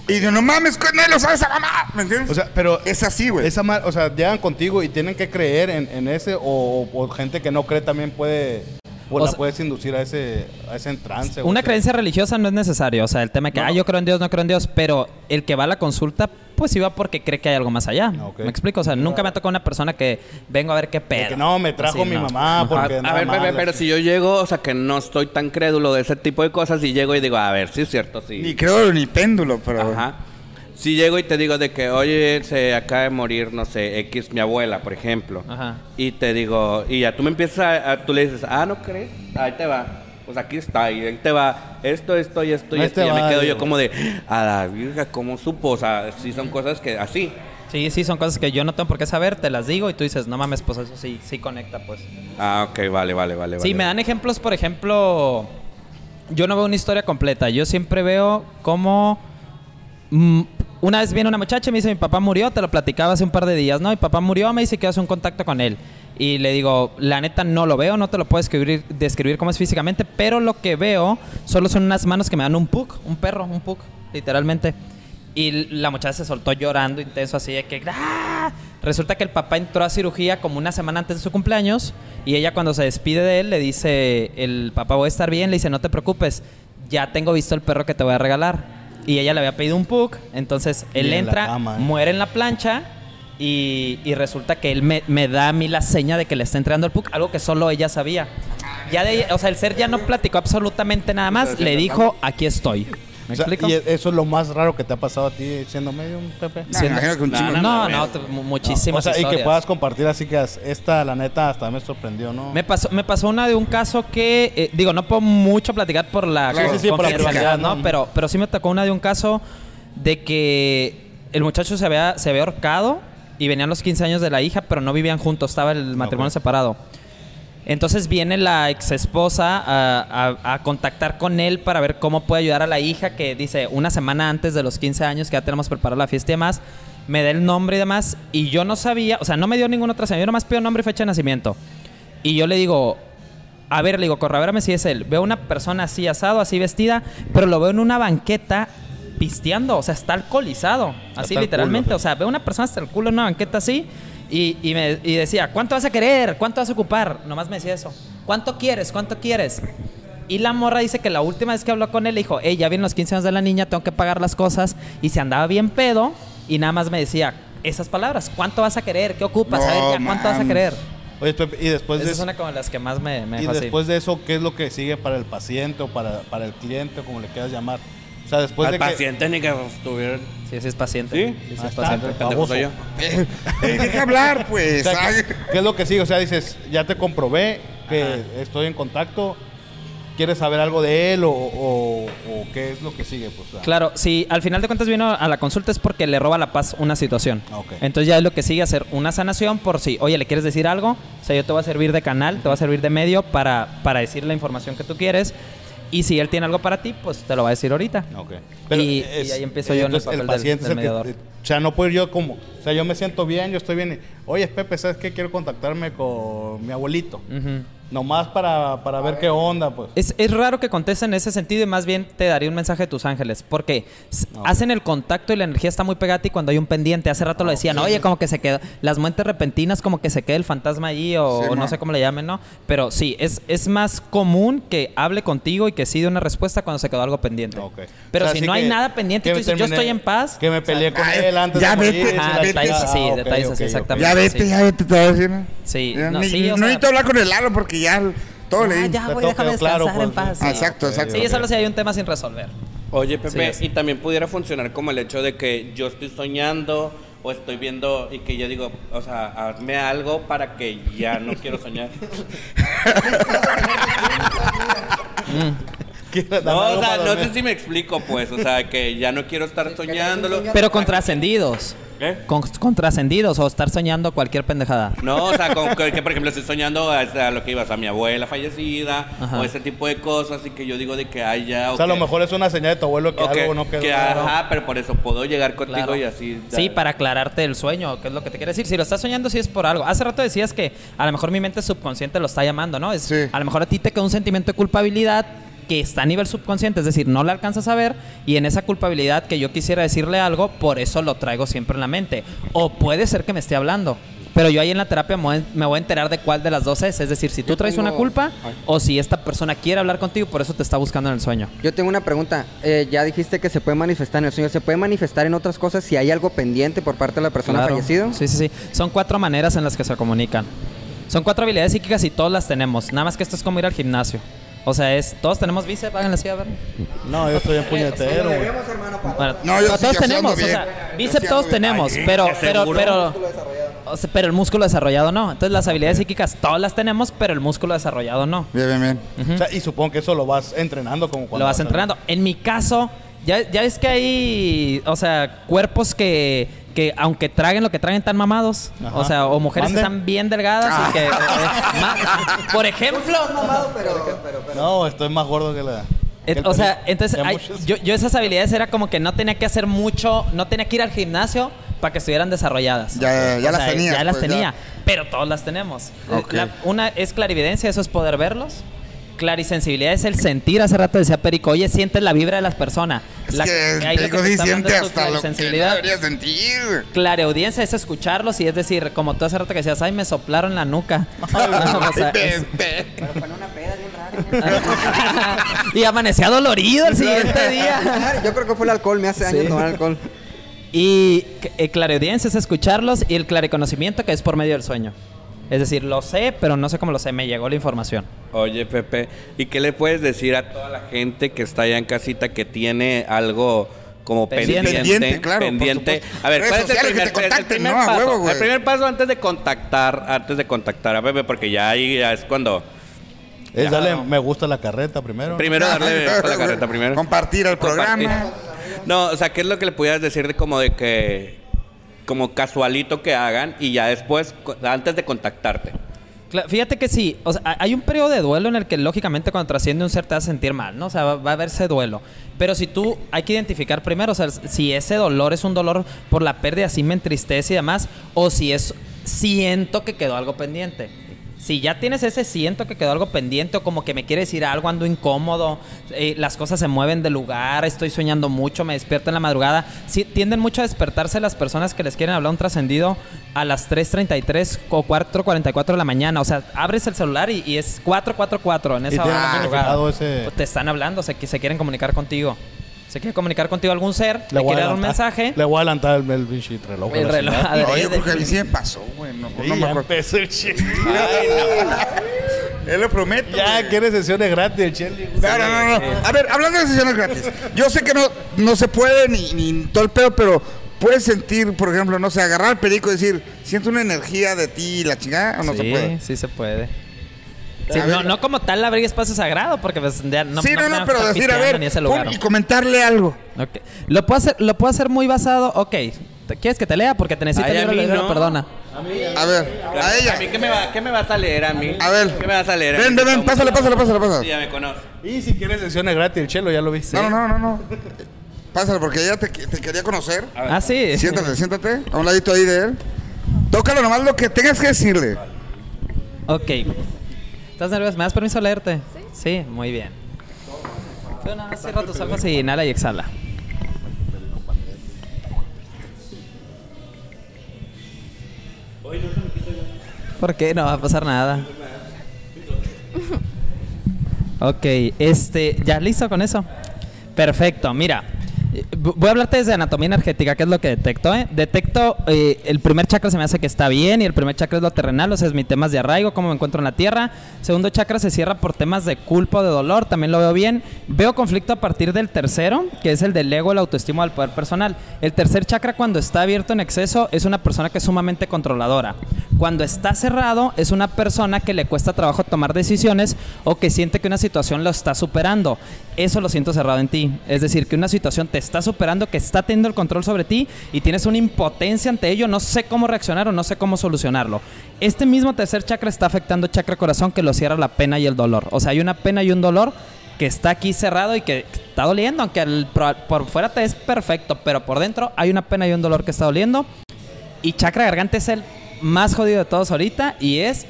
[SPEAKER 1] Y yo, no mames, güey, nadie lo sabe esa mamá. ¿Me entiendes?
[SPEAKER 2] O sea, pero...
[SPEAKER 1] es así, güey.
[SPEAKER 2] Esa ma- o sea, llegan contigo y tienen que creer en, en ese o, o- o gente que no cree también puede o,
[SPEAKER 7] O
[SPEAKER 2] la
[SPEAKER 7] sea-
[SPEAKER 2] puedes inducir a ese a ese trance.
[SPEAKER 7] Una creencia religiosa no es necesario, o sea, el tema que, ah, yo creo en Dios, no creo en Dios, pero el que va a la consulta, pues iba porque cree que hay algo más allá.
[SPEAKER 2] Ok.
[SPEAKER 7] Me explico, o sea, nunca me ha tocado una persona que vengo a ver qué pedo. Pues
[SPEAKER 2] que no, me trajo mi mamá porque
[SPEAKER 3] A
[SPEAKER 2] nada
[SPEAKER 3] ver,
[SPEAKER 2] más,
[SPEAKER 3] bebé,
[SPEAKER 2] la
[SPEAKER 3] pero
[SPEAKER 2] chi-
[SPEAKER 3] si yo llego, o sea, que no estoy tan crédulo de ese tipo de cosas y llego y digo, a ver, sí es cierto, sí.
[SPEAKER 1] Ni creo ni péndulo, pero.
[SPEAKER 3] Ajá. Si llego y te digo de que, oye, se acaba de morir, no sé, X, mi abuela, por ejemplo.
[SPEAKER 7] Ajá.
[SPEAKER 3] Y te digo, y ya tú me empiezas a, a- tú le dices, ah, ¿no crees? Ahí te va. Pues aquí está, y ahí te va esto, esto y esto y
[SPEAKER 2] Ahí
[SPEAKER 3] esto.
[SPEAKER 2] te
[SPEAKER 3] Y ya
[SPEAKER 2] va,
[SPEAKER 3] me quedo
[SPEAKER 2] digo.
[SPEAKER 3] yo como de, a la virga, ¿cómo supo? O sea, sí son cosas que así.
[SPEAKER 7] Sí, sí, son cosas que yo no tengo por qué saber, te las digo y tú dices, no mames, pues eso sí, sí conecta, pues.
[SPEAKER 3] Ah, ok, vale, vale, vale.
[SPEAKER 7] Sí,
[SPEAKER 3] vale.
[SPEAKER 7] me dan ejemplos, por ejemplo, yo no veo una historia completa, yo siempre veo cómo... mm, una vez viene una muchacha y me dice, mi papá murió, te lo platicaba hace un par de días, ¿no? Mi papá murió, me dice que hace un contacto con él. Y le digo, la neta no lo veo, no te lo puedo describir, describir cómo es físicamente, pero lo que veo solo son unas manos que me dan un puk, un perro, un puk, literalmente. Y l- la muchacha se soltó llorando intenso así de que... "¡Ah!". Resulta que el papá entró a cirugía como una semana antes de su cumpleaños y ella cuando se despide de él le dice, el papá voy a estar bien, le dice, no te preocupes, ya tengo visto el perro que te voy a regalar. Y ella le había pedido un puk, entonces él
[SPEAKER 2] Y en la
[SPEAKER 7] entra,
[SPEAKER 2] cama, ¿eh?
[SPEAKER 7] muere en la plancha y, y resulta que él me, me da a mí la seña de que le está entregando el puk, algo que solo ella sabía. Ya de, ahí, o sea, el ser ya no platicó absolutamente nada más, le dijo, aquí estoy. ¿Me
[SPEAKER 2] O sea,
[SPEAKER 7] explico?
[SPEAKER 2] y e- eso es lo más raro que te ha pasado a ti siendo medium, Pepe.
[SPEAKER 1] No, me imagino que un
[SPEAKER 7] no,
[SPEAKER 1] chingo.
[SPEAKER 7] no, no,
[SPEAKER 3] no,
[SPEAKER 7] te- mu-
[SPEAKER 2] O
[SPEAKER 7] muchísimas
[SPEAKER 2] sea, y que
[SPEAKER 7] historias.
[SPEAKER 2] puedas compartir así que as- esta, la neta, hasta me sorprendió, ¿no?
[SPEAKER 7] Me pasó, me pasó una de un caso que, eh, digo, no puedo mucho platicar por la
[SPEAKER 1] Sí, sí,
[SPEAKER 2] sí, por la
[SPEAKER 7] confidencialidad,
[SPEAKER 2] privacidad,
[SPEAKER 7] ¿no?
[SPEAKER 2] ¿no?
[SPEAKER 7] Pero, pero sí me tocó una de un caso de que el muchacho se había, se había ahorcado y venían los 15 años de la hija, pero no vivían juntos, estaba el matrimonio
[SPEAKER 2] Ok.
[SPEAKER 7] separado. Entonces viene la ex esposa a, a- a contactar con él para ver cómo puede ayudar a la hija, que dice una semana antes de los 15 años que ya tenemos preparada la fiesta y demás, me da el nombre y demás, y yo no sabía, o sea, no me dio ninguna otra señal, yo nomás pido nombre y fecha de nacimiento. Y yo le digo, a ver, le digo, corroborame si es él. Veo una persona así asado, así vestida, pero lo veo en una banqueta pisteando, o sea, está alcoholizado, así
[SPEAKER 2] el
[SPEAKER 7] literalmente.
[SPEAKER 2] culo.
[SPEAKER 7] O sea, veo una persona hasta el culo en una banqueta así y, y me, y decía, ¿cuánto vas a querer? ¿Cuánto vas a ocupar? Nomás me decía eso. ¿Cuánto quieres? ¿Cuánto quieres? Y la morra dice que la última vez que habló con él, le dijo, hey, ya vienen los 15 años de la niña, tengo que pagar las cosas. Y se andaba bien pedo y nada más me decía esas palabras, ¿cuánto vas a querer? ¿Qué ocupas? a ver,
[SPEAKER 1] No
[SPEAKER 7] ya, ¿cuánto vas a
[SPEAKER 1] mames.
[SPEAKER 7] querer?
[SPEAKER 2] Oye, Pepe, y después
[SPEAKER 7] Esa
[SPEAKER 2] de
[SPEAKER 7] es
[SPEAKER 2] eso-
[SPEAKER 7] una como las que más me, me
[SPEAKER 2] Y
[SPEAKER 7] dejó así.
[SPEAKER 2] después de eso, ¿qué es lo que sigue para el paciente o para, para el cliente, o como le quieras llamar? O sea, después de
[SPEAKER 3] Al
[SPEAKER 2] que...
[SPEAKER 3] paciente ni que tuviera.
[SPEAKER 7] Sí, sí es paciente.
[SPEAKER 3] ¿Sí?
[SPEAKER 7] sí
[SPEAKER 2] Ah,
[SPEAKER 7] es
[SPEAKER 2] está,
[SPEAKER 7] paciente.
[SPEAKER 2] está.
[SPEAKER 3] Pendejo
[SPEAKER 2] Baboso.
[SPEAKER 3] soy yo.
[SPEAKER 1] Eh, deja hablar,
[SPEAKER 2] o
[SPEAKER 1] pues.
[SPEAKER 2] sea,
[SPEAKER 1] Ay.
[SPEAKER 2] ¿qué, qué es lo que sigue? O sea, dices, ya te comprobé que estoy en contacto, ¿quieres saber algo de él o, o- o qué es lo que sigue? Pues, o sea,
[SPEAKER 7] Claro, si al final de cuentas vino a la consulta es porque le roba la paz una situación.
[SPEAKER 2] Ah, ok.
[SPEAKER 7] Entonces ya es lo que sigue hacer una sanación por si, oye, ¿le quieres decir algo? O sea, yo te voy a servir de canal, te voy a servir de medio para, para decir la información que tú quieres. Y si él tiene algo para ti, pues te lo va a decir ahorita.
[SPEAKER 2] Ah, Ok.
[SPEAKER 7] Y- y ahí empiezo yo en el
[SPEAKER 2] entonces,
[SPEAKER 7] papel del-
[SPEAKER 2] paciente
[SPEAKER 7] del
[SPEAKER 2] es el que-
[SPEAKER 7] mediador.
[SPEAKER 2] o sea, no puedo ir yo como... O sea, yo me siento bien, yo estoy bien. y, Oye, Pepe, ¿sabes qué? Quiero contactarme con mi abuelito.
[SPEAKER 7] Ujú.
[SPEAKER 2] Nomás para, para ver qué onda, pues.
[SPEAKER 7] Es, es raro que contesten en ese sentido y más bien te daría un mensaje de tus ángeles. Porque s-
[SPEAKER 2] Ah, ok.
[SPEAKER 7] hacen el contacto y la energía está muy pegada y cuando hay un pendiente, hace rato lo decían, oye, como que se quedó, las muertes repentinas, como que se queda el fantasma allí o,
[SPEAKER 1] Sí,
[SPEAKER 7] o no
[SPEAKER 1] ma.
[SPEAKER 7] sé cómo le llamen, ¿no? Pero sí, es, es más común que hable contigo y que sí dé una respuesta cuando se quedó algo pendiente.
[SPEAKER 2] Ok.
[SPEAKER 7] Pero
[SPEAKER 2] O sea,
[SPEAKER 7] si
[SPEAKER 2] así
[SPEAKER 7] no hay
[SPEAKER 2] que-
[SPEAKER 7] nada pendiente,
[SPEAKER 2] que
[SPEAKER 7] tú
[SPEAKER 2] me
[SPEAKER 7] dices, yo
[SPEAKER 2] terminé-
[SPEAKER 7] estoy en paz.
[SPEAKER 2] Que me
[SPEAKER 7] o sea,
[SPEAKER 2] peleé con
[SPEAKER 1] Ay,
[SPEAKER 2] él antes
[SPEAKER 1] ya
[SPEAKER 2] de morir,
[SPEAKER 1] vete,
[SPEAKER 2] y la
[SPEAKER 1] ajá,
[SPEAKER 2] chingada.
[SPEAKER 1] detalles
[SPEAKER 7] así,
[SPEAKER 2] Ah, ok,
[SPEAKER 7] detalles
[SPEAKER 2] ok,
[SPEAKER 7] así,
[SPEAKER 2] ok.
[SPEAKER 7] exactamente.
[SPEAKER 1] Ya vete,
[SPEAKER 7] sí.
[SPEAKER 1] ya vete, te voy a decir. ¿no?
[SPEAKER 7] Sí,
[SPEAKER 1] Ya,
[SPEAKER 7] no,
[SPEAKER 1] ni-
[SPEAKER 7] sí, o
[SPEAKER 1] no
[SPEAKER 7] sea-
[SPEAKER 1] necesito hablar con el Lalo porque ya todo le di.
[SPEAKER 7] Ah, ya,
[SPEAKER 2] Te
[SPEAKER 7] güey,
[SPEAKER 2] todo
[SPEAKER 7] déjame
[SPEAKER 2] quedó claro,
[SPEAKER 7] descansar en
[SPEAKER 2] pues.
[SPEAKER 7] paz.
[SPEAKER 1] Ah,
[SPEAKER 7] Sí.
[SPEAKER 1] exacto,
[SPEAKER 2] ok,
[SPEAKER 1] exacto.
[SPEAKER 7] Sí, solo si hay un tema sin resolver.
[SPEAKER 3] Oye, Pepe,
[SPEAKER 7] Sí,
[SPEAKER 3] y también pudiera funcionar como el hecho de que yo estoy soñando o estoy viendo y que yo digo, o sea, hazme algo para que ya no quiero soñar.
[SPEAKER 2] Quiero- dame
[SPEAKER 3] No, o
[SPEAKER 2] algo
[SPEAKER 3] sea,
[SPEAKER 2] para
[SPEAKER 3] no
[SPEAKER 2] dormir.
[SPEAKER 3] sé si me explico, pues, o sea, que ya no quiero estar soñándolo.
[SPEAKER 7] Pero con trascendidos.
[SPEAKER 3] ¿Eh?
[SPEAKER 7] Con, con trascendidos o estar soñando cualquier pendejada.
[SPEAKER 3] No, o sea, con- que, que, por ejemplo estoy soñando a, a lo que ibas, a mi abuela fallecida
[SPEAKER 7] Ajá.
[SPEAKER 3] o ese tipo de cosas, así que yo digo de que ay ya.
[SPEAKER 2] O sea, a lo
[SPEAKER 3] que-
[SPEAKER 2] mejor es una señal de tu abuelo que
[SPEAKER 3] o que-
[SPEAKER 2] algo no quedó.
[SPEAKER 3] que,
[SPEAKER 2] claro.
[SPEAKER 3] ajá, pero por eso puedo llegar contigo
[SPEAKER 7] Claro.
[SPEAKER 3] y así.
[SPEAKER 7] Sí,
[SPEAKER 3] da-
[SPEAKER 7] para aclararte el sueño, que es lo que te quiere decir. Si lo estás soñando, sí es por algo. Hace rato decías que a lo mejor mi mente subconsciente lo está llamando, ¿no? Es,
[SPEAKER 1] Sí.
[SPEAKER 7] A lo mejor a ti te queda un sentimiento de culpabilidad que está a nivel subconsciente, es decir, no la alcanzas a ver y en esa culpabilidad que yo quisiera decirle algo, por eso lo traigo siempre en la mente. O puede ser que me esté hablando. Pero yo ahí en la terapia me voy a- me voy a enterar de cuál de las dos es. Es decir, si tú traes una
[SPEAKER 4] tengo-
[SPEAKER 7] culpa o si esta persona quiere hablar contigo, por eso te está buscando en el sueño.
[SPEAKER 4] Yo tengo una pregunta. Eh, ya dijiste que se puede manifestar en el sueño. ¿Se puede manifestar en otras cosas si hay algo pendiente por parte de la persona
[SPEAKER 7] Claro.
[SPEAKER 4] fallecida?
[SPEAKER 7] Sí, sí, sí. Son cuatro maneras en las que se comunican. Son cuatro habilidades psíquicas y todas las tenemos. Nada más que esto es como ir al gimnasio. O sea, es todos tenemos bíceps, háganle así a ver.
[SPEAKER 2] No, yo estoy en puñetero. güey.
[SPEAKER 7] Bueno,
[SPEAKER 1] No, yo sí
[SPEAKER 7] todos
[SPEAKER 1] que ando
[SPEAKER 7] tenemos,
[SPEAKER 1] bien.
[SPEAKER 7] o
[SPEAKER 1] Yo
[SPEAKER 7] sea,
[SPEAKER 1] sí
[SPEAKER 7] bíceps
[SPEAKER 1] ando
[SPEAKER 7] todos
[SPEAKER 1] bien.
[SPEAKER 7] tenemos,
[SPEAKER 1] Ay,
[SPEAKER 7] pero
[SPEAKER 3] ¿estás
[SPEAKER 7] pero
[SPEAKER 3] seguro?
[SPEAKER 7] pero o sea, pero el músculo desarrollado no. Entonces las habilidades psíquicas todas las tenemos, pero el músculo desarrollado no.
[SPEAKER 1] Bien, bien, bien.
[SPEAKER 2] O sea, y supongo que eso lo vas entrenando como cuando
[SPEAKER 7] lo vas entrenando. En mi caso, ya, ya ves que hay, o sea, cuerpos que, que aunque traguen lo que traguen tan mamados,
[SPEAKER 2] Ajá.
[SPEAKER 7] o sea, o mujeres que
[SPEAKER 2] Mande. Ah.
[SPEAKER 7] están bien delgadas y que, eh, eh, ma- por ejemplo,
[SPEAKER 2] No, estoy más gordo que la. que
[SPEAKER 7] Et-
[SPEAKER 2] el
[SPEAKER 7] o sea,
[SPEAKER 2] pelín.
[SPEAKER 7] entonces
[SPEAKER 2] Ya
[SPEAKER 7] ay,
[SPEAKER 2] muchos-
[SPEAKER 7] yo, yo esas habilidades era como que no tenía que hacer mucho, no tenía que ir al gimnasio para que estuvieran desarrolladas.
[SPEAKER 1] Ya- ya
[SPEAKER 7] O
[SPEAKER 1] las tenías,
[SPEAKER 7] Ya las
[SPEAKER 1] pues,
[SPEAKER 7] tenía,
[SPEAKER 1] ya.
[SPEAKER 7] pero todas las tenemos.
[SPEAKER 1] Ok.
[SPEAKER 7] La- una es clarividencia, eso es poder verlos. Clarisensibilidad es el sentir. Hace rato decía Perico, oye, sientes la vibra de las personas.
[SPEAKER 1] Es
[SPEAKER 7] La-
[SPEAKER 1] que
[SPEAKER 7] ahí
[SPEAKER 1] el
[SPEAKER 7] lo
[SPEAKER 1] perico
[SPEAKER 7] te
[SPEAKER 1] sí
[SPEAKER 7] está hablando
[SPEAKER 1] siente
[SPEAKER 7] es tu
[SPEAKER 1] hasta lo que no
[SPEAKER 7] clarisensibilidad.
[SPEAKER 1] debería sentir.
[SPEAKER 7] Clareaudiencia es escucharlos y es decir, como tú hace rato que decías, ay, me soplaron la nuca. O sea, es-
[SPEAKER 1] Pepe.
[SPEAKER 7] y amanecía dolorido el siguiente día.
[SPEAKER 4] Yo creo que fue el alcohol, me hace años tomar alcohol.
[SPEAKER 7] Y c- eh, clareaudiencia es escucharlos y el clareconocimiento que es por medio del sueño. Es decir, lo sé, pero no sé cómo lo sé. Me llegó la información.
[SPEAKER 3] Oye, Pepe, ¿y qué le puedes decir a toda la gente que está allá en casita que tiene algo como
[SPEAKER 7] Pendiente.
[SPEAKER 3] pendiente?
[SPEAKER 1] Pendiente, claro, por
[SPEAKER 3] pendiente?
[SPEAKER 1] supuesto.
[SPEAKER 3] A ver,
[SPEAKER 1] Redes
[SPEAKER 3] ¿cuál es el
[SPEAKER 1] sociales que
[SPEAKER 3] primer,
[SPEAKER 1] te
[SPEAKER 3] el
[SPEAKER 1] contacten,
[SPEAKER 3] primer
[SPEAKER 1] ¿no? A
[SPEAKER 3] paso?
[SPEAKER 1] huevo, güey.
[SPEAKER 3] el primer paso antes de contactar, antes de contactar a Pepe, porque ya ahí ya es cuando.
[SPEAKER 2] Es
[SPEAKER 3] Ya,
[SPEAKER 2] darle
[SPEAKER 3] no.
[SPEAKER 2] Eh, me gusta la carreta primero.
[SPEAKER 3] Primero darle por la carreta primero.
[SPEAKER 1] Compartir el
[SPEAKER 3] Compartir.
[SPEAKER 1] programa.
[SPEAKER 3] No, o sea, ¿qué es lo que le pudieras decir de como de que. como casualito que hagan y ya después, cu- antes de contactarte?
[SPEAKER 7] Cla- Fíjate que sí, o sea, ha- hay un periodo de duelo en el que lógicamente cuando trasciende un ser te vas a sentir mal, ¿no? O sea, va, va a haber ese duelo. Pero si tú, hay que identificar primero, o sea, si ese dolor es un dolor por la pérdida, si me entristece y demás, o si es, siento que quedó algo pendiente. Si ya tienes ese siento que quedó algo pendiente o como que me quiere decir algo, ando incómodo, eh, las cosas se mueven de lugar, estoy soñando mucho, me despierto en la madrugada. Sí, tienden mucho a despertarse las personas que les quieren hablar un trascendido a las 3.33 o 4.44 de la mañana. O sea, abres el celular y, y es 4.44 en
[SPEAKER 2] Y tienen
[SPEAKER 7] esa hora de la
[SPEAKER 2] identificado
[SPEAKER 7] madrugada.
[SPEAKER 2] ese-
[SPEAKER 7] Pues te están hablando, se, qui- se quieren comunicar contigo. Se quiere comunicar contigo algún ser, le,
[SPEAKER 2] Le voy a
[SPEAKER 7] quiere dar un
[SPEAKER 2] adelantar-
[SPEAKER 7] mensaje.
[SPEAKER 2] Le voy a adelantar el, el pinche reloj.
[SPEAKER 7] El
[SPEAKER 2] la
[SPEAKER 7] reloj.
[SPEAKER 2] chingada.
[SPEAKER 7] Madre,
[SPEAKER 1] Oye,
[SPEAKER 7] de-
[SPEAKER 1] porque a mí sí me pasó, güey. No,
[SPEAKER 2] Sí,
[SPEAKER 1] no me
[SPEAKER 2] ya
[SPEAKER 1] acuerdo.
[SPEAKER 2] empezó el shit.
[SPEAKER 1] Él lo prometo.
[SPEAKER 2] Ya
[SPEAKER 1] güey.
[SPEAKER 2] quiere sesiones gratis el Chelly.
[SPEAKER 1] No, no, no, no. A ver, hablando de sesiones gratis. Yo sé que no, no se puede ni, ni todo el pedo, pero puedes sentir, por ejemplo, no sé, agarrar el perico y decir, siento una energía de ti, y la chingada, o no
[SPEAKER 7] sí,
[SPEAKER 1] se puede.
[SPEAKER 7] sí se puede. Sí,
[SPEAKER 1] A
[SPEAKER 7] no,
[SPEAKER 1] ver.
[SPEAKER 7] no como tal abrir espacio sagrado, porque pues, ya no,
[SPEAKER 1] sí, no, no,
[SPEAKER 7] tenemos que
[SPEAKER 1] pero
[SPEAKER 7] estar
[SPEAKER 1] decir, a
[SPEAKER 7] pisteando
[SPEAKER 1] ver,
[SPEAKER 7] ni ese
[SPEAKER 1] pum,
[SPEAKER 7] lugar.
[SPEAKER 1] y comentarle algo.
[SPEAKER 7] Ok. Lo puedo hacer, lo puedo hacer muy basado. Ok. ¿Te- ¿Quieres que te lea? Porque te necesito
[SPEAKER 3] Ay,
[SPEAKER 7] el
[SPEAKER 3] a
[SPEAKER 7] libro,
[SPEAKER 3] mí
[SPEAKER 7] libro,
[SPEAKER 3] no.
[SPEAKER 7] perdona.
[SPEAKER 1] A ver, a ella.
[SPEAKER 3] ¿A mí qué me, va- qué me vas a leer a mí?
[SPEAKER 1] A ver.
[SPEAKER 3] ¿Qué me vas a leer? a
[SPEAKER 1] Ven,
[SPEAKER 3] mí?
[SPEAKER 1] ven, ven,
[SPEAKER 3] Como-
[SPEAKER 1] pásale, pásale, pásale, pásale.
[SPEAKER 3] Sí, ya me conoces.
[SPEAKER 2] Y si quiere sesiones gratis el Chelo, ya lo viste.
[SPEAKER 1] No, no, no, no, no. Pásale, porque ella te, te quería conocer.
[SPEAKER 3] ver.
[SPEAKER 7] Ah, sí.
[SPEAKER 1] Siéntate, siéntate, a un ladito ahí de él. Tócalo nomás lo que tengas que decirle.
[SPEAKER 7] Ok. ¿Estás nervioso? ¿Me das permiso de leerte? Sí. muy bien. Tú nada más cierra tus ojos y inhala y exhala. ¿Por qué? No va a pasar nada. Ok, este, ¿ya listo con eso? Perfecto, mira. eh, v- Voy a hablarte desde anatomía energética, que es lo que detecto. ¿eh? Detecto eh, el primer chakra se me hace que está bien y el primer chakra es lo terrenal, o sea, es mi temas de arraigo, cómo me encuentro en la tierra. Segundo chakra se cierra por temas de culpa o de dolor, también lo veo bien. Veo conflicto a partir del tercero, que es el del ego, el autoestima, el poder personal. El tercer chakra cuando está abierto en exceso es una persona que es sumamente controladora. Cuando está cerrado es una persona que le cuesta trabajo tomar decisiones o que siente que una situación lo está superando. Eso lo siento cerrado en ti. Es decir, que una situación te está superando, que está teniendo el control sobre ti y tienes una impotencia ante ello, no sé cómo reaccionar o no sé cómo solucionarlo. Este mismo tercer chakra está afectando chakra corazón que lo cierra la pena y el dolor. O sea, hay una pena y un dolor que está aquí cerrado y que está doliendo, aunque el pro- por fuera te es perfecto, pero por dentro hay una pena y un dolor que está doliendo. Y chakra garganta es el más jodido de todos ahorita y es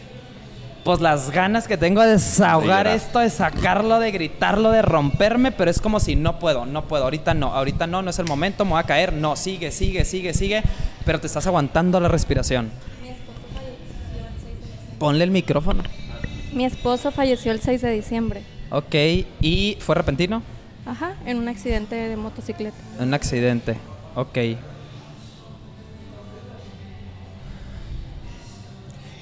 [SPEAKER 7] pues las ganas que tengo de desahogar
[SPEAKER 3] De llorar.
[SPEAKER 7] esto, de sacarlo, de gritarlo, de romperme, pero es como si no puedo, no puedo, ahorita no, ahorita no, no es el momento, me voy a caer, no, sigue, sigue, sigue, sigue, pero te estás aguantando la respiración. Ponle el micrófono.
[SPEAKER 8] Mi esposo falleció el 6 de diciembre.
[SPEAKER 7] Ok, ¿y fue repentino?
[SPEAKER 8] Ajá, en un accidente de motocicleta.
[SPEAKER 7] Un accidente, ok.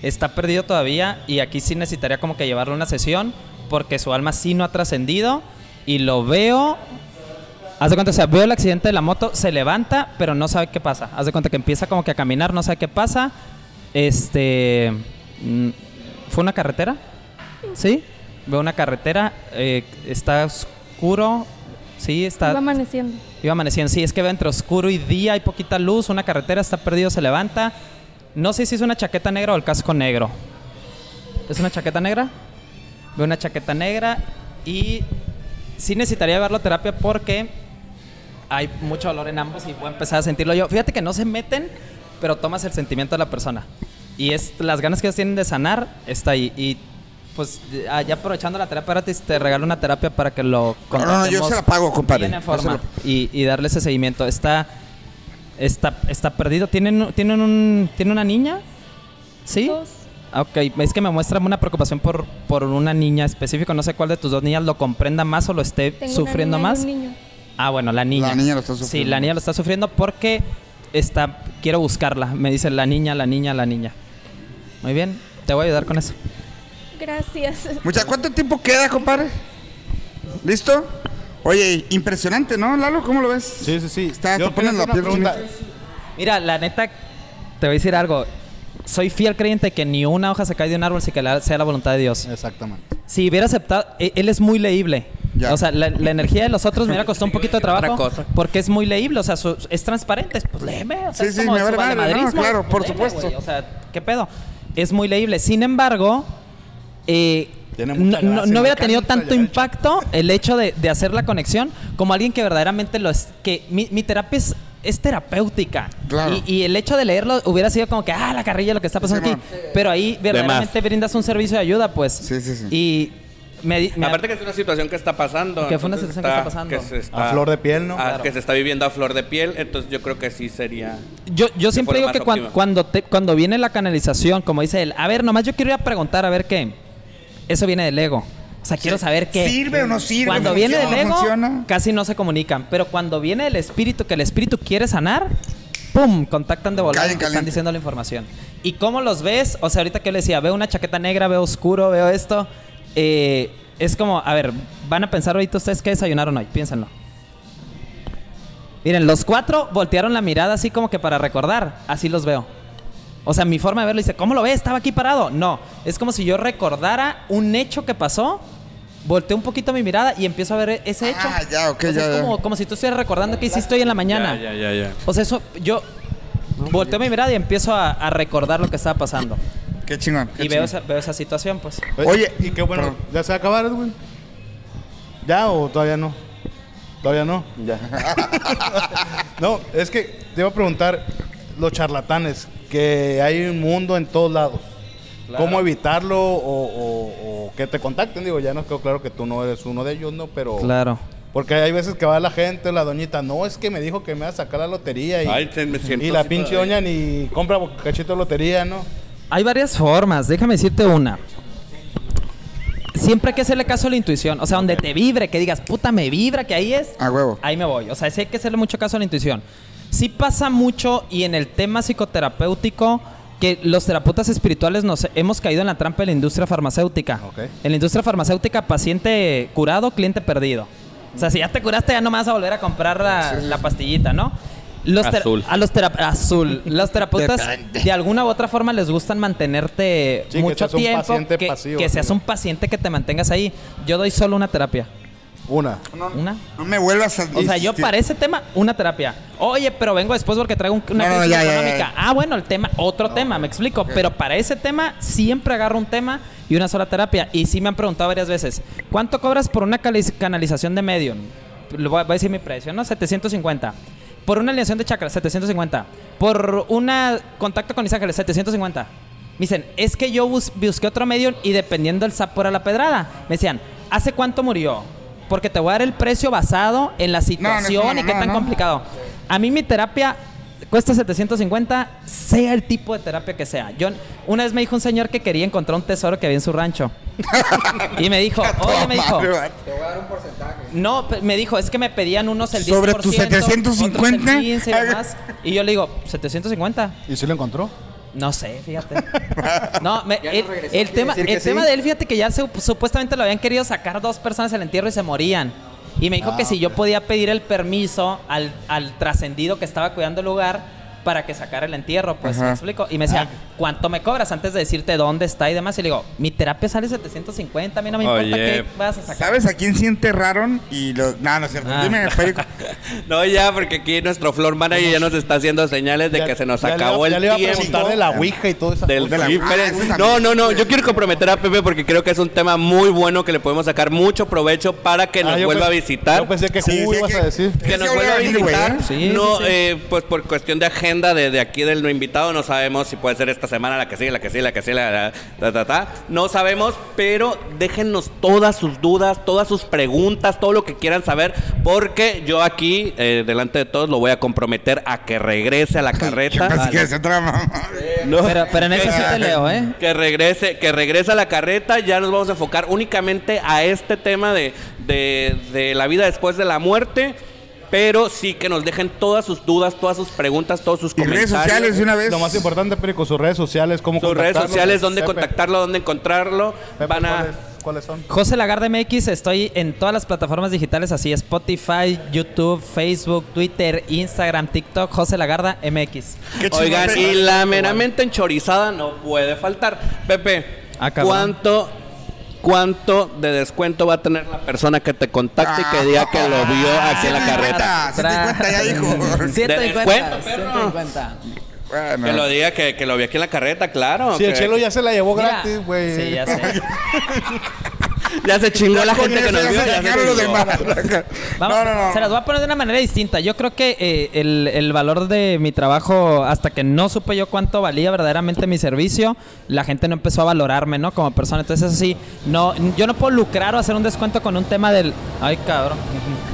[SPEAKER 7] Está perdido todavía y aquí sí necesitaría como que llevarle una sesión porque su alma sí no ha trascendido y lo veo... Haz de cuenta, o sea, veo el accidente de la moto, se levanta, pero no sabe qué pasa. Haz de cuenta que empieza como que a caminar, no sabe qué pasa. Este... mm, ¿Fue una carretera? ¿Sí? Veo una carretera, eh, está oscuro, sí, está...
[SPEAKER 8] Iba amaneciendo.
[SPEAKER 7] Iba amaneciendo. Sí, es que va entre oscuro y día, hay poquita luz, una carretera está perdido, se levanta. No sé si es una chaqueta negra o el casco negro. ¿Es una chaqueta negra? Veo una chaqueta negra y sí necesitaría verlo a terapia porque hay mucho dolor en ambos y voy a empezar a sentirlo yo. Fíjate que no se meten, pero tomas el sentimiento de la persona. Y es las ganas que ellos tienen de sanar, está ahí. Y pues ah, ya aprovechando la terapia gratis, te regalo una terapia para que lo
[SPEAKER 1] No, no, no, Ah, yo se la pago, compadre.
[SPEAKER 7] bien en
[SPEAKER 1] Yo se
[SPEAKER 7] forma
[SPEAKER 1] la-
[SPEAKER 7] y, y darle ese seguimiento. Está, está, está perdido. ¿Tienen, tienen un, ¿Tiene una niña? ¿Sí?
[SPEAKER 8] Dos.
[SPEAKER 7] Ah, Ok, es que me muestra una preocupación por, por una niña específica. No sé cuál de tus dos niñas lo comprenda más o lo esté
[SPEAKER 8] Tengo
[SPEAKER 7] sufriendo
[SPEAKER 8] una niña y
[SPEAKER 7] más.
[SPEAKER 8] un niño.
[SPEAKER 7] Ah, bueno, la niña.
[SPEAKER 1] La niña lo está
[SPEAKER 7] Sí,
[SPEAKER 1] sufriendo.
[SPEAKER 7] la niña lo está sufriendo porque está quiero buscarla. Me dice la niña, la niña, la niña. Muy bien. Te voy a ayudar con eso.
[SPEAKER 8] Gracias.
[SPEAKER 1] Mucha, ¿cuánto tiempo queda, compadre? ¿Listo? Oye, impresionante, ¿no, Lalo? ¿Cómo lo ves?
[SPEAKER 2] Sí, sí, sí.
[SPEAKER 1] Está,
[SPEAKER 2] Yo
[SPEAKER 1] te ponen
[SPEAKER 2] quiero
[SPEAKER 1] la
[SPEAKER 2] hacer
[SPEAKER 1] piel
[SPEAKER 2] una
[SPEAKER 1] chinita.
[SPEAKER 2] pregunta.
[SPEAKER 7] Mira, la neta, te voy a decir algo. Soy fiel creyente que ni una hoja se cae de un árbol sin que la- sea la voluntad de Dios.
[SPEAKER 2] Exactamente.
[SPEAKER 7] Si hubiera aceptado, e- él es muy leíble.
[SPEAKER 1] Ya.
[SPEAKER 7] O sea, la, la energía de los otros me hubiera costado un poquito de trabajo
[SPEAKER 3] Otra cosa.
[SPEAKER 7] porque es muy leíble, o sea, su- es transparente, es, pues léeme, o
[SPEAKER 1] Sí,
[SPEAKER 7] sea, es
[SPEAKER 1] sí,
[SPEAKER 7] como
[SPEAKER 1] me vale
[SPEAKER 7] su
[SPEAKER 1] madre, ¿no?
[SPEAKER 7] valemadrismo,
[SPEAKER 1] Claro,
[SPEAKER 7] pues,
[SPEAKER 1] por
[SPEAKER 7] léeme,
[SPEAKER 1] supuesto.
[SPEAKER 7] güey, o sea, ¿qué pedo? Es muy leíble. Sin embargo, eh,
[SPEAKER 2] Tiene
[SPEAKER 7] no,
[SPEAKER 2] mucha
[SPEAKER 7] no-
[SPEAKER 2] gracia,
[SPEAKER 7] no hubiera
[SPEAKER 2] me
[SPEAKER 7] tenido
[SPEAKER 2] encanta
[SPEAKER 7] tanto
[SPEAKER 2] llegar al
[SPEAKER 7] impacto el hecho de, de hacer la conexión como alguien que verdaderamente lo es, que mi, mi terapia es, es terapéutica.
[SPEAKER 1] Claro.
[SPEAKER 7] Y, y el hecho de leerlo hubiera sido como que, ah, la carrilla, lo que está pasando
[SPEAKER 1] Simón.
[SPEAKER 7] aquí. Pero ahí verdaderamente brindas un servicio de ayuda, pues.
[SPEAKER 1] Sí, sí, sí.
[SPEAKER 7] Y me, di- me-
[SPEAKER 3] Aparte que es una situación que está pasando.
[SPEAKER 7] Que fue una
[SPEAKER 3] entonces
[SPEAKER 7] situación que está pasando.
[SPEAKER 3] se está-
[SPEAKER 2] A flor de piel, ¿no?
[SPEAKER 3] ah,
[SPEAKER 2] Claro.
[SPEAKER 3] Que se está viviendo a flor de piel, entonces yo creo que sí sería...
[SPEAKER 7] Yo, yo
[SPEAKER 3] Que fuera
[SPEAKER 7] siempre digo
[SPEAKER 3] más
[SPEAKER 7] que cuan-
[SPEAKER 3] óptima.
[SPEAKER 7] cuando, te- cuando viene la canalización, como dice él, a ver, nomás yo quiero ir a preguntar a ver qué. Eso viene del ego. O sea, quiero saber qué.
[SPEAKER 1] ¿Sirve o no sirve?
[SPEAKER 7] Cuando
[SPEAKER 1] ¿Funciona
[SPEAKER 7] viene
[SPEAKER 1] o
[SPEAKER 7] del
[SPEAKER 1] no
[SPEAKER 7] ego,
[SPEAKER 1] funciona?
[SPEAKER 7] casi no se comunican. Pero cuando viene el espíritu, que el espíritu quiere sanar, ¡pum! Contactan de volada
[SPEAKER 1] Caen
[SPEAKER 7] y te están
[SPEAKER 1] caliente.
[SPEAKER 7] diciendo la información. ¿Y cómo los ves? O sea, ahorita que yo le decía, veo una chaqueta negra, veo oscuro, veo esto. Eh, es como, a ver, van a pensar ahorita ustedes qué desayunaron hoy, piénsenlo. Miren, los cuatro voltearon la mirada así como que para recordar. Así los veo. O sea, mi forma de verlo dice, ¿cómo lo ves? Estaba aquí parado. No, es como si yo recordara un hecho que pasó, volteo un poquito mi mirada y empiezo a ver ese hecho.
[SPEAKER 1] Ah, ya, ok,
[SPEAKER 7] O sea,
[SPEAKER 1] ya,
[SPEAKER 7] es
[SPEAKER 1] ya.
[SPEAKER 7] como, como si tú estuvieras recordando qué hiciste hoy en la mañana.
[SPEAKER 3] Ya, ya, ya, ya.
[SPEAKER 7] O sea, eso yo volteo mi mirada y empiezo a, a recordar lo que estaba pasando.
[SPEAKER 1] Qué chingón. qué
[SPEAKER 7] Y
[SPEAKER 1] chingón.
[SPEAKER 7] veo esa, veo esa situación, pues.
[SPEAKER 1] Oye,
[SPEAKER 2] y qué bueno.
[SPEAKER 1] perdón.
[SPEAKER 2] ¿Ya se va a acabar, Edwin? ¿Ya o todavía no? ¿Todavía no? Ya. no, es que te iba a preguntar, los charlatanes, que hay un mundo en todos lados. ¿Cómo evitarlo o, o- o que te contacten? Digo, ya nos quedó claro que tú no eres uno de ellos, ¿no? Pero...
[SPEAKER 7] Claro.
[SPEAKER 2] Porque hay veces que va la gente, la doñita, no, es que me dijo que me va a sacar la lotería y,
[SPEAKER 3] Ay, se- me siento
[SPEAKER 2] y la
[SPEAKER 3] así
[SPEAKER 2] pinche
[SPEAKER 3] todavía.
[SPEAKER 2] doña ni compra cachito de lotería, ¿no?
[SPEAKER 7] Hay varias formas, déjame decirte una. Siempre hay que hacerle caso a la intuición, o sea, donde te vibre, que digas, puta, me vibra, que ahí es,
[SPEAKER 1] A huevo.
[SPEAKER 7] ahí me voy. O sea, sí hay que hacerle mucho caso a la intuición. Sí pasa mucho y en el tema psicoterapéutico que los terapeutas espirituales nos hemos caído en la trampa de la industria farmacéutica.
[SPEAKER 2] Ok.
[SPEAKER 7] En la industria farmacéutica, paciente curado, cliente perdido. O sea, si ya te curaste, ya no me vas a volver a comprar la, la pastillita, ¿no? Los ter-
[SPEAKER 3] Azul.
[SPEAKER 7] A los terap- azul. Los terapeutas de alguna u otra forma les gustan mantenerte
[SPEAKER 2] Sí, que
[SPEAKER 7] mucho
[SPEAKER 2] seas un
[SPEAKER 7] tiempo,
[SPEAKER 2] paciente
[SPEAKER 7] que,
[SPEAKER 2] pasivo,
[SPEAKER 7] que
[SPEAKER 2] sí.
[SPEAKER 7] seas un paciente que te mantengas ahí. Yo doy solo una terapia.
[SPEAKER 2] Una.
[SPEAKER 7] Una.
[SPEAKER 1] no me vuelvas a...
[SPEAKER 7] O sea, yo para ese tema, una terapia. Oye, pero vengo después porque traigo un- una
[SPEAKER 1] No, no,
[SPEAKER 7] crisis
[SPEAKER 1] ya, ya, ya,
[SPEAKER 7] económica.
[SPEAKER 1] ya.
[SPEAKER 7] Ah, bueno, el tema, otro tema, me explico. Pero para ese tema, siempre agarro un tema y una sola terapia. Y sí me han preguntado varias veces, ¿cuánto cobras por una cali- canalización de Medium? Lo voy, a- voy a decir mi precio, ¿no? 750. Por una alineación de chakras, 750. Por un contacto con mis ángeles, 750. Me dicen, es que yo bus- busqué otro medio y dependiendo el sapo era la pedrada. Me decían, ¿hace cuánto murió? Porque te voy a dar el precio basado en la situación y
[SPEAKER 1] mamada,
[SPEAKER 7] qué tan
[SPEAKER 1] ¿no?
[SPEAKER 7] complicado. A mí mi terapia cuesta 750, sea el tipo de terapia que sea. Yo una vez me dijo un señor que quería encontrar un tesoro que había en su rancho. y me dijo,
[SPEAKER 1] Oh,
[SPEAKER 7] oye, me dijo, no, pe- me dijo, es que me pedían unos el 10%.
[SPEAKER 1] ¿Sobre tus 750?
[SPEAKER 7] otros el 15 y demás. Y yo le digo, 750.
[SPEAKER 2] ¿Y si lo encontró?
[SPEAKER 7] No sé, fíjate. No, me-
[SPEAKER 4] Ya no
[SPEAKER 7] el,
[SPEAKER 4] regresó,
[SPEAKER 7] el
[SPEAKER 4] quiere
[SPEAKER 7] tema,
[SPEAKER 4] decir que
[SPEAKER 7] el tema
[SPEAKER 4] sí.
[SPEAKER 7] de él, fíjate que ya se- supuestamente lo habían querido sacar dos personas al entierro y se morían. Y me dijo
[SPEAKER 2] Ah,
[SPEAKER 7] que si yo
[SPEAKER 2] ok.
[SPEAKER 7] podía pedir el permiso al, al trascendido que estaba cuidando el lugar para que sacara el entierro, pues
[SPEAKER 1] Ajá.
[SPEAKER 7] me explico. Y me decía, ¿cuánto me cobras antes de decirte dónde está y demás? Y le digo, mi terapia sale 750, a mí no me importa
[SPEAKER 3] Oye.
[SPEAKER 7] qué vas a sacar.
[SPEAKER 1] ¿Sabes a quién sí enterraron? Y los... No, no es cierto.
[SPEAKER 7] Ah.
[SPEAKER 1] Dime, Perico.
[SPEAKER 3] No, ya, porque aquí nuestro floor manager ya nos está haciendo señales de
[SPEAKER 2] Ya-
[SPEAKER 3] que se nos
[SPEAKER 2] ya le iba-
[SPEAKER 3] acabó
[SPEAKER 2] ya
[SPEAKER 3] el
[SPEAKER 2] le iba a
[SPEAKER 3] tiempo.
[SPEAKER 2] preguntar de la Ouija y todo eso.
[SPEAKER 3] Del
[SPEAKER 1] De la-
[SPEAKER 3] zipper.
[SPEAKER 1] Ah, eso también.
[SPEAKER 3] No, no, no. Yo quiero comprometer a Pepe porque creo que es un tema muy bueno que le podemos sacar mucho provecho para que nos vuelva a visitar.
[SPEAKER 2] Ah, Yo pensé que
[SPEAKER 1] Sí,
[SPEAKER 2] Jugo
[SPEAKER 1] sí,
[SPEAKER 2] ibas
[SPEAKER 1] que-
[SPEAKER 2] a decir.
[SPEAKER 3] que
[SPEAKER 1] Sí,
[SPEAKER 3] nos
[SPEAKER 1] sí,
[SPEAKER 3] vuelva a
[SPEAKER 1] habría venido,
[SPEAKER 3] visitar.
[SPEAKER 1] güey,
[SPEAKER 7] ¿eh? Sí,
[SPEAKER 3] no,
[SPEAKER 7] sí, sí.
[SPEAKER 3] eh, pues por cuestión de agenda de, de aquí del no invitado, no sabemos si puede ser esta semana, la que sigue, la que sigue, la que sigue, la, la- ta, ta, ta. No sabemos, pero déjennos todas sus dudas, todas sus preguntas, todo lo que quieran saber, porque yo aquí, eh, delante de todos, lo voy a comprometer a que regrese a la carreta.
[SPEAKER 1] Así que se trama.
[SPEAKER 3] No.
[SPEAKER 7] Pero, pero en eso sí te leo, ¿eh?
[SPEAKER 3] Que regrese, que regrese a la carreta, ya nos vamos a enfocar únicamente a este tema de, de- de la vida después de la muerte. Pero sí que nos dejen todas sus dudas, todas sus preguntas, todos sus
[SPEAKER 1] Y redes
[SPEAKER 3] comentarios.
[SPEAKER 1] sociales de una pues, vez.
[SPEAKER 2] Lo más importante, Perico, sus redes sociales, cómo
[SPEAKER 3] Sus redes
[SPEAKER 2] contactarlo.
[SPEAKER 3] sociales, dónde
[SPEAKER 2] Pepe,
[SPEAKER 3] contactarlo, dónde encontrarlo.
[SPEAKER 2] Pepe,
[SPEAKER 3] Van a.
[SPEAKER 2] ¿cuáles, cuáles son?
[SPEAKER 7] José Lagarde MX, estoy en todas las plataformas digitales, así Spotify, YouTube, Facebook, Twitter, Instagram, TikTok, José Lagarda MX.
[SPEAKER 1] Qué chingón,
[SPEAKER 3] Oigan,
[SPEAKER 1] Pepe.
[SPEAKER 3] y la meramente enchorizada no puede faltar. Pepe,
[SPEAKER 7] Ah, cabrón.
[SPEAKER 3] ¿cuánto, ¿cuánto de descuento va a tener la persona que te contacte y que diga que lo vio aquí Ah,
[SPEAKER 1] Ah,
[SPEAKER 3] en la carreta?
[SPEAKER 1] 750, 750, ya dijo.
[SPEAKER 3] descuento,
[SPEAKER 9] 150,
[SPEAKER 3] perro.
[SPEAKER 9] 150.
[SPEAKER 1] Bueno.
[SPEAKER 3] Que lo diga que, que lo vio aquí en la carreta, claro.
[SPEAKER 2] Sí, el
[SPEAKER 3] que-
[SPEAKER 2] Chelo ya se la llevó
[SPEAKER 9] Mira,
[SPEAKER 2] gratis, güey.
[SPEAKER 7] Sí, ya sé.
[SPEAKER 3] ya se chingó la gente que nos
[SPEAKER 1] Ya
[SPEAKER 3] vio.
[SPEAKER 1] se
[SPEAKER 3] ya se
[SPEAKER 1] sacaron los
[SPEAKER 3] chingó.
[SPEAKER 1] demás.
[SPEAKER 7] Vamos,
[SPEAKER 1] no, no, no.
[SPEAKER 7] Se las voy a poner de una manera distinta. Yo creo que eh, el, el valor de mi trabajo, hasta que no supe yo cuánto valía verdaderamente mi servicio, la gente no empezó a valorarme, ¿no? Como persona. Entonces, eso sí, no, yo no puedo lucrar o hacer un descuento con un tema del. Ay, cabrón.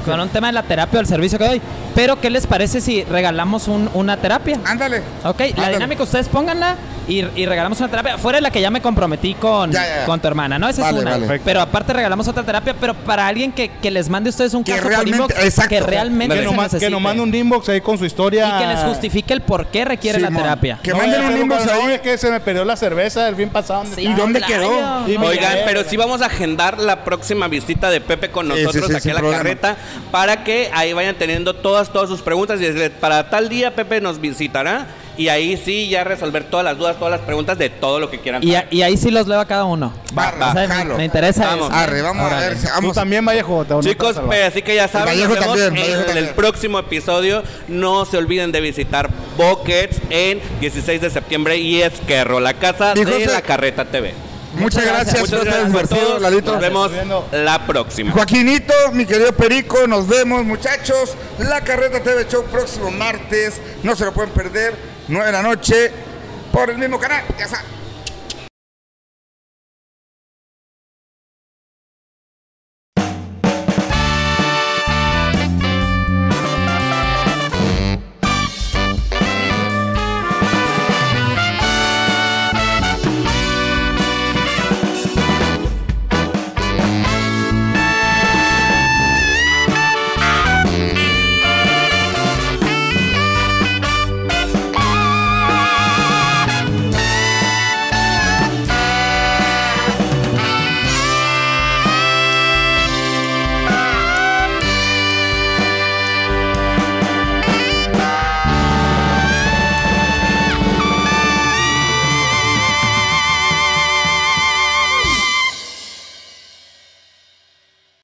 [SPEAKER 7] Con un tema de la terapia o el servicio que doy. Pero, ¿qué les parece si regalamos un- una terapia?
[SPEAKER 1] Ándale.
[SPEAKER 7] Ok, la
[SPEAKER 1] Ándale.
[SPEAKER 7] dinámica ustedes pónganla y, y regalamos una terapia. Fuera de la que ya me comprometí con,
[SPEAKER 1] Ya, ya, ya.
[SPEAKER 7] con tu hermana, ¿no? Esa
[SPEAKER 1] Vale,
[SPEAKER 7] es una.
[SPEAKER 1] vale. Perfecto.
[SPEAKER 7] Pero aparte regalamos otra terapia, pero para alguien que, que les mande a ustedes un
[SPEAKER 1] Que
[SPEAKER 7] caso por
[SPEAKER 1] realmente-
[SPEAKER 7] inbox
[SPEAKER 1] exacto.
[SPEAKER 7] que realmente
[SPEAKER 2] Que
[SPEAKER 7] se
[SPEAKER 2] nos, ma- que
[SPEAKER 7] necesite.
[SPEAKER 2] nos mande un inbox ahí con su historia.
[SPEAKER 7] Y que les justifique el por qué requiere la
[SPEAKER 1] Simón.
[SPEAKER 7] terapia.
[SPEAKER 1] Que
[SPEAKER 2] No,
[SPEAKER 1] manden
[SPEAKER 2] ya
[SPEAKER 1] un
[SPEAKER 2] sé,
[SPEAKER 1] inbox
[SPEAKER 2] compadre, no,
[SPEAKER 1] ahí.
[SPEAKER 2] es que se me perdió la cerveza el fin pasado. ¿dónde
[SPEAKER 7] Sí,
[SPEAKER 2] está?
[SPEAKER 1] ¿Y dónde quedó?
[SPEAKER 7] playo.
[SPEAKER 2] Sí,
[SPEAKER 3] Oigan,
[SPEAKER 2] Miguel,
[SPEAKER 3] pero
[SPEAKER 2] ¿verdad?
[SPEAKER 3] sí vamos a agendar la próxima visita de Pepe con nosotros
[SPEAKER 1] sí, sí,
[SPEAKER 3] aquí
[SPEAKER 1] sin
[SPEAKER 3] a la
[SPEAKER 1] problema.
[SPEAKER 3] carreta para que ahí vayan teniendo todas, todas sus preguntas y decirle, para tal día Pepe nos visitará y ahí sí ya resolver todas las dudas, todas las preguntas de todo lo que quieran.
[SPEAKER 7] Y, a-
[SPEAKER 3] saber.
[SPEAKER 7] y ahí sí los leo a cada uno.
[SPEAKER 1] Va, va,
[SPEAKER 7] O sea, me-
[SPEAKER 1] jalo.
[SPEAKER 7] Me interesa
[SPEAKER 3] Vamos.
[SPEAKER 7] eso.
[SPEAKER 1] Arre, vamos a
[SPEAKER 7] Órale.
[SPEAKER 1] ver.
[SPEAKER 2] Tú
[SPEAKER 1] Vamos.
[SPEAKER 2] también, Vallejo. te- no te
[SPEAKER 3] Chicos,
[SPEAKER 2] vas a
[SPEAKER 3] pues,
[SPEAKER 2] salvar.
[SPEAKER 3] así que ya saben,
[SPEAKER 1] Vallejo
[SPEAKER 3] nos vemos
[SPEAKER 1] también, Vallejo
[SPEAKER 3] en
[SPEAKER 1] también.
[SPEAKER 3] el próximo episodio. No se olviden de visitar Buckets en 16 de septiembre y Esquerro, la casa
[SPEAKER 1] Y
[SPEAKER 3] de
[SPEAKER 1] José-
[SPEAKER 3] la Carreta TV.
[SPEAKER 1] Muchas gracias.
[SPEAKER 3] Muchas
[SPEAKER 1] por
[SPEAKER 3] gracias
[SPEAKER 1] estar
[SPEAKER 3] a todos.
[SPEAKER 1] divertido, Lalito.
[SPEAKER 3] Nos vemos la próxima.
[SPEAKER 1] Joaquinito, mi querido Perico, nos vemos muchachos. La Carreta TV Show próximo martes. No se lo pueden perder. 9 de la noche por el mismo canal. Ya saben.